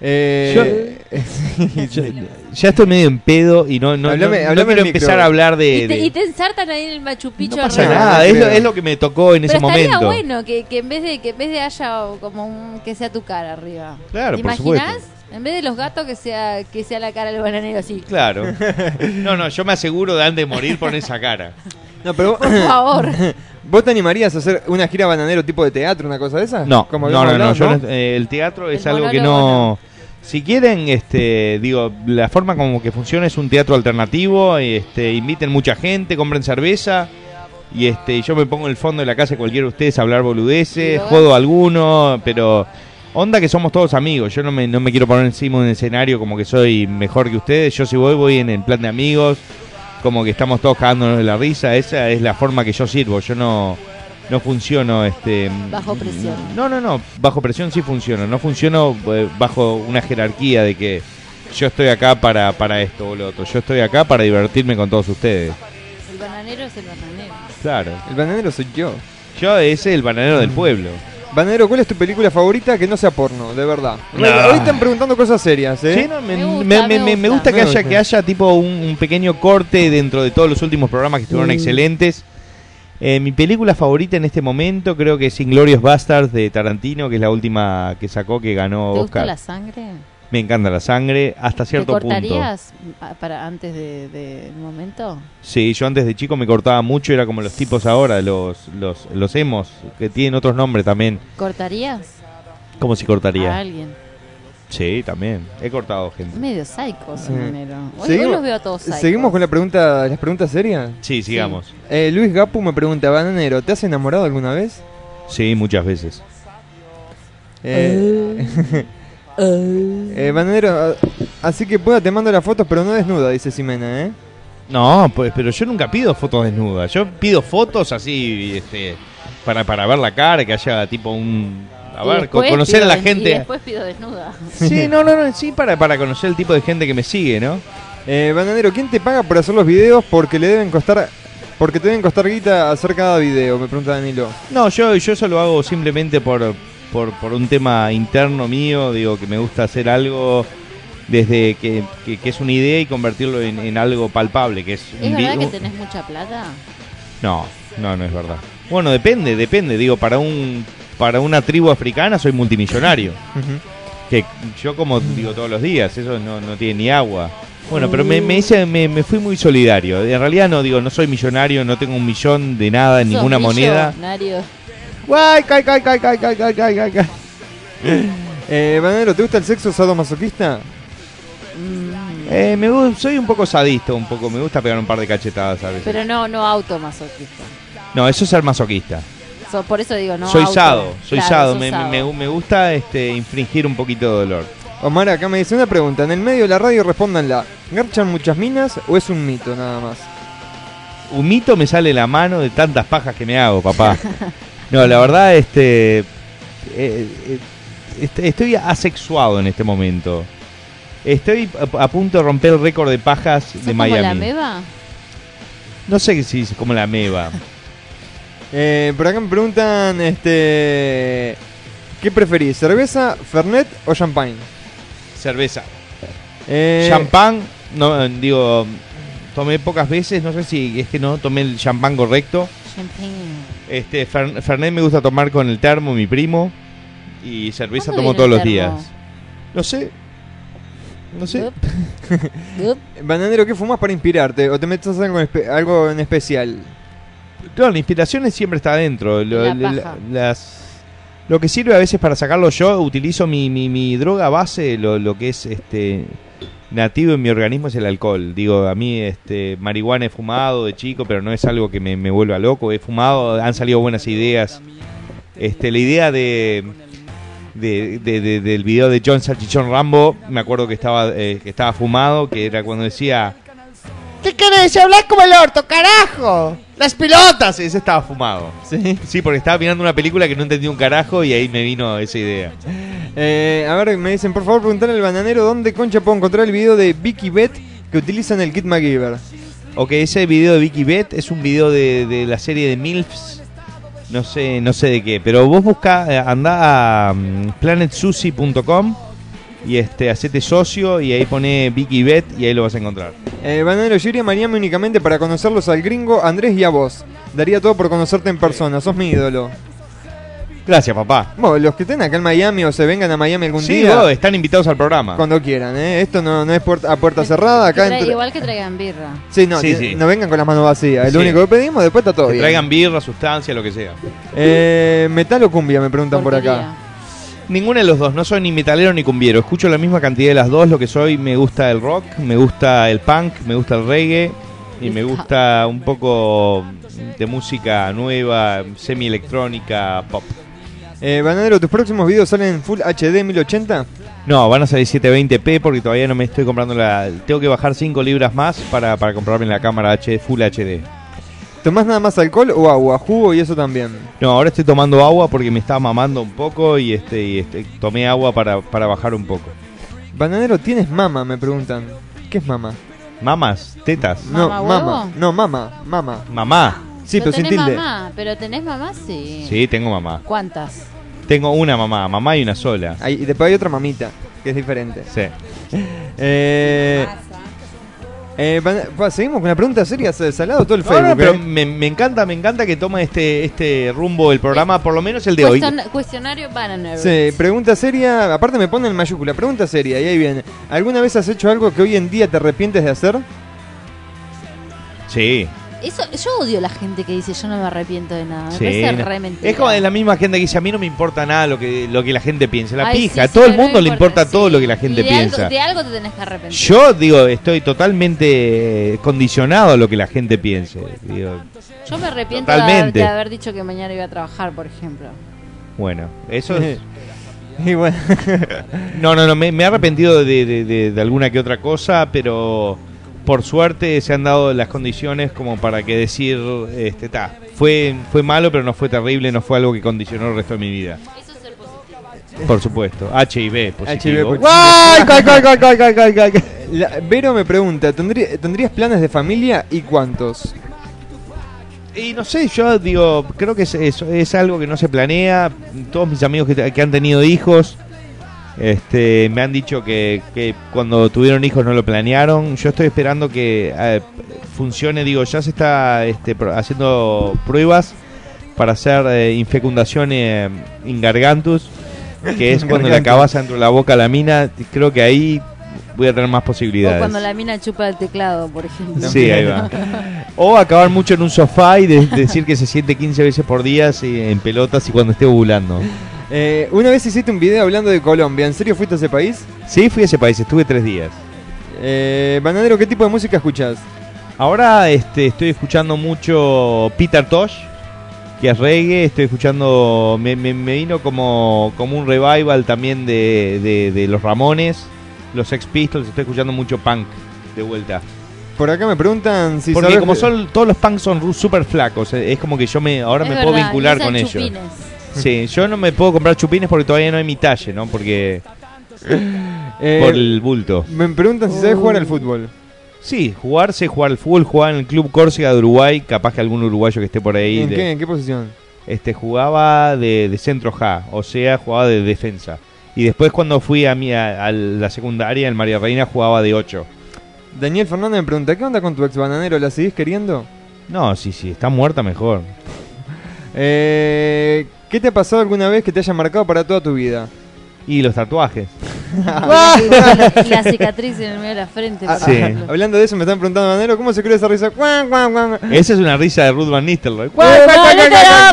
Eh,
ya estoy medio en pedo y no, no,
Hablame-
no- no
hablame
quiero
al micro.
empezar a hablar de...
Y te,
de-
y te ensartan ahí en el Machu Picchu.
No pasa
arriba.
nada,
Eh, no
es lo,
creo.
es lo que me tocó en
Pero
ese
estaría
momento.
bueno que, que en vez de que en vez de haya como un, que sea tu cara arriba.
Claro,
¿Te
por
imaginás?
supuesto.
En vez de los gatos que sea que sea la cara del bananero así.
Claro. No, no, yo me aseguro de antes de morir por esa cara.
no, pero
Por
vos,
favor.
¿vos te animarías a hacer una gira bananero tipo de teatro, una cosa de esa?
No, no,
Como
no,
habíamos
no,
hablado,
yo no- eh, el teatro es
El
algo que no...
monólogo
Si quieren, este, digo, la forma como que funciona es un teatro alternativo, este, inviten mucha gente, compren cerveza y este, yo me pongo en el fondo de la casa de cualquiera de ustedes a hablar
Y
boludeces,
lo
jodo a alguno, pero onda que somos todos amigos, yo no me, no me quiero poner encima de un escenario como que soy mejor que ustedes, yo si voy voy en el plan de amigos, como que estamos todos cagándonos de la risa, esa es la forma que yo sirvo, yo no, no funciono este
Bajo presión.
No, no, no, bajo presión sí funciono, no funciono eh, bajo una jerarquía de que yo estoy acá para, para esto o lo otro, yo estoy acá para divertirme con todos ustedes.
El bananero es el bananero.
Claro.
El bananero soy yo.
Yo ese es el bananero del pueblo.
Bananero, ¿cuál es tu película favorita que no sea porno, de verdad?
No.
Hoy están preguntando cosas serias, ¿eh?
Sí, no, me,
Ah, Me gusta, me
me- me- me- me
gusta.
gusta que
Me
haya,
gusta.
que haya tipo un, un pequeño corte dentro de todos los últimos programas que estuvieron excelentes. Eh, mi película favorita en este momento creo que es Inglorious Bastards de Tarantino, que es la última que sacó que ganó
¿Te gusta
Oscar.
la sangre?
Me encanta la sangre hasta
¿Te
cierto punto.
cortarías a- ah, para antes de, de un momento?
Sí, yo antes de chico me cortaba mucho, era como los tipos ahora, los, los, los emos, que tienen otros nombres también.
¿Cortarías
¿Cómo se
a
cortaría?
alguien?
Sí, también. He cortado gente.
Medio psycho,
Sí.
Simonero. Hoy, hoy
Seguimos-
los veo a todos psychos.
Seguimos con la pregunta, las preguntas serias.
Sí, sigamos.
Eh, Luis Gapu me pregunta, Bananero, ¿te has enamorado alguna vez?
Sí, muchas veces.
Eh, eh, Bananero, a- así que pueda te mando las fotos, pero no desnuda, dice Simena, ¿eh?
No, pues, pero yo nunca pido fotos desnudas. Yo pido fotos así, este, para, para ver la cara, que haya tipo un... A
Y
ver, co-
después
conocer
pido
a la
des- Y
gente.
después pido desnuda.
Sí, no, no, no, sí, para, para conocer el tipo de gente que me sigue, ¿no?
Eh, Bananero, ¿quién te paga por hacer los videos? Porque le deben costar... Porque te deben costar guita hacer cada video, me pregunta Danilo.
No, yo, yo eso lo hago simplemente por, por, por un tema interno mío, digo que me gusta hacer algo desde que, que- que es una idea y convertirlo en, en algo palpable, que es... un
¿Es verdad
vi-
que
un-
tenés mucha plata?
No, no, no es verdad. Bueno, depende, depende, digo, para un para una tribu africana soy multimillonario, que yo como digo todos los días, eso no, no tiene ni agua. Bueno, pero me, me hice- me, me fui muy solidario. En realidad no digo, no soy millonario, no tengo un millón de nada,
Sos
ninguna moneda.
millonario.
Guay, cay, cay, cay, cay, cay, cay, cay, cay, cay.
Eh, Bananero, ¿te gusta el sexo sadomasoquista?
Mm.
Eh, me gu- soy un poco sadista, un poco, me gusta pegar un par de cachetadas a veces.
Pero no, no automasoquista.
no, eso es ser masoquista.
So, por eso digo, no
soy
auto.
sado, soy
Claro,
sado,
sos
me, me- me- me gusta este, infringir un poquito de dolor.
Omar acá me dice una pregunta, en el medio de la radio respóndanla. ¿Garchan muchas minas o es un mito nada más?
Un mito me sale la mano de tantas pajas que me hago, papá. No, la verdad, este, eh, eh, est- estoy asexuado en este momento. Estoy a, a punto de romper el récord de pajas
¿Sos
de
como
Miami.
la meba?
No sé si es como la meba.
Eh, por acá me preguntan, este... ¿Qué preferís, cerveza, fernet o champagne?
Cerveza.
Eh,
champán, no, eh, digo, tomé pocas veces, no sé si es que no tomé el champán correcto.
Champagne.
Este, Fer- Fernet me gusta tomar con el termo, mi primo. Y cerveza
¿Cuándo
tomo
viene
todos
el
los
termo?
días. No sé. No sé.
Gup. Gup.
Bananero, ¿qué fumas para inspirarte? ¿O te metes algo en, espe- algo en especial?
No, la inspiración es- siempre está adentro. Lo,
La
la-
paja.
las- lo que sirve a veces para sacarlo yo, utilizo mi, mi, mi droga base, lo, lo que es este nativo en mi organismo es el alcohol. Digo, a mí este marihuana he fumado de chico, pero no es algo que me, me vuelva loco. He fumado, han salido buenas ideas. Este, la idea de, de- de- de- del video de John Salchichón Rambo, me acuerdo que estaba, eh, que estaba fumado, que era cuando decía...
¿Qué querés? Hablar como el orto, carajo.
¡Las pelotas! Ese estaba fumado. Sí. Sí, porque estaba mirando una película que no entendía un carajo y ahí me vino esa idea.
Eh, a ver, me dicen, por favor, preguntarle al bananero dónde concha puedo encontrar el video de Vicky Bet que utilizan el Kit MacGyver.
Ok, ese video de Vicky Bet es un video de, de la serie de MILFs. No sé, no sé de qué. Pero vos busca, eh, andá a mm, planetsushi.com y este, hacete socio y ahí pone Vicky Bet y ahí lo vas a encontrar.
Eh, bananero, yo iría a Miami únicamente para conocerlos al gringo Andrés y a vos. Daría todo por conocerte en persona, sos mi ídolo.
Gracias, papá.
Bueno, los que estén acá en Miami o se vengan a Miami algún
Sí,
día,
vos, eh. están invitados al programa.
cuando quieran, ¿eh? Esto no, no es puerta, a puerta cerrada,
Que
acá
tra-
entra-
Igual que traigan birra.
Sí, no,
Sí,
que-
sí.
no vengan con las manos vacías. Es lo
Sí.
único que pedimos, después está todo
Que
bien.
traigan birra, sustancia, lo que sea.
Eh, metal o cumbia, me preguntan por acá.
Porquería.
Ninguno de los dos, no soy ni metalero ni cumbiero, escucho la misma cantidad de las dos, lo que soy, me gusta el rock, me gusta el punk, me gusta el reggae y me gusta un poco de música nueva, semi-electrónica, pop.
Eh, Bananero, ¿tus próximos videos salen en Full HD 1080?
No, van a salir 720p porque todavía no me estoy comprando la... Tengo que bajar 5 libras más para, para comprarme la cámara HD, Full HD.
¿Tomás nada más alcohol o agua? ¿Jugo y eso también?
No, ahora estoy tomando agua porque me estaba mamando un poco y, este, y este, tomé agua para, para bajar un poco.
Bananero, ¿tienes mama? Me preguntan. ¿Qué es mama?
Mamas, tetas,
No,
¿Mama
mama.
huevo?
No, mama, mama.
mamá.
Sí,
No
pero sin
tenés
tilde.
mamá, pero tenés mamá, sí.
Sí, tengo mamá.
¿Cuántas?
Tengo una mamá, mamá y una sola.
Ahí- y después hay otra mamita, que es diferente.
Sí.
Eh, Eh, van- va, seguimos con la pregunta seria, se- salado todo el
No,
Facebook.
no, pero
eh.
me, me encanta, me encanta que toma este, este rumbo el programa, por lo menos el de hoy.
Cuestion- Cuestionario Banner.
Sí, pregunta seria, aparte me ponen mayúscula, pregunta seria, y ahí viene. ¿Alguna vez has hecho algo que hoy en día te arrepientes de hacer?
Sí,
Eso, yo odio la gente que dice yo Ah, no me arrepiento de nada. Me
sí.
parece re mentira.
Es como la misma gente que dice, a mí no me importa nada lo que, lo que la gente piense, la
Ay,
pija.
sí, sí,
todo el
no me
mundo le importa todo
sí.
lo que la gente
Y de
piensa.
Algo, de algo te tenés que arrepentir.
Yo digo, estoy totalmente eh, condicionado a lo que la gente piense. Digo,
Yo me arrepiento de
Totalmente.
haber, de haber dicho que mañana iba a trabajar, por ejemplo.
bueno, eso es...
Y bueno,
No, no, no, me, me he arrepentido de, de- de- de alguna que otra cosa, pero por suerte se han dado las condiciones como para que decir, este, ta, fue, fue malo, pero no fue terrible, no fue algo que condicionó el resto de mi vida.
Eso es ser positivo.
Por supuesto, HIV positivo.
HIV positivo.
¡Guay, guay, guay, guay, guay, guay, guay, guay!
pues. la- Vero me pregunta, ¿tendrí- ¿tendrías planes de familia y cuántos?
Y no sé, yo digo, creo que es, es, es algo que no se planea. Todos mis amigos que, que han tenido hijos este, me han dicho que, que cuando tuvieron hijos no lo planearon. Yo estoy esperando que eh, funcione, digo, ya se está este, pro- haciendo pruebas para hacer eh, infecundación eh, in gargantus, que es cuando le
Gargantus.
acabas dentro de la boca a la mina. Creo que ahí voy a tener más posibilidades.
O cuando la mina chupa el teclado, por ejemplo.
Sí, ahí va. O acabar mucho en un sofá y de- decir que se siente 15 veces por día si- en pelotas y cuando esté ovulando.
Eh, una vez hiciste un video hablando de Colombia, ¿en serio fuiste a ese país?
Sí, fui a ese país, estuve tres días.
Eh, Bananero, ¿qué tipo de música escuchas?
Ahora este, estoy escuchando mucho Peter Tosh, que es reggae. Estoy escuchando. Me, me- me vino como, como un revival también de, de- de los Ramones, los Sex Pistols. Estoy escuchando mucho punk de vuelta.
Por acá me preguntan si
Porque
sabes-
como son, todos los punks son súper flacos, eh, es como que yo me ahora
Es
me
verdad,
puedo vincular
usan
con ellos.
chupines.
Sí, yo no me puedo comprar chupines porque todavía no hay mi talle, ¿no? Porque
eh,
por el bulto.
Me preguntan si sabes jugar al fútbol.
Sí, jugarse, jugar al fútbol, jugar en el Club Córcega de Uruguay, capaz que algún uruguayo que esté por ahí.
¿En
de-
qué, en qué posición?
Este jugaba de, de centro ja, o sea, jugaba de defensa. Y después cuando fui a mi a, a la secundaria, en María Reina jugaba de 8.
Daniel Fernández me pregunta, ¿qué onda con tu ex bananero? ¿La seguís queriendo?
No, sí, sí, está muerta mejor.
Eh, ¿Qué te ha pasado alguna vez que te haya marcado para toda tu vida?
Y los tatuajes.
Y la cicatriz en el medio de la frente, por
Ah, Sí.
ejemplo.
Hablando de eso, me están preguntando, Bananero, ¿cómo se creó esa risa? Cuan, cuan, cuan.
Esa es una risa de Ruth Van Nistelrooy.
¡Pero no, no,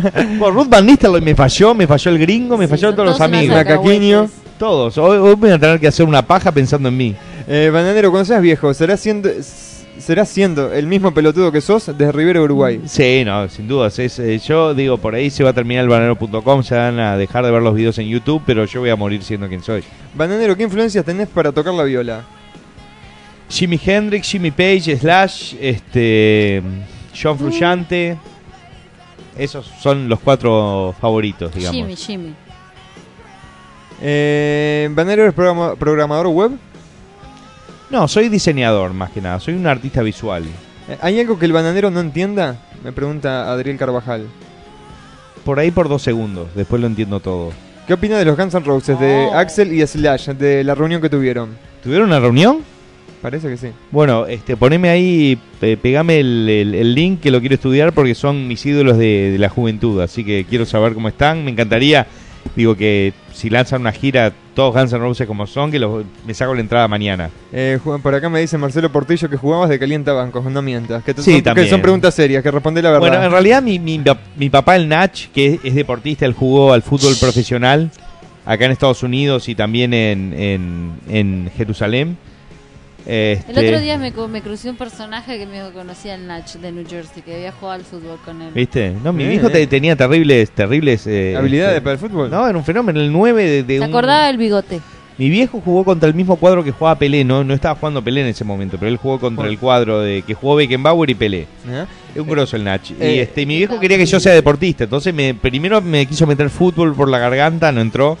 no, no!
Por Ruth Van Nistelrooy me falló, me falló el gringo, me
Sí,
falló
son
todos los
todos unos
amigos.
Macaquiño. alcahuetes.
Todos. Hoy, hoy voy a tener que hacer una paja pensando en mí.
Eh, bananero, cuando seas viejo, ¿serás siendo, s- serás siendo el mismo pelotudo que sos desde Rivero, Uruguay?
Sí, no, sin dudas. Es, eh, yo digo, por ahí se va a terminar el bananero.com, se van a dejar de ver los videos en YouTube, pero yo voy a morir siendo quien soy.
Bananero, ¿qué influencias tenés para tocar la viola?
Jimi Hendrix, Jimmy Page, Slash, este, John Frusciante. Esos son los cuatro favoritos, digamos.
Jimmy, Jimmy.
Eh, ¿Bananero eres programa- programador web?
No, soy diseñador más que nada, soy un artista visual.
Eh, ¿Hay algo que el bananero no entienda? Me pregunta Adriel Carvajal.
Por ahí por dos segundos, después lo entiendo todo.
¿Qué opina de los Guns N' Roses, de Axel y Slash, de la reunión que tuvieron?
¿Tuvieron una reunión?
Parece que sí.
Bueno, este, poneme ahí, pe- pegame el, el- el link que lo quiero estudiar porque son mis ídolos de, de la juventud, así que quiero saber cómo están. Me encantaría, digo que si lanzan una gira, todos Guns N' Roses como son, que los, me saco la entrada mañana.
Eh, Juan, por acá me dice Marcelo Portillo que jugabas de calienta bancos, no mientas. Que, t-
Sí,
son, que
también.
son preguntas serias, que responde la verdad.
Bueno, en realidad mi, mi, pa- mi papá, el Nach, que es, es deportista, él jugó al fútbol profesional acá en Estados Unidos y también en, en- en Jerusalén.
El
Este,
otro día me, co- me crucé un personaje que me conocía el Nach de New Jersey, que había jugado al fútbol con él.
¿Viste? No, mi
Bien,
hijo te-
eh.
tenía terribles, terribles... eh,
Habilidades
este,
para el fútbol.
No, era un fenómeno. El 9 de, de
¿Se
un-
acordaba del bigote?
Mi viejo jugó contra el mismo cuadro que jugaba Pelé. No, no estaba jugando Pelé en ese momento, pero él jugó contra el cuadro de que jugó Beckenbauer y Pelé.
¿Eh?
Es un grosso el Nachi. y
eh,
este, y mi viejo quería que yo sea deportista. Entonces me, primero me quiso meter fútbol por la garganta, no entró.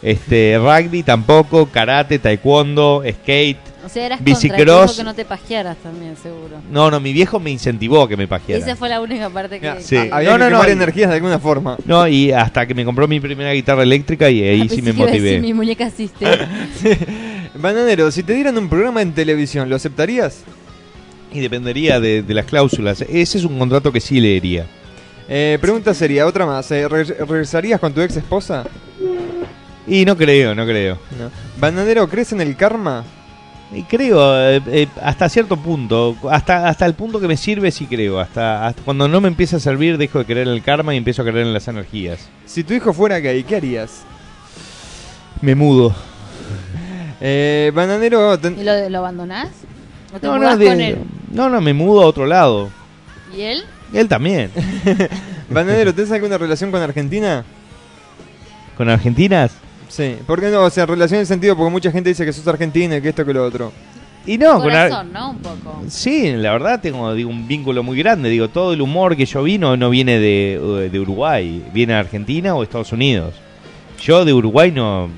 Este, rugby tampoco, karate, taekwondo, skate.
O sea, eras
Bicicross.
contra el que no te pajearas también, seguro.
No, no, mi viejo me incentivó a que me
Esa
pajeara.
fue la única parte que...
Mira,
Sí.
que-
Ah, Había
No,
que
no, no.
quemar energías de alguna forma.
No, y hasta que me compró mi primera guitarra eléctrica y ahí
Ah, pensé
sí me
que iba a decir,
motivé.
mi muñeca asiste.
Bananero, si te dieran un programa en televisión, ¿lo aceptarías?
Y dependería de, de las cláusulas. Ese es un contrato que sí leería.
Eh, pregunta sería, otra más. eh, ¿re- ¿Regresarías con tu ex esposa?
Y no creo, no creo.
No. Bananero, ¿crees en el karma?
Y creo, eh, eh, hasta cierto punto, hasta, hasta el punto que me sirve sí creo, hasta, hasta cuando no me empieza a servir dejo de creer en el karma y empiezo a creer en las energías.
Si tu hijo fuera gay, ¿qué harías?
Me mudo.
Eh, bananero, ten-
¿Y lo, lo abandonás? ¿O te
No, no,
mudás
de-
con él?
no, no, me mudo a otro lado.
¿Y él?
Él también.
bananero, ¿tenés alguna relación con Argentina?
¿Con argentinas?
Sí. ¿Por qué no? O sea, relación en sentido, porque mucha gente dice que sos argentino y que esto que lo otro.
Y no, con ar-
Corazón, ¿no? Un poco.
Sí, la verdad tengo digo, un vínculo muy grande. Digo, todo el humor que yo vi no, no viene de, eh, de Uruguay, viene de Argentina o Estados Unidos. Yo de Uruguay no,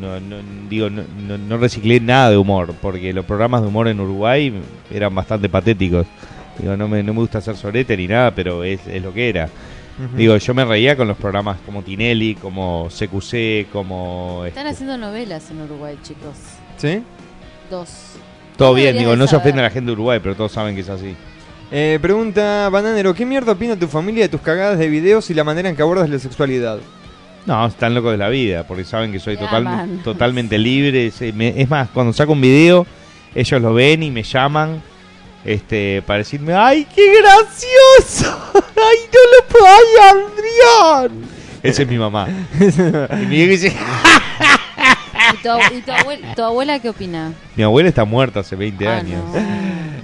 no, no- digo, no, no- no reciclé nada de humor, porque los programas de humor en Uruguay eran bastante patéticos. Digo, no me, no me gusta hacer sorete ni nada, pero es, es lo que era.
Ujú.
Digo, yo me reía con los programas como Tinelli, como CQC, como...
Están
este,
haciendo novelas en Uruguay, chicos.
¿Sí?
Dos.
todo
¿Cómo
bien,
deberías
digo,
de
no se
saber?
ofende a la gente de Uruguay, pero todos saben que es así.
Eh, pregunta Bananero, ¿qué mierda opina tu familia de tus cagadas de videos y la manera en que abordas la sexualidad?
No, están locos de la vida, porque saben que soy
Te
total-
aman.
totalmente libre. Se- me- Es más, cuando saco un video, ellos lo ven y me llaman este, para decirme, ¡ay, qué gracioso! ¡Ay, no lo puedo! ¡Ay, Adrián! Esa es mi mamá. Y mi, hija dice,
¿Y tu, abue- y tu abuela, tu abuela qué opina?
mi abuela está muerta hace 20
Ah,
años.
no.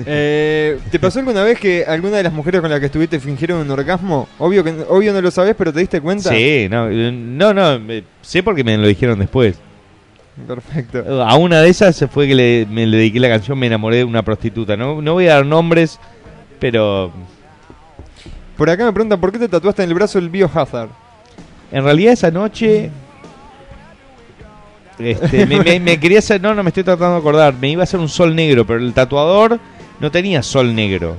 Eh, ¿Te pasó alguna vez que alguna de las mujeres con las que estuviste fingieron un orgasmo? Obvio que obvio no lo sabes, pero te diste cuenta.
Sí, no, eh, no, no, me- sé porque me lo dijeron después.
Perfecto.
A una de esas se fue que le, me le dediqué la canción Me enamoré de una prostituta. No, no voy a dar nombres, pero
Por acá me preguntan por qué te tatuaste en el brazo el biohazard.
En realidad esa noche... Este, me, me- me quería hacer... No, no, me estoy tratando de acordar. Me iba a hacer un sol negro, pero el tatuador no tenía sol negro.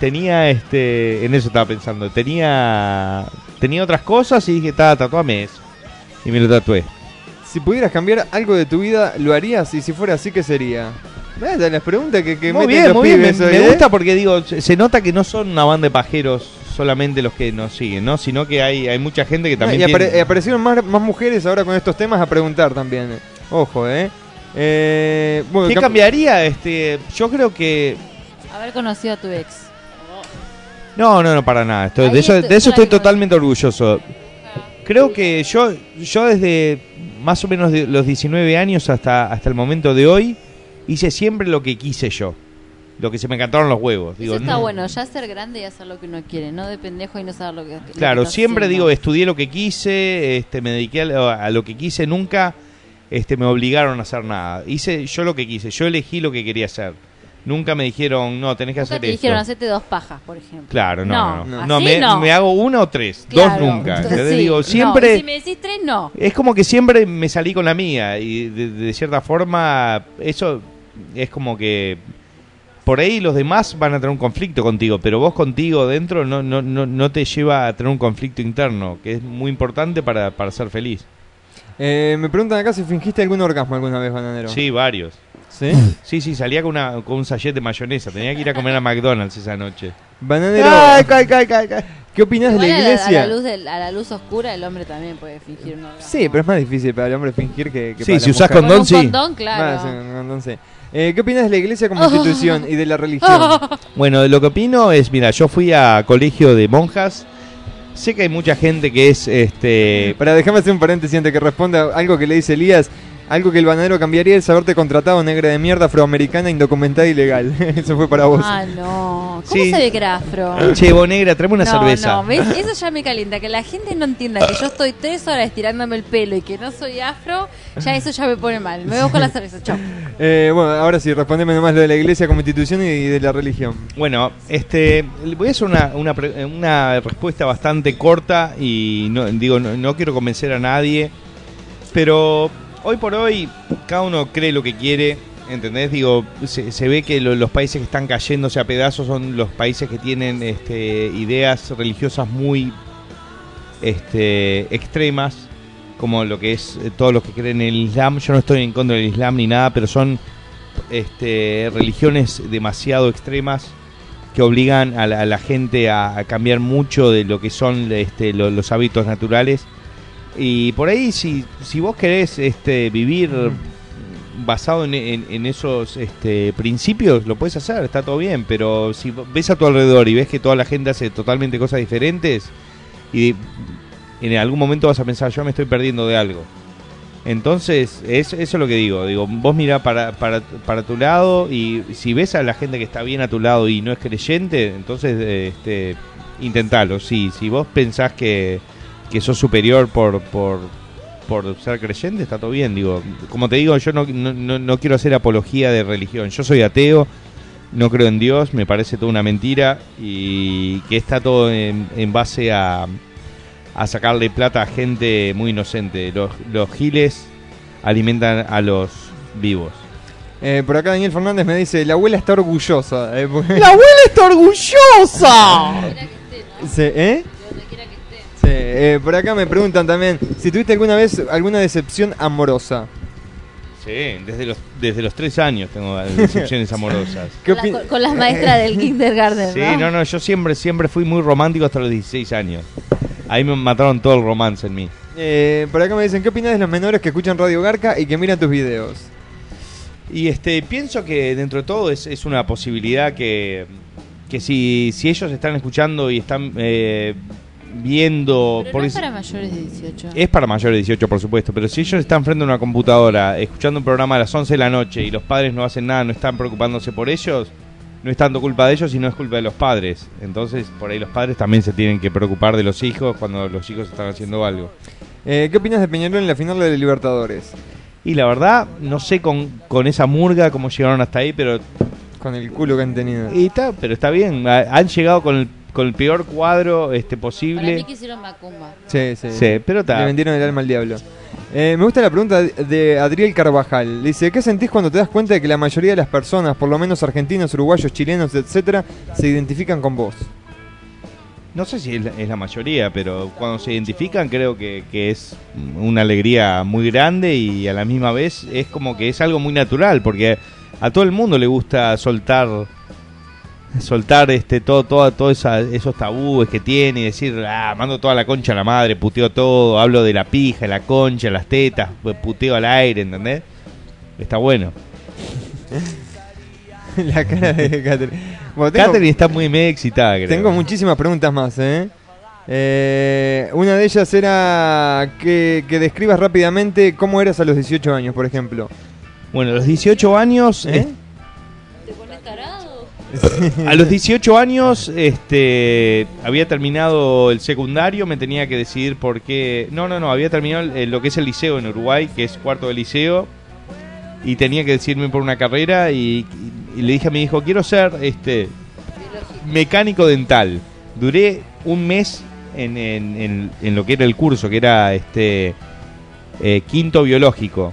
Tenía, este... En eso estaba pensando. Tenía... Tenía otras cosas y dije, está, tatuame eso. Y me lo tatué.
Si pudieras cambiar algo de tu vida, ¿lo harías? Y si fuera así, ¿qué sería? Nada, las preguntas que, que
muy
meten
bien,
los
muy bien. Me,
pibes hoy,
me
¿eh?
gusta porque, digo, se, se nota que no son una banda de pajeros solamente los que nos siguen, ¿no? Sino que hay, hay mucha gente que
No,
también
y apare-
tiene-
eh, aparecieron más, más mujeres ahora con estos temas a preguntar también. eh. Ojo, ¿eh? Eh, bueno,
¿Qué
cap-
cambiaría? Este, yo creo que
Haber conocido a tu ex.
eh,
No, no, no, para nada. Estoy-
Ahí
de eso,
estoy-
de eso
claro
estoy
que no.
totalmente orgulloso. Creo que yo, yo desde más o menos de los 19 años hasta, hasta el momento de hoy, hice siempre lo que quise yo. Lo que se me encantaron los huevos. Digo,
Eso está
no-
bueno, ya ser grande y hacer lo que uno quiere, no de pendejo y no saber lo que lo que
Claro,
estás
siempre
haciendo.
digo, estudié lo que quise, este, me dediqué a lo, a lo que quise, nunca este, me obligaron a hacer nada. Hice yo lo que quise, yo elegí lo que quería hacer. Nunca me dijeron, no, tenés que
Nunca
hacer
te
esto.
dijeron hacete dos pajas, por ejemplo.
Claro, no, no,
No,
no.
así
No, me,
no.
me hago una o tres,
Claro,
dos nunca.
entonces
Te
sí,
digo,
no,
siempre
y si me decís tres, no.
es como que siempre me salí con la mía y de, de cierta forma eso es como que por ahí los demás van a tener un conflicto contigo, pero vos contigo dentro no no, no, no te lleva a tener un conflicto interno, que es muy importante para, para ser feliz.
eh, me preguntan acá si fingiste algún orgasmo alguna vez, bananero.
Sí, varios.
¿Sí?
Sí, sí, salía con, una, con un sachet de mayonesa, tenía que ir a comer a McDonald's esa noche.
Bananero, ¿qué opinas de la
Igual a la, a
iglesia?
la luz del- a la luz oscura el hombre también puede fingir un orgasmo.
Sí, pero es más difícil para el hombre fingir que, que
Sí,
para
si
la
usás
mujer.
Con
Condón,
un
sí.
condón, claro. Oh.
Más, eh, condón, sí. Eh, ¿Qué opinas de la iglesia como institución y de la religión?
Bueno, lo que opino es, mira, yo fui a colegio de monjas, sé que hay mucha gente que es este
Para déjame hacer un paréntesis antes que responda algo que le dice Elías. Algo que el bananero cambiaría es haberte contratado negra de mierda, afroamericana, indocumentada y legal. Eso fue para vos.
Ah, no. ¿Cómo
Sí.
sabe que era afro?
Che, Bonegra, tráeme una
no,
cerveza.
no, ¿ves? eso ya me calienta. Que la gente no entienda que yo estoy tres horas estirándome el pelo y que no soy afro, ya eso ya me pone mal. Me voy con la cerveza, chau.
Eh, bueno, ahora sí, respondeme nomás lo de la iglesia como institución y de la religión.
Bueno, este, le voy a hacer una, una, pre- una respuesta bastante corta y no, digo, no, no quiero convencer a nadie, pero hoy por hoy cada uno cree lo que quiere, ¿entendés? Digo, se, se ve que lo- los países que están cayéndose a pedazos son los países que tienen este, ideas religiosas muy este, extremas, como lo que es eh, todos los que creen en el Islam. Yo no estoy en contra del Islam ni nada, pero son este, religiones demasiado extremas que obligan a la, a la gente a, a cambiar mucho de lo que son este, lo- los hábitos naturales. Y por ahí, si, si vos querés este, vivir basado en, en- en esos este, principios, lo puedes hacer, está todo bien, pero si ves a tu alrededor y ves que toda la gente hace totalmente cosas diferentes, y en algún momento vas a pensar, yo me estoy perdiendo de algo. Entonces, es, eso es lo que digo. Digo, vos mira para, para, para tu lado y si ves a la gente que está bien a tu lado y no es creyente, entonces eh, este, intentalo. Sí, si vos pensás que, que sos superior por, por, por ser creyente, está todo bien. Digo, como te digo, yo no, no- no- no quiero hacer apología de religión. Yo soy ateo, no creo en Dios, me parece toda una mentira y que está todo en, en base a, a sacarle plata a gente muy inocente. Los, los giles alimentan a los vivos.
Eh, por acá Daniel Fernández me dice, la abuela está orgullosa. Eh, porque-
¡La abuela está orgullosa!
Sí, ¿eh? Sí, eh, por acá me preguntan también si tuviste alguna vez alguna decepción amorosa.
Sí, desde los, desde los tres años tengo decepciones amorosas.
¿Qué
Con, las-
opi-
con- con las maestras del kindergarten,
Sí,
¿no?
no, no, yo siempre, siempre fui muy romántico hasta los 16 años. Ahí me mataron todo el romance en mí.
Eh, por acá me dicen, ¿qué opinas de los menores que escuchan Radio Garca y que miran tus videos?
Y este, pienso que dentro de todo es, es una posibilidad que, que si, si ellos están escuchando y están eh, viendo...
Pero
por Eh.
no es
ese-
para mayores de 18.
Es para mayores de 18, por supuesto, pero si ellos están frente a una computadora escuchando un programa a las 11 de la noche y los padres no hacen nada, no están preocupándose por ellos, no es tanto culpa de ellos, sino es culpa de los padres. Entonces, por ahí los padres también se tienen que preocupar de los hijos cuando los hijos están haciendo algo.
Eh, ¿Qué opinas de Peñarol en la final de Libertadores?
Y la verdad, no sé con, con esa murga cómo llegaron hasta ahí, pero,
Con el culo que han tenido.
y está, pero está bien. A- Han llegado con el, con el peor cuadro este,
Para
posible.
mí que hicieron Macumba.
Sí, sí.
Sí, pero
Le
está.
vendieron el alma al diablo. Eh, me gusta la pregunta de Adriel Carvajal. Dice, ¿qué sentís cuando te das cuenta de que la mayoría de las personas, por lo menos argentinos, uruguayos, chilenos, etcétera, se identifican con vos?
No sé si es la, es la mayoría, pero cuando se identifican creo que, que es una alegría muy grande y a la misma vez es como que es algo muy natural, porque a todo el mundo le gusta soltar soltar este todo todo todos esos tabúes que tiene y decir ah mando toda la concha a la madre puteo todo hablo de la pija la concha las tetas puteo al aire ¿entendés? está bueno
la cara de Catherine. Bueno, tengo-
Katherine está muy medio excitada creo.
Tengo muchísimas preguntas más, ¿eh? Eh, una de ellas era que, que describas rápidamente cómo eras a los 18 años, por ejemplo.
bueno a los 18 años
¿Eh?
¿Te pones tarado?
A los 18 años este, había terminado el secundario, me tenía que decidir por qué... No, no, no, había terminado el- lo que es el liceo en Uruguay, que es cuarto de liceo, y tenía que decidirme por una carrera y, y le dije a mi hijo, quiero ser este mecánico dental. Duré un mes en, en- en- en lo que era el curso, que era este eh, quinto biológico.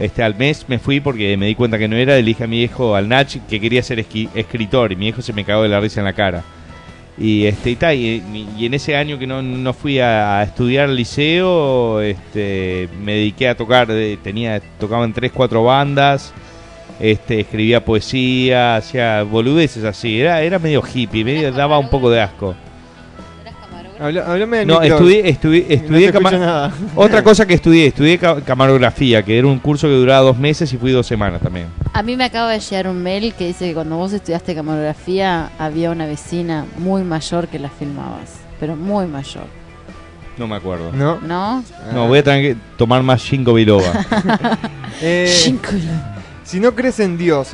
Este, al mes me fui porque me di cuenta que no era. Le dije a mi hijo, al Nach, que quería ser esqui- escritor. Y mi hijo se me cagó de la risa en la cara. Y, este, y, ta, y- y en ese año que no, no fui a, a estudiar liceo, este, me dediqué a tocar. eh, Tenía, tocaba en tres, cuatro bandas. Este, escribía poesía, hacía boludeces así. Era, era medio hippie, medio, daba un poco de asco.
¿Eras camarógrafo?
Habla- hablame del
No,
micro.
estudié, estudié,
No
estudié
se
cama-
escucha nada.
otra cosa que estudié, estudié ca- camarografía, que era un curso que duraba dos meses y fui dos semanas también.
A mí me acaba de llegar un mail que dice que cuando vos estudiaste camarografía había una vecina muy mayor que la filmabas. Pero muy mayor.
No me acuerdo.
No.
¿No?
Ah.
No, voy a tener que tomar más ginkgo biloba.
Eh,
Cinco y-
si no crees en Dios,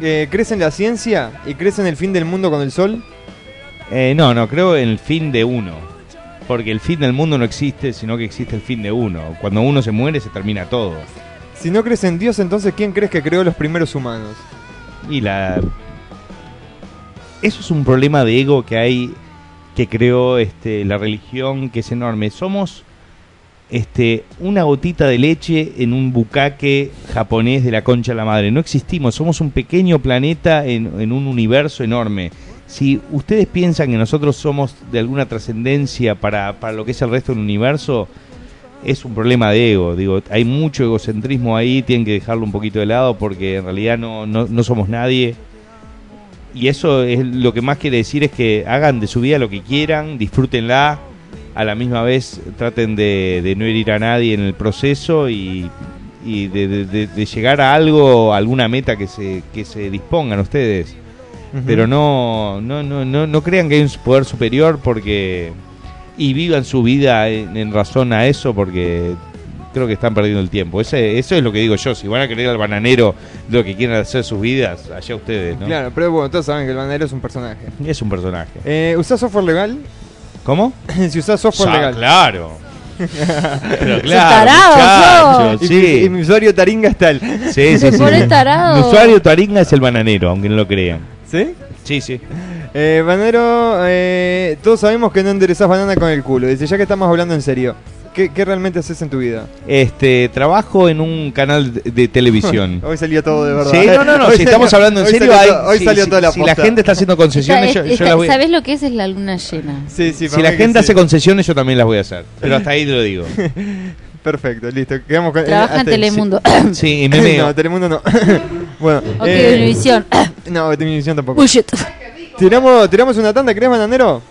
eh, ¿crees en la ciencia y crees en el fin del mundo con el sol?
Eh, no, no, creo en el fin de uno. Porque el fin del mundo no existe, sino que existe el fin de uno. Cuando uno se muere, se termina todo.
Si no crees en Dios, entonces ¿quién crees que creó los primeros humanos?
Y la... Eso es un problema de ego que hay, que creó este, la religión, que es enorme. Somos este, una gotita de leche en un bucaque japonés de la concha de la madre. No existimos, somos un pequeño planeta en, en un universo enorme. Si ustedes piensan que nosotros somos de alguna trascendencia para, para lo que es el resto del universo, es un problema de ego. Digo, hay mucho egocentrismo ahí, tienen que dejarlo un poquito de lado porque en realidad no, no, no somos nadie. Y eso es lo que más quiere decir es que hagan de su vida lo que quieran, disfrútenla, a la misma vez traten de, de no herir a nadie en el proceso y, y de, de- de- de llegar a algo, a alguna meta que se, que se dispongan ustedes.
Ujú.
Pero no, no, no, no, no crean que hay un poder superior porque... Y vivan su vida en, en razón a eso porque creo que están perdiendo el tiempo. Ese, eso es lo que digo yo. Si van a creer al bananero de lo que quieren hacer sus vidas, allá ustedes, ¿no?
Claro, pero bueno, todos saben que el bandero es un personaje.
Es un personaje.
Eh, ¿Usás software legal?
¿Cómo?
si usás software
Ya,
legal.
Claro. Pero
Sos tarado,
muchachos,
Y, mi- y mi
sí.
usuario taringa es tal.
Sí, sí,
Se
sí.
pone tarado.
Mi usuario Taringa es el bananero, aunque no lo crean.
¿Sí?
Sí, sí.
Eh, Banero, eh, todos sabemos que no enderezás banana con el culo. Dice, ya que estamos hablando en serio, ¿qué, qué realmente haces en tu vida?
Este, trabajo en un canal de, de televisión.
Hoy salió todo de verdad.
Sí, no, no, no,
Hoy
si
salió-
estamos hablando en
hoy
serio,
salió
hay-
to- hoy
si,
salió
si-
toda la
si la
posta.
gente está haciendo concesiones,
Está-
yo, yo
está-
las voy
¿Sabés lo que es? Es la luna llena.
Sí,
Si
sí, para
la
mí que
gente
sí.
hace concesiones, yo también las voy a hacer. Pero hasta ahí te lo digo.
Perfecto, listo. Quedamos con...
Trabaja en
hasta ahí, sí.
Telemundo.
Sí, y me meo.
no, Telemundo no. bueno,
ok,
eh,
Univisión.
no, Televisión tampoco.
Bullshit.
¿Tiramos, tiramos una tanda, ¿crees, bananero?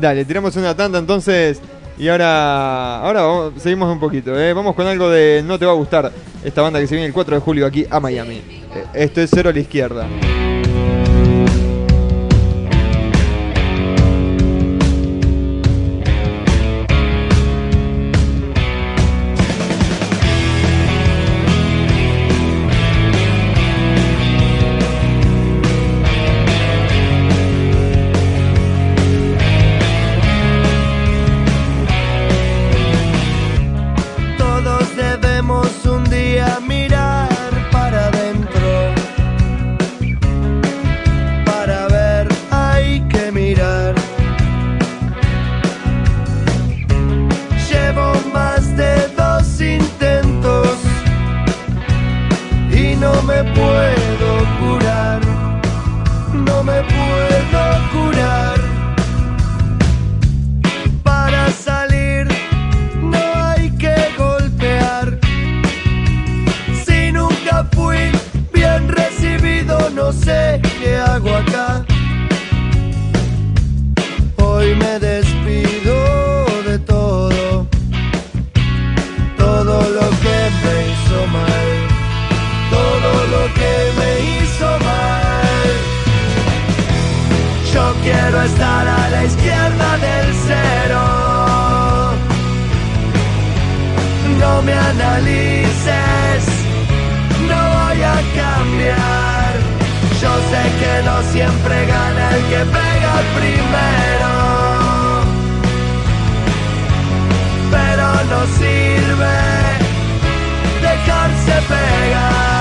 Dale, tiramos una tanda entonces. Y ahora, ahora vamos- seguimos un poquito. ¿eh? Vamos con algo de No te va a gustar. Esta banda que se viene el 4 de julio aquí a Miami. Eh, Esto es Cero a la Izquierda.
Todos debemos un día mirar para adentro. Para ver hay que mirar. Llevo más de dos intentos y no me puedo curar. No me puedo curar. Para salir no hay que golpear. Si nunca fui bien recibido, no sé qué hago acá. Hoy me despido de todo, todo lo que me hizo mal, todo lo que me hizo mal. Yo quiero estar a la izquierda del cero no me analices, no voy a cambiar. Yo sé que no siempre gana el que pega primero, pero no sirve dejarse pegar.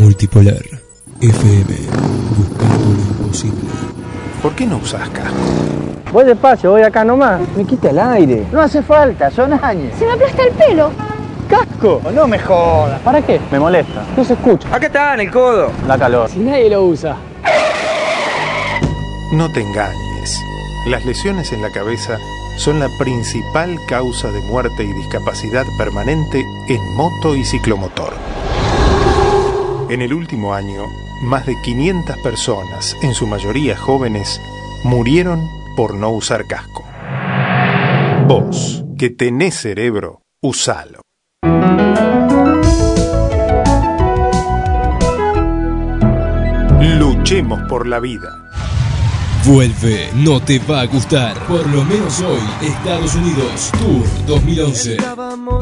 Multipolar FM. Buscando lo imposible.
Voy despacio, voy acá nomás. Me quita el aire. No hace falta, son años.
Se me aplasta el pelo.
¡Casco! No me jodas. ¿Para qué? Me molesta. No se escucha. Acá está, en el codo. La calor. Si nadie lo usa.
No te engañes. Las lesiones en la cabeza son la principal causa de muerte y discapacidad permanente en moto y ciclomotor. En el último año, más de 500 personas, en su mayoría jóvenes, murieron por no usar casco. Vos, que tenés cerebro, usalo. Luchemos por la vida.
Vuelve, no te va a gustar. Por lo menos hoy, Estados Unidos, Tour 2011.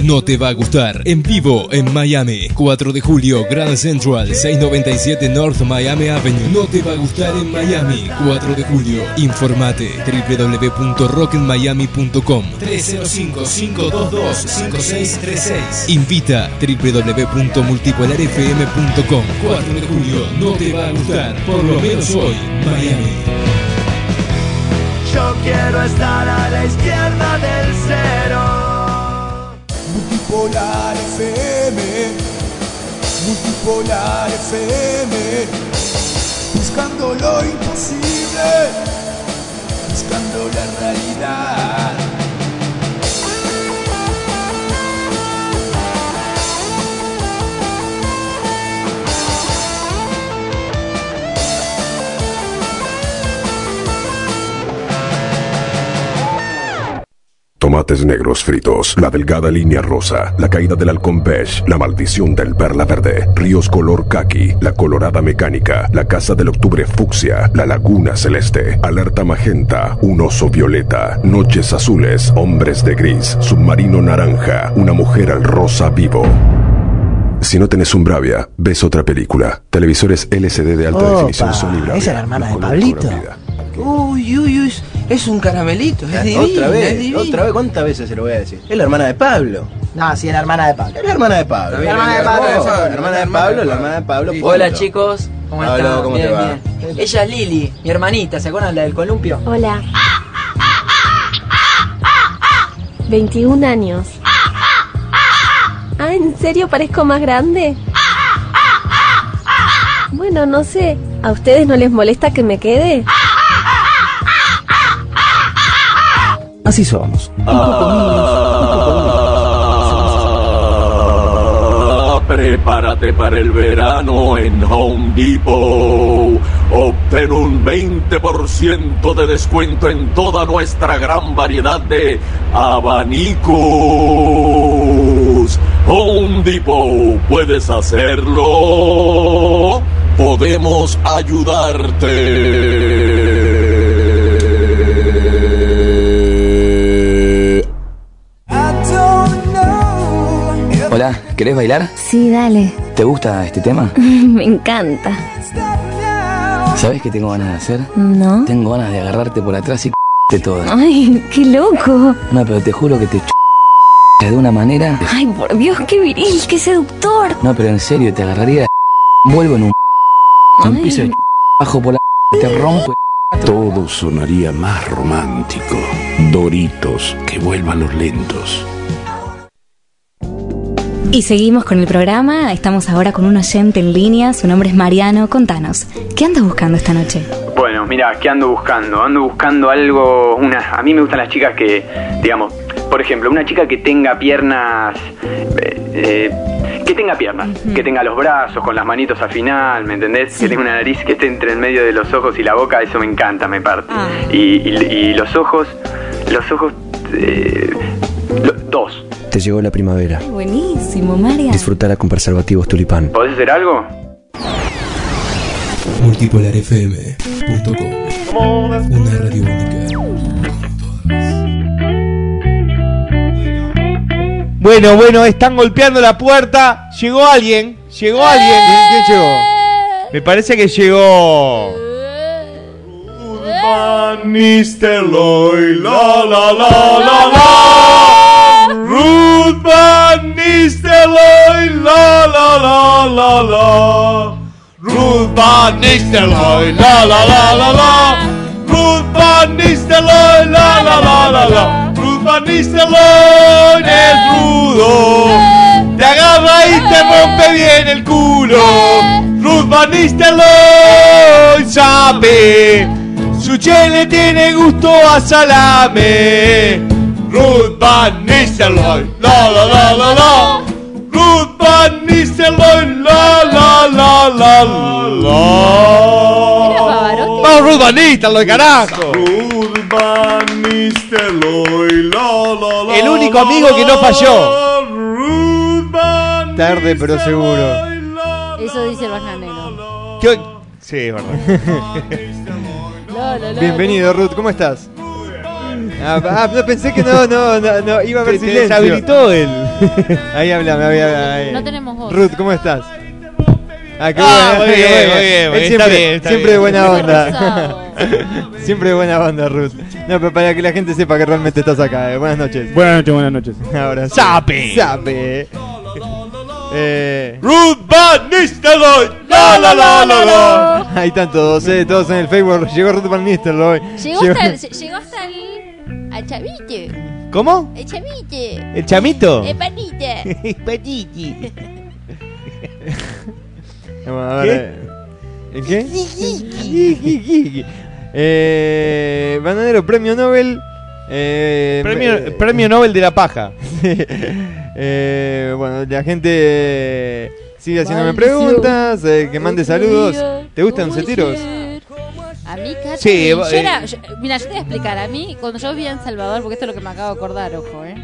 No te va a gustar. En vivo en Miami, 4 de julio, Grand Central, 697 North Miami Avenue. No te va a gustar en Miami, 4 de julio. Informate www.rockenmiami.com 305-522-5636. Invita www.multipolarfm.com 4 de julio, no te va a gustar. Por lo menos hoy, Miami.
Yo quiero estar a la izquierda del cero.
Multipolar FM. Multipolar FM.
buscando lo imposible, buscando la realidad.
Tomates negros fritos, la delgada línea rosa, la caída del halcón beige, la maldición del perla verde, ríos color caqui, la colorada mecánica, la casa del octubre fucsia, la laguna celeste, alerta magenta, un oso violeta, noches azules, hombres de gris, submarino naranja, una mujer al rosa vivo. Si no tenés un Bravia, ves otra película. Televisores LCD de alta
Opa,
definición Sony Bravia.
esa es la hermana
Los
de
colores
Pablito.
cobran vida.
Uy, uy, uy, es un caramelito, es divino,
Ah, otra vez,
es divino.
otra vez, ¿cuántas veces se lo voy a decir? Es la hermana de Pablo.
No, sí, es la hermana de Pablo.
Es la hermana de Pablo.
La hermana de Pablo,
Oh,
eso.
La hermana de Pablo, la hermana de Pablo. punto.
Hola chicos, ¿cómo
Hola,
están?
¿cómo
Bien,
te va?
bien. Ella es Lili, mi hermanita, ¿se acuerdan la del columpio? Hola.
21 años. Ah, ¿en serio parezco más grande? Bueno, no sé. ¿A ustedes no les molesta que me quede?
Así somos.
Ah, Prepárate para el verano en Home Depot. Obtén un 20% de descuento en toda nuestra gran variedad de abanicos. Home Depot, puedes hacerlo. Podemos ayudarte.
Eh, Hola, ¿querés bailar?
Sí, dale.
¿Te gusta este tema?
Me encanta.
¿Sabes qué tengo ganas de hacer?
¿No?
Tengo ganas de agarrarte por atrás y de todo.
Ay, qué loco.
No, pero te juro que te ch- de una manera.
Ay, por Dios, qué viril, qué seductor.
No, pero en serio, te agarraría. la Vuelvo en un. Te empiezo de bajo por la. Te rompo.
Todo sonaría más romántico. Doritos, que vuelvan los lentos.
Y seguimos con el programa. Estamos ahora con un oyente en línea. Su nombre es Mariano. Contanos, ¿qué andas buscando esta noche?
Bueno, mira, ¿qué ando buscando? Ando buscando algo, una, a mí me gustan las chicas que, digamos, por ejemplo, una chica que tenga piernas, eh, eh, que tenga piernas, que tenga los brazos con las manitos al final, ¿me entendés? Que tenga una nariz que esté entre el medio de los ojos y la boca, eso me encanta, me parte.
Ah.
Y, y- y los ojos, los ojos, eh, lo- dos.
Te llegó la primavera.
Buenísimo, Mariano.
Disfrutala con preservativos tulipán.
¿Podés hacer algo?
Multipolarfm.com Una radio única.
Bueno, bueno, están golpeando la puerta. Llegó alguien, llegó alguien.
Eh.
¿Quién, llegó? Me parece que llegó.
Nistelrooy, la la la la la. Ruth Van Nistelrooy, la la la la la. Ruth Van Nistelrooy, la la la la la. Ruth Van Nistelrooy, la la la la la. Ruth Van Nistelrooy, desnudo. Te agarra y
Eh.
te rompe bien el culo. Ruth Van Nistelrooy sabe. Su chile tiene gusto a salame. Ruth Van Nistelrooy, la la la la la. Ruth Van Nistelrooy, la la la la la. Vamos, Ruth Van Nistelrooy, carajo. Ruth Van Nistelrooy, la la la.
El único amigo que no falló.
Tarde, pero seguro.
Eso dice el bananero.
¿Qué- Sí, es verdad.
Bienvenido, Ruth, ¿cómo estás? Ah, ah, no, pensé que no, no, no, no, iba a haber
Te- te
silencio.
deshabilitó
él. Ahí hablame, ahí, ahí.
No tenemos voz.
Ruth, ¿cómo estás? Ah, qué
Ah,
bueno,
muy
qué
bien,
bueno.
muy bien,
Él
está
siempre,
bien, está
siempre
bien.
buena
Pesado. eh.
onda. siempre buena onda, Ruth. No, pero para que la gente sepa que realmente estás acá. eh, Buenas noches.
Buenas noches, buenas noches.
Ahora sí.
Sape.
Sape. Eh,
Ruth Van Nistelrooy, la la la la la.
Ahí están todos, eh, todos en el Facebook. Llegó Ruth Van Nistelrooy.
Llegó hasta el, lle- llegó hasta el al chavite.
¿Cómo?
El chavite.
¿El chamito?
El panita. El
panita.
Bueno, a
¿Qué?
ver, eh, ¿El qué? eh, bananero, premio Nobel. eh,
Premio-
eh,
Premio Nobel de la paja.
Eh, bueno, la gente eh, sigue haciéndome
Maldición.
preguntas, eh, que mande saludos. ¿Te gustan
Oye.
los tiros?
A mí, Katy,
Sí,
yo
va-
era.
eh.
yo- mira, yo te voy a explicar. A mí, cuando yo vivía en Salvador, porque esto es lo que me acabo de acordar, ojo, ¿eh?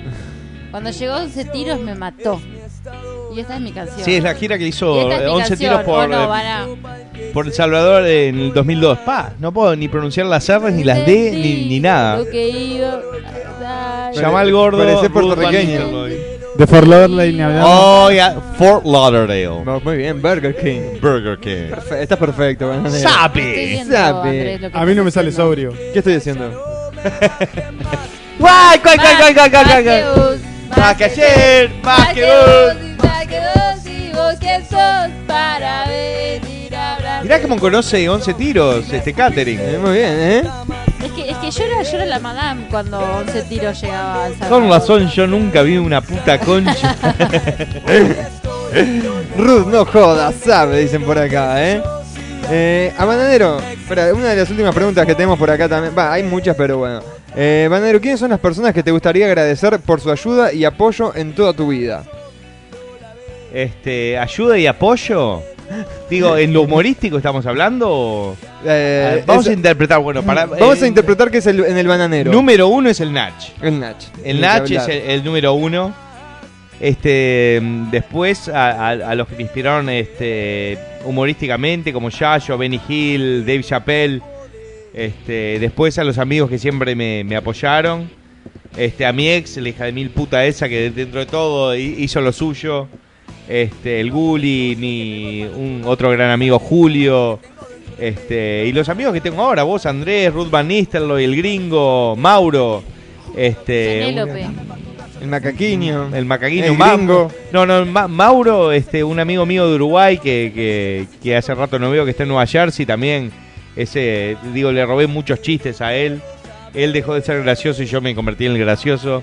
Cuando llegó 11 tiros me mató. Y esta es mi canción.
Sí, es la gira que
Y
hizo
esta es
eh,
mi
11
canción,
tiros por,
¿o no,
eh,
Vara?
por El Salvador en el 2002. Pa, no puedo ni pronunciar las R's, ni las D, ni, ni nada.
Lo que iba a dar.
Jamal Gordo.
parece
Ruth
puertorriqueño.
Van Nistelrooy.
De Fort Lauderdale ni hablamos.
Oh, yeah, Fort Lauderdale.
No, muy bien, Burger King.
Burger King.
Perfe- Estás perfecto, bananero.
Sabe. Estoy
viendo, Andrés, lo que A mí no me sale sobrio.
¿Qué estoy diciendo?
¡Guay, guay, guay, guay, guay, guay,
Más que
guay, guay!
vos,
Más que ayer, más que vos.
más que vos, y vos quién sos para venir a hablar.
Mirá cómo conoce 11 tiros este catering.
muy bien, ¿eh?
Es que, es que yo, era, yo era la madame cuando 11 tiros llegaba al
Con
salón.
razón, yo nunca vi una puta concha.
Ruth, no jodas, sabe, dicen por acá, ¿eh? Eh, a Bananero, espera, una de las últimas preguntas que tenemos por acá también. Va, hay muchas, pero bueno. Eh, Bananero, ¿quiénes son las personas que te gustaría agradecer por su ayuda y apoyo en toda tu vida?
Este, ayuda y apoyo. Digo, ¿en lo humorístico estamos hablando? o-
Eh,
vamos
eso-
a interpretar, bueno, para. eh,
Vamos a interpretar que es el- en el Bananero.
Número uno es el Nach.
El Nach.
El Nach es el, el número uno. Este, mm, después a, a- a los que me inspiraron este, humorísticamente, como Yayo, Benny Hill, Dave Chappelle. Este, después a los amigos que siempre me, me apoyaron. Este, a mi ex, la hija de mil puta esa que dentro de todo hi- hizo lo suyo. Este, el Gulli, mi un otro gran amigo Julio. Este, y los amigos que tengo ahora, vos Andrés, Ruth Van Nistelrooy, el gringo, Mauro, este
Penélope.
El macaquiño.
el macaguino,
El
Ma-
gringo.
No, no, Ma- Mauro, este, un amigo mío de Uruguay que, que- que hace rato no veo, que está en Nueva Jersey también. Ese, digo, le robé muchos chistes a él. Él dejó de ser gracioso y yo me convertí en el gracioso.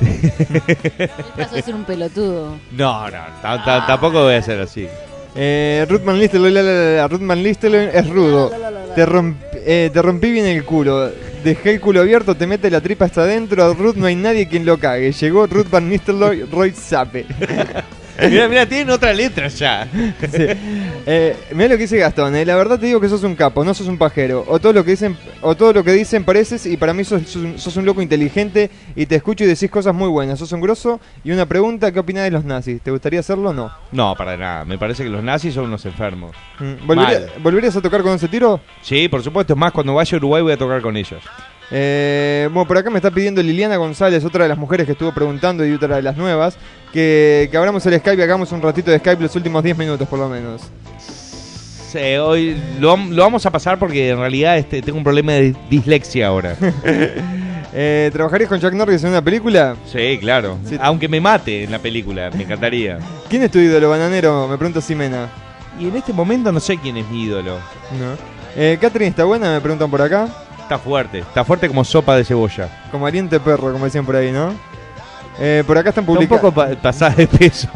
Este.
Pasó a ser un pelotudo.
no, no, ta- ta- tampoco voy a ser así.
Eh, Ruthman Listeloy, la, la, la, la, Ruthman Listeloy es rudo. Te, romp- eh, te rompí bien el culo. Dejé el culo abierto, te mete la tripa hasta adentro. A Ruth no hay nadie quien lo cague. Llegó Ruth Van Nistelrooy, Roy Sape.
Mira, mira, tienen otra letra ya.
mira Eh, lo que dice Gastón. eh, La verdad te digo que sos un capo, no sos un pajero. O todo lo que dicen, o todo lo que dicen pareces y para mí sos, sos un- sos un loco inteligente y te escucho y decís cosas muy buenas. Sos un grosso y una pregunta, ¿qué opinás de los nazis? ¿Te gustaría hacerlo o no?
No, para nada. Me parece que los nazis son unos enfermos.
Mm, ¿volvería-
Mal.
¿Volverías a tocar con ese tiro?
Sí, por supuesto. Es más, cuando vaya a Uruguay voy a tocar con ellos.
Eh, bueno, por acá me está pidiendo Liliana González, otra de las mujeres que estuvo preguntando y otra de las nuevas, que, que abramos el Skype y hagamos un ratito de Skype los últimos 10 minutos por lo menos.
Sí, hoy lo, vam- lo vamos a pasar porque en realidad este, tengo un problema de dislexia ahora.
Eh, ¿Trabajarías con Jack Norris en una película?
sí, claro. Aunque me mate en la película, me encantaría.
¿Quién es tu ídolo, bananero? Me pregunta Simena.
Y en este momento no sé quién es mi ídolo.
No. Eh, ¿Catherine está buena? Me preguntan por acá.
Está fuerte, está fuerte como sopa de cebolla.
Como aliente perro, como decían por ahí, ¿no? Eh, por acá están
Está un
publicando.
poco pa- pasada de peso,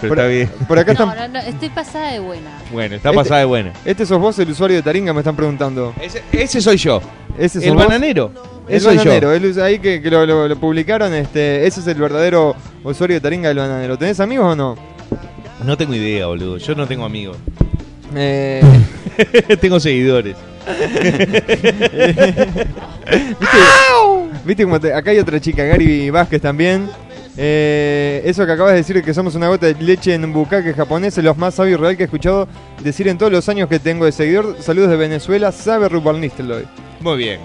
pero
Por-
está bien.
Por acá
No,
están.
no, no, estoy pasada de buena.
Bueno, está pasada de buena.
Este sos vos, el usuario de Taringa, me están preguntando.
Ese, ese soy yo.
Ese sos
el
vos.
bananero.
El
Ese soy yo.
bananero, el us- ahí que, que lo, lo- lo publicaron, este, ese es el verdadero usuario de Taringa del bananero. ¿Tenés amigos o no?
No tengo idea, boludo. Yo no tengo amigos.
Eh,
tengo seguidores.
¿Viste, viste cómo te- acá hay otra chica, Gary Vázquez también. Eh, eso que acabas de decir que somos una gota de leche en un bucaque japonés es lo más sabio y real que he escuchado decir en todos los años que tengo de seguidor. Saludos de Venezuela, sabe Rubal Nistelrooy.
Muy bien.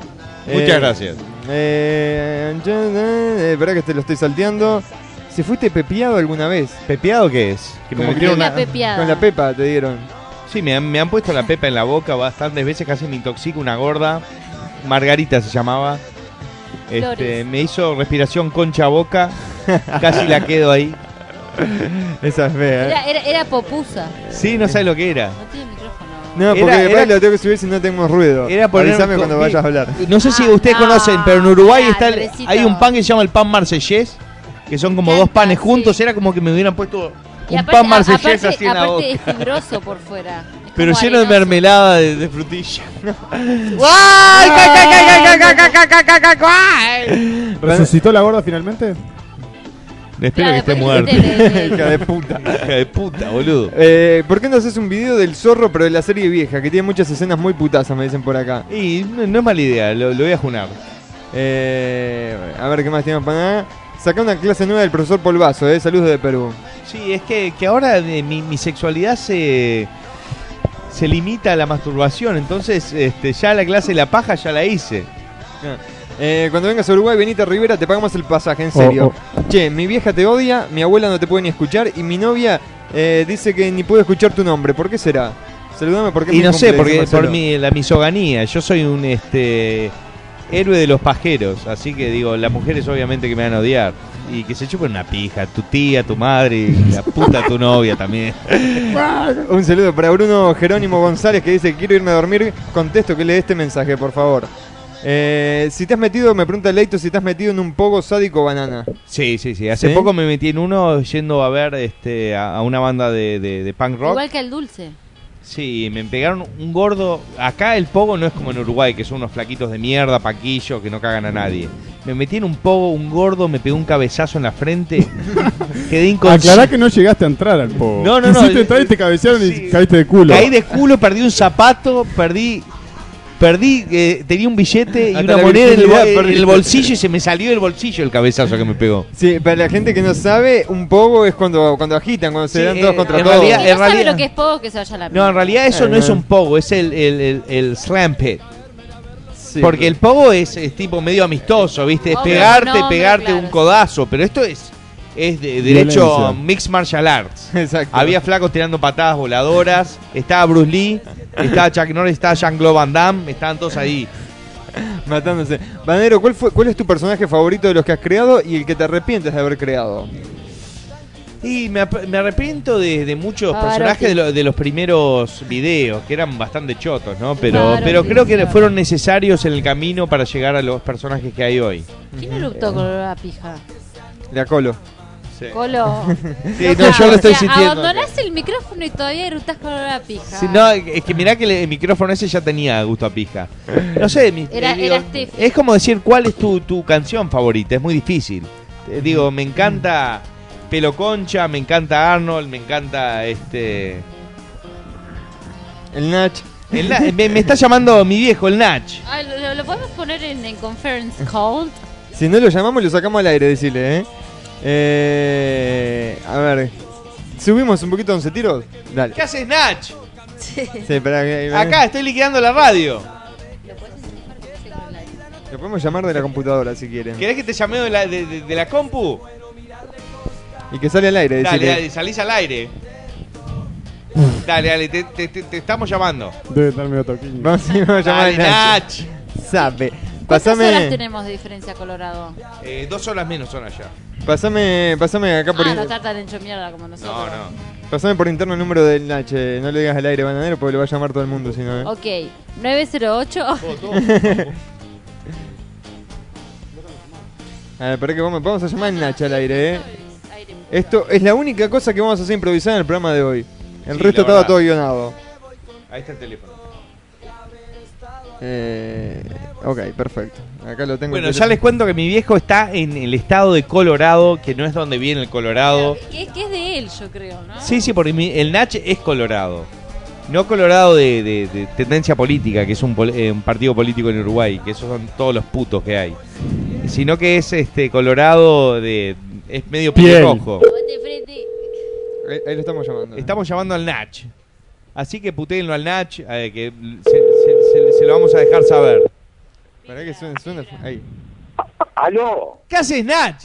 Eh,
Muchas gracias.
Eh, espera que te lo estoy salteando. ¿Se fuiste pepiado alguna vez?
¿Pepeado qué es? Que me
Como
metieron
que-
una-
pepiada.
Con la pepa te dieron.
Sí, me han, me han puesto la pepa en la boca bastantes veces, casi me intoxico una gorda. Margarita se llamaba. Este,
Flores.
me hizo respiración concha a boca. Casi la quedo ahí.
Esa es fea. ¿eh?
Era, era, era popusa.
Sí, no sabes lo que era.
No tiene micrófono.
No, porque
Era-
después
era-
lo tengo que subir si no tengo ruido.
Era poner-
Avísame cuando
sí.
vayas a hablar.
No sé si
Ah,
ustedes conocen, pero en Uruguay está el- hay un pan que se llama el pan marsellés, que son como dos panes juntos. Era como que me hubieran puesto
Y
un
aparte-
pan
a-
marsellés
aparte-
así en la
aparte
boca.
es fibroso por fuera. Es
Pero
como
lleno de
arenoso.
mermelada de, de frutilla.
¡Guay! ¡Ca, ca, ca, ca, ca, ca, ca, ca, ca, ca, guay!
¿Resucitó la gorda finalmente?
Espero que esté muerto.
Hija de puta.
Hija de puta, boludo.
Eh, ¿Por qué no haces un video del zorro, pero de la serie vieja? Que tiene muchas escenas muy putazas, me dicen por acá.
Y no, no es mala idea, lo, lo voy a junar.
Eh, a ver, ¿qué más tenemos para acá? Saca una clase nueva del profesor Polvazo, eh. Saludos de Perú.
Sí, es que, que ahora de mi, mi sexualidad se se limita a la masturbación, entonces este, ya la clase de la paja ya la hice.
Eh, cuando vengas a Uruguay, venite a Rivera, te pagamos el pasaje,
Oh,
en serio. Che, mi vieja te odia, mi abuela no te puede ni escuchar y mi novia eh, dice que ni puede escuchar tu nombre. ¿Por qué será? Saludame porque es
Y
mi
no sé,
cumple,
porque
dice
por
Marcelo.
mi, la misoganía, yo soy un este héroe de los pajeros, así que digo, las mujeres obviamente que me van a odiar. Y que se chupen una pija, tu tía, tu madre, y la puta tu novia también.
Un saludo para Bruno Jerónimo González que dice quiero irme a dormir. Contesto que lee este mensaje, por favor. Eh, si te has metido, me pregunta Leito si te has metido en un poco sádico banana.
Sí, sí, sí. Hace
¿Sí?
poco me metí en uno yendo a ver este, a, a una banda de, de- de punk rock.
Igual que el dulce.
Sí, me pegaron un gordo. Acá el pogo no es como en Uruguay, que son unos flaquitos de mierda, paquillos, que no cagan a nadie. Me metí en un pogo, un gordo, me pegó un cabezazo en la frente.
Aclará
Quedé inconsciente.
que no llegaste a entrar al pogo.
No, no, no.
Quisiste entrar y te cabecearon y caíste de culo.
Caí de culo, perdí un zapato, perdí. Perdí, eh, tenía un billete y
Hasta
una
la
moneda en el,
virginidad
bol- en
perdiste.
el bolsillo y se me salió del bolsillo el cabezazo que me pegó.
Sí, para la gente que no sabe, un poco es cuando, cuando agitan, cuando se
Sí,
dan todos
eh,
contra
en
todos.
realidad-
Si
en
no sabe
realidad-
lo que es poco, que se vaya a la
No, en realidad eso no es
Eh.
un pogo, es el, el, el, el slam pit. Porque el pogo es, es tipo medio amistoso, ¿viste? Es
Hombre,
pegarte,
no, hombre,
pegarte
claro,
un codazo, pero esto es es de derecho
Violencia.
mixed martial arts. Había flacos tirando patadas voladoras, estaba Bruce Lee, estaba Chuck Norris, estaba Jean-Claude Van Damme, estaban todos ahí.
Matándose. Banero, ¿cuál, fue, ¿cuál es tu personaje favorito de los que has creado y el que te arrepientes de haber creado?
Y me, ap- me arrepiento de, de muchos
Pavarotti.
personajes de, lo- de los primeros videos, que eran bastante chotos, ¿no? Pero,
Pavarotti,
pero creo que
claro.
fueron necesarios en el camino para llegar a los personajes que hay hoy.
¿Quién eruptó con la pija?
La colo.
Colo.
Sí, no, yo lo estoy
O sea,
sintiendo.
Abandonás el micrófono y todavía eructás con olor a pija.
Sí, no, eh, es que mirá que le- el micrófono ese ya tenía gusto a pija. No sé, mi- eh,
Era,
digo,
era Steffi.
es como decir cuál es tu, tu canción favorita, es muy difícil. Eh, Digo, me encanta Pelo Concha, me encanta Arnold, me encanta este...
El Nach.
me, me está llamando mi viejo, el Nach.
Ay, lo, lo- lo podemos poner en, en conference call.
Si no lo llamamos, lo sacamos al aire, decirle, ¿eh? Eh, A ver. ¿Subimos un poquito a 11 tiros? Dale.
¿Qué haces, Nach?
Sí, pará, eh, que-
Acá, estoy liquidando la radio.
Lo podemos llamar de la computadora si quieren.
¿Querés que te llame de la, de- de- de la compu?
Y que sale al aire,
Dale,
decirle.
dale, salís al aire. Dale, dale, te, te- te- te estamos llamando.
Debe estar medio toquín.
Vamos, sí, vamos a llamar
Dale,
al Nach.
Nach.
Sabe.
¿Cuántas horas
Pasame,
tenemos de diferencia a Colorado?
Eh, dos horas menos son allá.
pasame, pasame acá por,
Ah,
in-
no está tan hecho mierda como
No,
nosotros.
no.
pasame por interno el número del Nach. eh, No le digas al aire, bananero, porque lo va a llamar todo el mundo, si no, ¿eh? Oh,
Ok, 908.
A ver, pero que vamos, vamos a llamar al Nacha al aire, ¿eh? Esto es la única cosa que vamos a hacer improvisar en el programa de hoy. El
Sí,
resto
la
estaba
verdad.
todo guionado.
Ahí está el teléfono.
Eh, ok, perfecto. Acá lo tengo.
Bueno, ya les cuento que mi viejo está en el estado de Colorado, que no es donde viene el Colorado.
que, es- que es de él, yo creo, ¿no?
Sí, sí, porque mi- el Nach es Colorado. No Colorado de, de- de tendencia política, que es un, pol- eh, un partido político en Uruguay, que esos son todos los putos que hay. Sino que es este Colorado de. es medio piel
Piel.
rojo.
Ahí, ahí lo estamos llamando.
Estamos llamando al Nach. Así que putéenlo al Nach, eh, que se, se- se- se lo vamos a dejar saber.
Esperá que suene, suene. Ahí.
Aló,
¿Qué haces, Nach?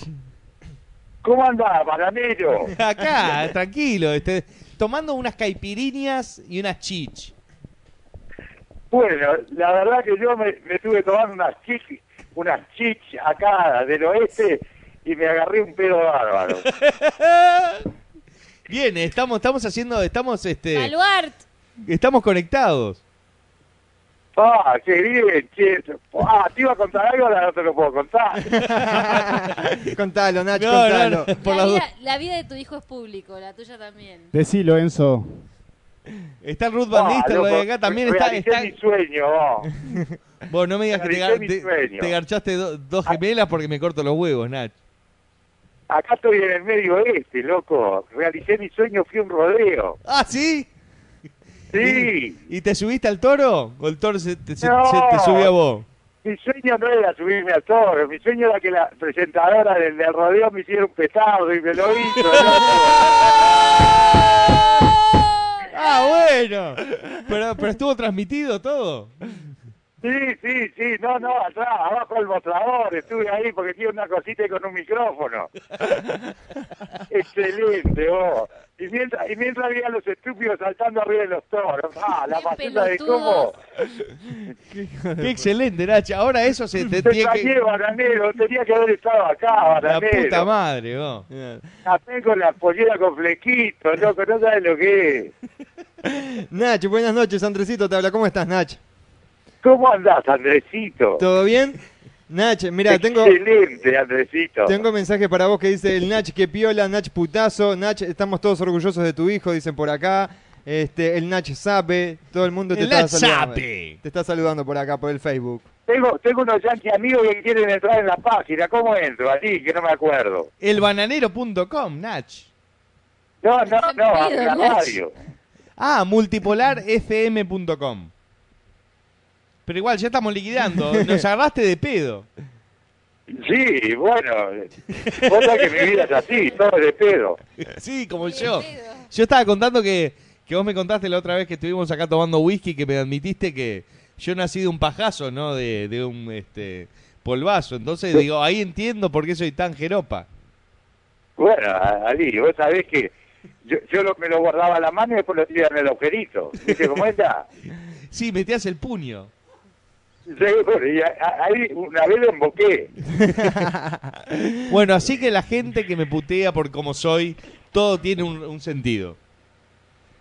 ¿cómo andás, bananero?
Acá, tranquilo, este, tomando unas caipiriñas y unas chich.
Bueno, la verdad que yo me, me estuve tomando unas chichis, unas chichis acá del oeste y me agarré un pedo bárbaro.
Bien, estamos, estamos haciendo, estamos, este,
Baluarte.
estamos conectados.
Ah, qué bien, che. Ah, te iba a contar algo, ahora no te lo puedo contar.
contalo, Nacho,
No, no,
contalo.
no,
La vida, la vida de tu hijo es público, la tuya también.
Decilo, Enzo.
Está Ruth Van
Ah,
Nistelrooy
loco,
acá también.
re-
Está,
realicé
está...
mi
sueño.
Vos no me digas que te,
Realicé
gar-
mi
te-
sueño.
te garchaste do- dos gemelas porque me corto los huevos, Nach.
Acá estoy en el medio este, loco. Realicé mi sueño, fui a un rodeo.
¿Ah, sí?
Sí.
¿Y te subiste al toro? ¿O el toro se te, se-
No.
se te subió a vos?
Mi sueño no era subirme al toro, mi sueño era que la presentadora del, del rodeo me hiciera un petardo y me lo hizo.
Ah, bueno. Pero, pero estuvo transmitido todo.
Sí, sí, sí, no, no, atrás, abajo del mostrador, estuve ahí porque tiene una cosita y con un micrófono. Excelente, vos. Y mientras, y mientras había los estúpidos saltando arriba de los toros, ah, la pasita de cómo.
Qué excelente, Nach. Ahora eso se te
Te
tiene
extrañé,
que...
bananero, tenía que haber estado acá,
La
bananero.
puta madre, vos.
Tapé con la pollera con flequito, loco, no sabes lo que es.
Nacho, buenas noches, Andresito te habla. ¿Cómo estás, Nacho?
¿Cómo andás, Andresito?
¿Todo bien? Nacho, mira, tengo,
Excelente, Andresito.
tengo mensaje para vos que dice el Nach que piola, Nach putazo, Nach, estamos todos orgullosos de tu hijo, dicen por acá. Este, el Nach sabe, todo el mundo te
El
está
Nach
saludando.
sabe.
Te está saludando por acá, por el Facebook.
Tengo, tengo unos yanquis amigos que quieren entrar en la página. ¿Cómo entro? Así que no me acuerdo.
Elbananero.com, Nach.
No, no, no, a
pedo,
la
Nacho.
radio.
Ah, multipolarfm.com. Pero igual, ya estamos liquidando. Nos agarraste de pedo.
Sí, bueno. Vos sabés que mi vida es así, todo de pedo.
Sí, como yo. Yo estaba contando que, que vos me contaste la otra vez que estuvimos acá tomando whisky que me admitiste que yo nací de un pajazo, ¿no? De, de un este polvazo. Entonces digo, ahí entiendo por qué soy tan jeropa.
Bueno, Ali, vos sabés que yo, yo lo- me lo guardaba a la mano y después lo tiraba en el agujerito. ¿Viste cómo está?
Sí, metías el puño.
Seguro, y a- a- ahí una vez lo emboqué.
Bueno, así que la gente que me putea por cómo soy, todo tiene un, un sentido.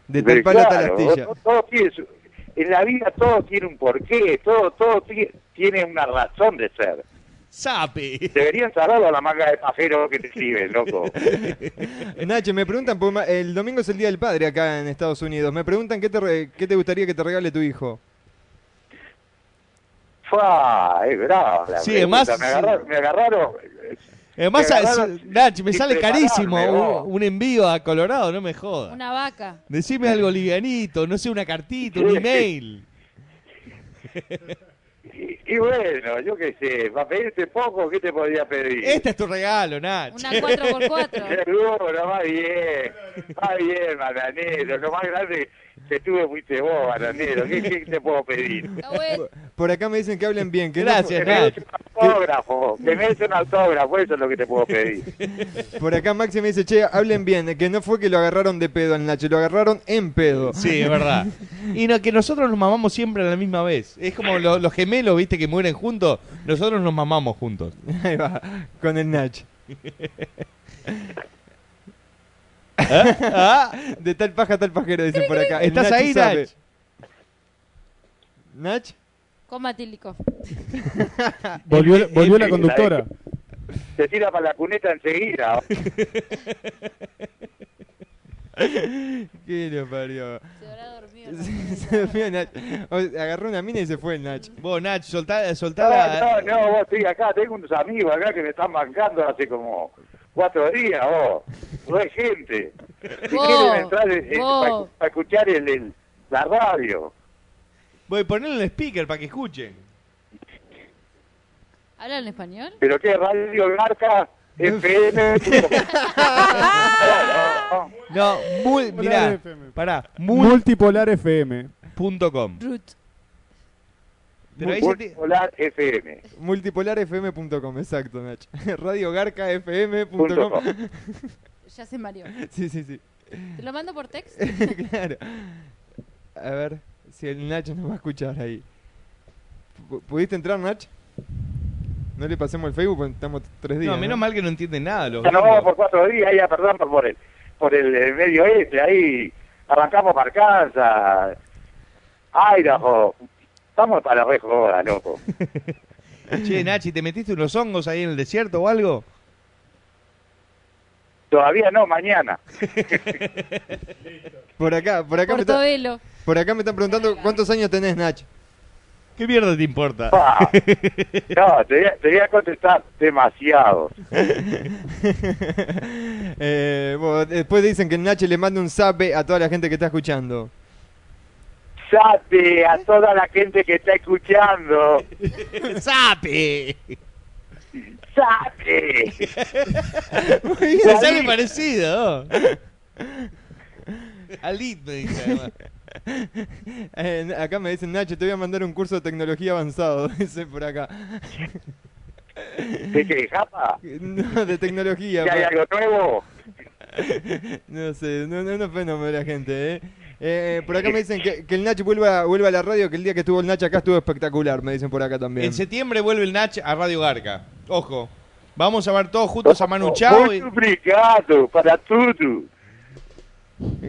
De
Pero claro, todo- todo tiene su- en la vida todo tiene un porqué, todo, todo ti- tiene una razón de ser.
Sape.
Deberían saberlo la manga de pajero que te escribe, loco.
Nacho, me preguntan, por ma- el domingo es el Día del Padre acá en Estados Unidos. Me preguntan qué te, re- qué te gustaría que te regale tu hijo.
Fua, es bravo. la
Sí,
pregunta.
además-
Me agarraron. Me agarraron
Además,
me agarraron
es- Nach, me
sin
sale
prepararme,
carísimo
vos.
un, un envío a Colorado, no me jodas.
Una vaca.
Decime algo livianito, no sé, una cartita,
Sí.
un email.
Y, y bueno, yo qué sé, para pedirte poco, ¿qué te podía pedir?
Este es tu regalo, Nach.
Una 4x4.
Seguro, va bien, va bien, bananero. Lo más grande que tuve fuiste vos, bananero. ¿Qué, qué te puedo pedir?
Por acá me dicen que hablen bien. Que no-
Que me des un autógrafo, que me des un autógrafo, eso es lo que te puedo pedir.
Por acá Maxi me dice, che, hablen bien, que no fue que lo agarraron de pedo al Nacho, lo agarraron en pedo.
Sí, es verdad. Y no, que nosotros nos mamamos siempre a la misma vez. Es como lo- los gemelos, viste, que mueren juntos. Nosotros nos mamamos juntos.
Ahí va, con el Nacho. ¿Eh? ¿Ah? De tal paja, tal pajero, dicen por acá. El
¿Estás
Nacho
ahí,
sabe.
Nach?
Nach?
Coma etílico.
Volvió, volvió la
Sí,
conductora.
Se tira para la cuneta enseguida.
¿Qué lo parió? Se habrá dormido. se durmió Nach. O sea, agarró una mina y se fue el Nach.
Vos, Nach, soltá, soltá
No, no,
la...
no, vos estoy acá, tengo unos amigos acá que me están bancando hace como cuatro días, vos. No hay gente. Si
Vos,
quieren entrar en- en-
vos.
para, para escuchar el, el- la radio.
Voy a ponerle el speaker para que escuchen.
¿Hablan español?
Pero qué radio garca, FM.
No, mul, mirá,
FM.
pará, mul
Multipolar FM.
punto com.
Pero ahí se te- Multipolar FM.
Multipolarfm.com, exacto, Nach. Radiogarcafm.com.
Ya se mareó.
Sí, sí, sí.
¿Te lo mando por texto?
claro. A ver si el Nacho nos va a escuchar ahí. Pu- ¿Pudiste entrar, Nach? No le pasemos el Facebook porque estamos tres días.
No, menos mal que no entienden nada los
Ya nos vamos
gringos.
por cuatro días, ya perdón por, por el por el, eh, medio este, ahí arrancamos para Arkansas, Idaho, Estamos para re joda, loco.
Mm.
Che, Nachi, ¿te metiste unos hongos ahí en el desierto o algo?
Todavía no, mañana.
Por acá, por acá, me está-
Portobelo.
por acá me están preguntando cuántos años tenés, Nach.
¿Qué mierda te importa?
Pa. No, te voy, a, te voy a contestar demasiado.
Eh, bueno, después dicen que Nachi le manda un zape a toda la gente que está escuchando.
Sape a toda la gente que está escuchando.
¡Sape!
¡Sape!
Se sale parecido. Alit me dice además.
Eh, acá me dicen, Nacho, te voy a mandar un curso de tecnología avanzado, dice por acá.
¿De qué, japa?
No, de tecnología. pues.
¿Que hay
pa.
algo nuevo?
No sé, no, no, no es fenómeno la gente, ¿eh? Eh, por acá me dicen que, que el Nacho vuelva, vuelva a la radio, que el día que estuvo el Nacho acá estuvo espectacular, me dicen por acá también.
En septiembre vuelve el Nach a Radio Garca. Ojo. Vamos a ver todos juntos a Manu Chao.
Muy obrigado para todo.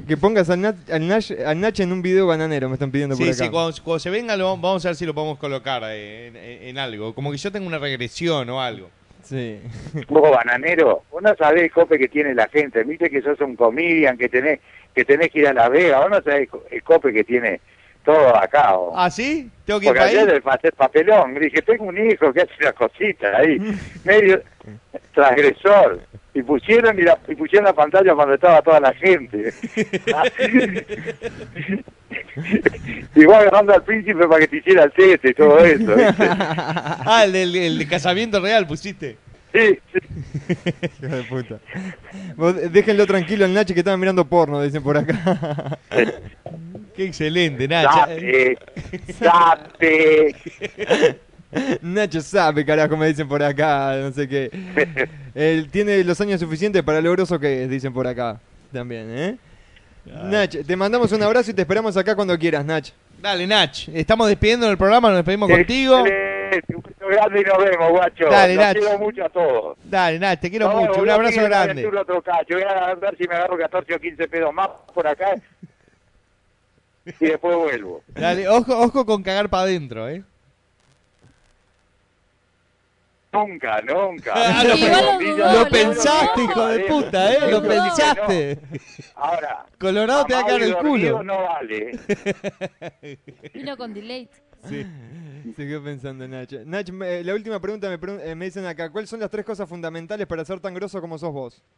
Que pongas al, Nat- al Nash- al Nacho en un video bananero, me están pidiendo por
Sí,
acá.
sí, cuando, cuando se venga lo, vamos a ver si lo podemos colocar eh, en, en- en algo. Como que yo tengo una regresión o algo.
Sí.
Vos, bananero, vos no sabés el cope que tiene la gente. Viste que sos un comedian, que tenés que, tenés que ir a La Vega. Vos no sabés el cope que tiene todo acá. vos.
¿Ah, sí? ¿Tengo que ir
Porque
para ahí?
ayer el hacer papelón, dije, tengo un hijo que hace las cositas ahí, medio transgresor. Y pusieron, y, la, y pusieron la pantalla cuando estaba toda la gente. y vos agarrando al príncipe para que te hiciera el test y todo eso. ¿viste?
Ah, el, del- el de casamiento real pusiste.
Sí, sí.
Hijo de puta. Vos, eh, déjenlo tranquilo al Nacho que estaba mirando porno, dicen por acá.
Qué excelente, Nacha.
Sape,
eh.
sape.
Nacho sabe, carajo, me dicen por acá, no sé qué. Él tiene los años suficientes para lo groso que es, dicen por acá también, ¿eh? Nach, te mandamos un abrazo y te esperamos acá cuando quieras, Nach.
Dale, Nach. Estamos despidiendo del programa, nos despedimos contigo.
Excelente, Un beso grande y nos vemos, guacho.
Dale,
los
Nacho.
quiero mucho a todos.
Dale, Nach, te quiero
No,
mucho. Un
volví a
abrazo
ir a la
grande.
aventura a trocar. Yo voy a ver si me agarro 14 o 15 pedos más por acá. Y después vuelvo.
Dale, ojo, ojo con cagar para adentro, ¿eh?
Nunca, nunca.
Ah, lo,
Pero
pe-
bombilla-
lo pensaste, hijo de puta, ¿eh? Lo
No,
pensaste.
no. Ahora.
Colorado te va a caer
amable
el
dormido
culo.
No vale.
Vino con delay.
Sí. Se quedó pensando, Nacho. Nach, me- la última pregunta me, pregun- eh, me dicen acá, ¿cuáles son las tres cosas fundamentales para ser tan groso como sos vos?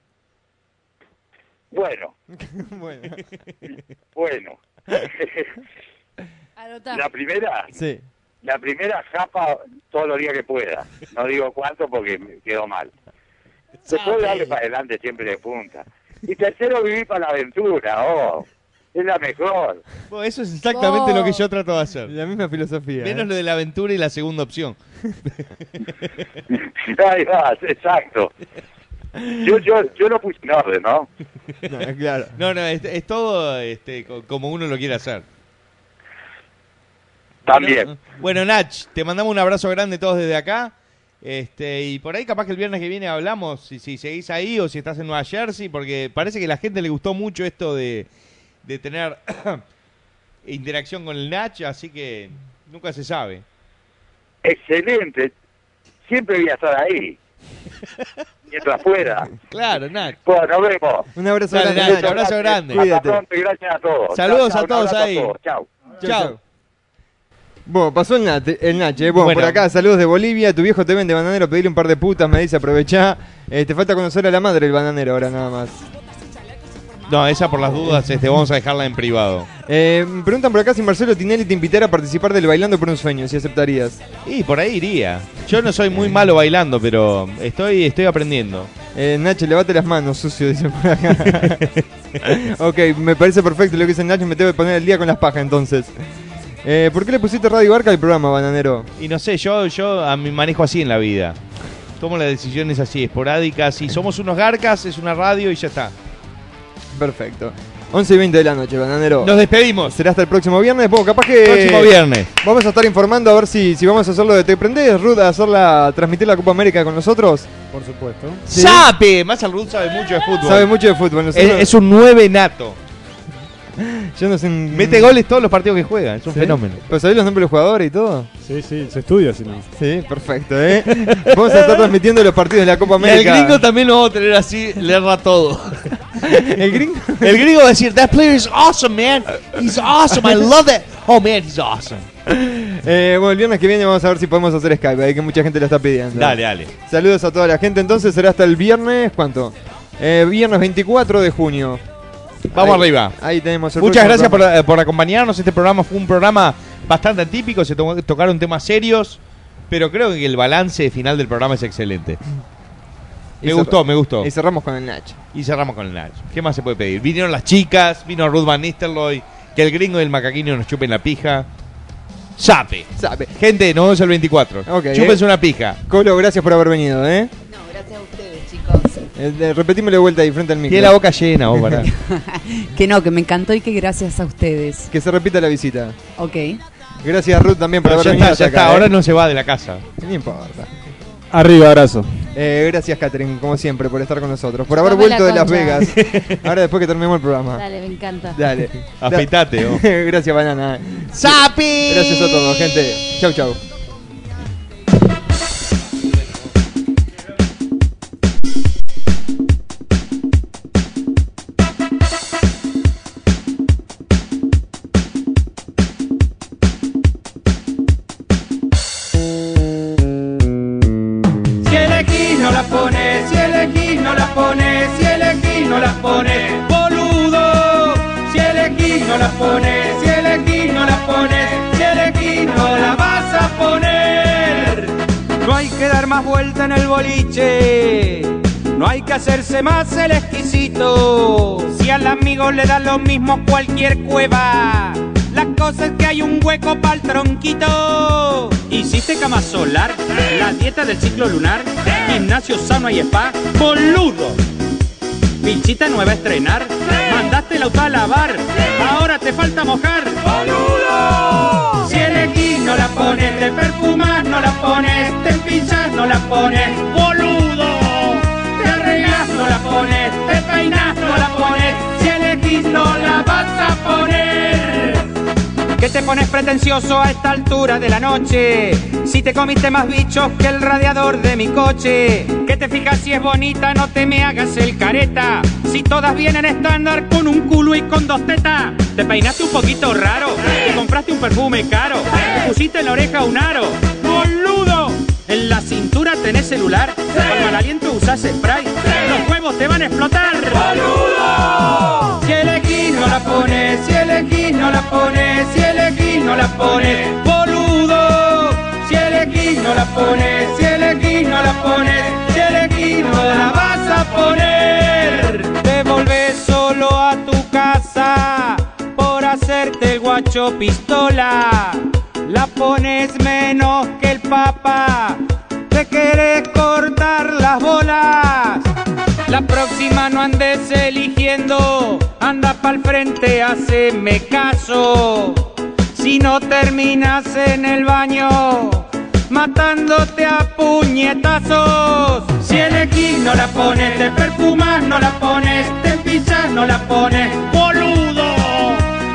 Bueno,
bueno.
bueno. La primera,
Sí.
la primera japa todos los días que pueda. No digo cuánto porque me quedó mal. Después darle para adelante siempre de punta. Y tercero, vivir para la aventura, oh. Es la mejor.
Bueno, Eso es exactamente
Oh.
lo que yo trato de hacer.
La misma filosofía. ¿eh?
Menos lo de la aventura y la segunda opción.
Ahí vas, exacto. Yo, yo, yo lo puse en orden, ¿no?
No, claro.
No, no, es, es todo este, co- como uno lo quiere hacer.
También.
Bueno, Nach, te mandamos un abrazo grande todos desde acá. Este, y por ahí capaz que el viernes que viene hablamos si, si seguís ahí o si estás en Nueva Jersey, porque parece que a la gente le gustó mucho esto de, de tener interacción con el Nach, así que nunca se sabe.
Excelente. Siempre voy a estar ahí. Mientras fuera.
Claro, Nach.
Bueno, nos vemos.
Un abrazo
Dale,
grande,
Nacho,
Nacho.
abrazo grande.
Hasta
Cuídate.
pronto y gracias a todos.
Saludos
Chao,
a
chao, un
todos
abrazo a
ahí.
todos. Chao.
Chao.
Bueno, pasó el, Nat, el Nach, eh. Bueno,
Bueno.
por acá, saludos de Bolivia. Tu viejo te vende bananero, pedirle un par de putas, me dice, aprovechá. Eh, te falta conocer a la madre el bananero ahora nada más.
No, esa por las dudas, este, vamos a dejarla en privado.
Eh, me preguntan por acá si Marcelo Tinelli te invitara a participar del Bailando por un Sueño, si aceptarías.
Y por ahí iría. Yo no soy muy malo bailando, pero estoy, estoy aprendiendo.
Eh, Nacho, levate las manos, sucio, dice por acá. ok, me parece perfecto lo que dice Nacho, me tengo que poner el día con las pajas entonces. Eh, ¿Por qué le pusiste Radio Barca al programa, bananero?
Y no sé, yo, yo a mi manejo así en la vida. Tomo las decisiones así, esporádicas. Y somos unos garcas, es una radio y ya está.
Perfecto. 11 y 20 de la noche, bananero.
Nos despedimos.
Será hasta el próximo viernes. Bueno, capaz que.
Próximo viernes.
Vamos a estar informando a ver si, si vamos a hacerlo de Te Prendés, Ruth, a hacerla, transmitir la Copa América con nosotros.
Por supuesto.
Sí.
¡Sape! Más al Ruth sabe mucho de fútbol.
Sabe mucho de fútbol.
Es, es un nueve nato.
Yo no sé.
Mete goles todos los partidos que juega, es un
Mm. ¿Sí?
fenómeno.
¿Pero sabés los nombres de los jugadores y todo?
Sí, sí, se estudia si no.
Sí, perfecto, ¿eh? Vamos a estar transmitiendo los partidos de la Copa
Y el
América.
gringo también lo vamos a tener así, le erra todo.
El gringo.
El gringo va a decir, that player is awesome, man. He's awesome, I love that. Oh, man, he's awesome.
Eh, bueno, el viernes que viene vamos a ver si podemos hacer Skype, ahí que mucha gente lo está pidiendo.
Dale, dale.
Saludos a toda la gente. Entonces será hasta el viernes, ¿cuánto? Eh, viernes 24 de junio.
Vamos
Ahí-
arriba.
Ahí tenemos el
Muchas
próximo
gracias por,
programa.
eh, por acompañarnos. Este programa fue un programa bastante atípico, se to- tocaron temas serios, pero creo que el balance final del programa es excelente.
Y
Me
cer-
gustó, me gustó.
Y cerramos con el Nacho.
Y cerramos con el Nacho. ¿Qué más se puede pedir? Vinieron las chicas, vino Ruth Van Nistelrooy, que el gringo y el macaquino nos chupen la pija. Sape.
Sape.
Gente, nos vemos el 24.
Ok.
Chúpense una pija.
Colo, gracias por haber venido, ¿eh? Eh, de- repetímelo de vuelta ahí frente al micro.
Tiene la boca llena, vos, pará.
Que no, que me encantó y que gracias a ustedes.
que se repita la visita.
Ok.
Gracias, Ruth, también por
Pero ya
haber venido.
está, ya
hasta
está.
acá,
Ahora
¿eh?
no se va de la casa.
No importa.
Arriba, abrazo.
Eh, gracias, Catherine, como siempre, por estar con nosotros. Por haber
Tome la
vuelto de Las
concha.
Vegas. Ahora, después que terminemos el programa.
Dale, me encanta.
Dale.
Afeitate, vos.
Gracias, banana.
¡Sapi!
Gracias a todos, gente. Chau, chau.
Si el X no la pone, si el X no la pone, si el X no la pone, boludo. Si el X no la pone, si el X no la pone, si el X no la vas a poner. No hay que dar más vuelta en el boliche. No hay que hacerse más el exquisito. Si al amigo le da lo mismo cualquier cueva. La cosa es que hay un hueco para el tronquito. ¿Hiciste cama solar? ¿La dieta del ciclo lunar? ¿Gimnasio sano y spa? ¡Boludo! ¿Pinchita nueva a estrenar? ¿Mandaste la auto a lavar? ¡Ahora te falta mojar! ¡Boludo! Si el X no la pones, te perfumas, no la pones, te pinchas, no la pones, ¡boludo! Te arreglas, no la pones, te peinas, no la pones, si el X no la vas a poner. Que te pones pretencioso a esta altura de la noche. Si te comiste más bichos que el radiador de mi coche. Que te fijas si es bonita, no te me hagas el careta. Si todas vienen estándar con un culo y con dos tetas. Te peinaste un poquito raro. Te compraste un perfume caro. Te pusiste en la oreja un aro. ¡Boludo! En la cintura tenés celular. Con mal aliento usás spray. Los huevos te van a explotar. ¡Boludo! Si el X no la pone, si el X no la pone, si el X no la pone, boludo. Si el X no la pone, si el X no la pone, si el X no la vas a poner. Te volvés solo a tu casa por hacerte el guacho pistola. La pones menos que el papa. Te querés cortar las bolas. La próxima no andes eligiendo, anda pa'l frente, haceme caso. Si no terminas en el baño, matándote a puñetazos. Si el X no la pones, te perfumas, no la pones, te pichas, no la pones, boludo.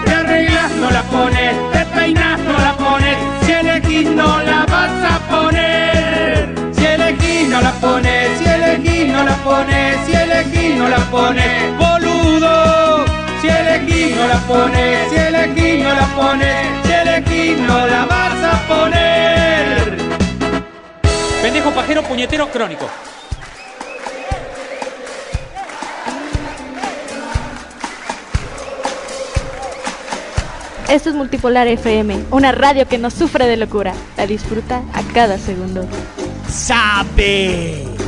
Te arreglas, no la pones, te peinas, no la pones. Si el X no la vas a poner. Si el X no la pone, si el X no la pone, si el X no la pone, boludo. Si el X no la pone, si el X no la pone, si el X no la vas a poner. Pendejo pajero puñetero crónico.
Esto es Multipolar FM, una radio que no sufre de locura. La disfruta a cada segundo.
¡Sabe!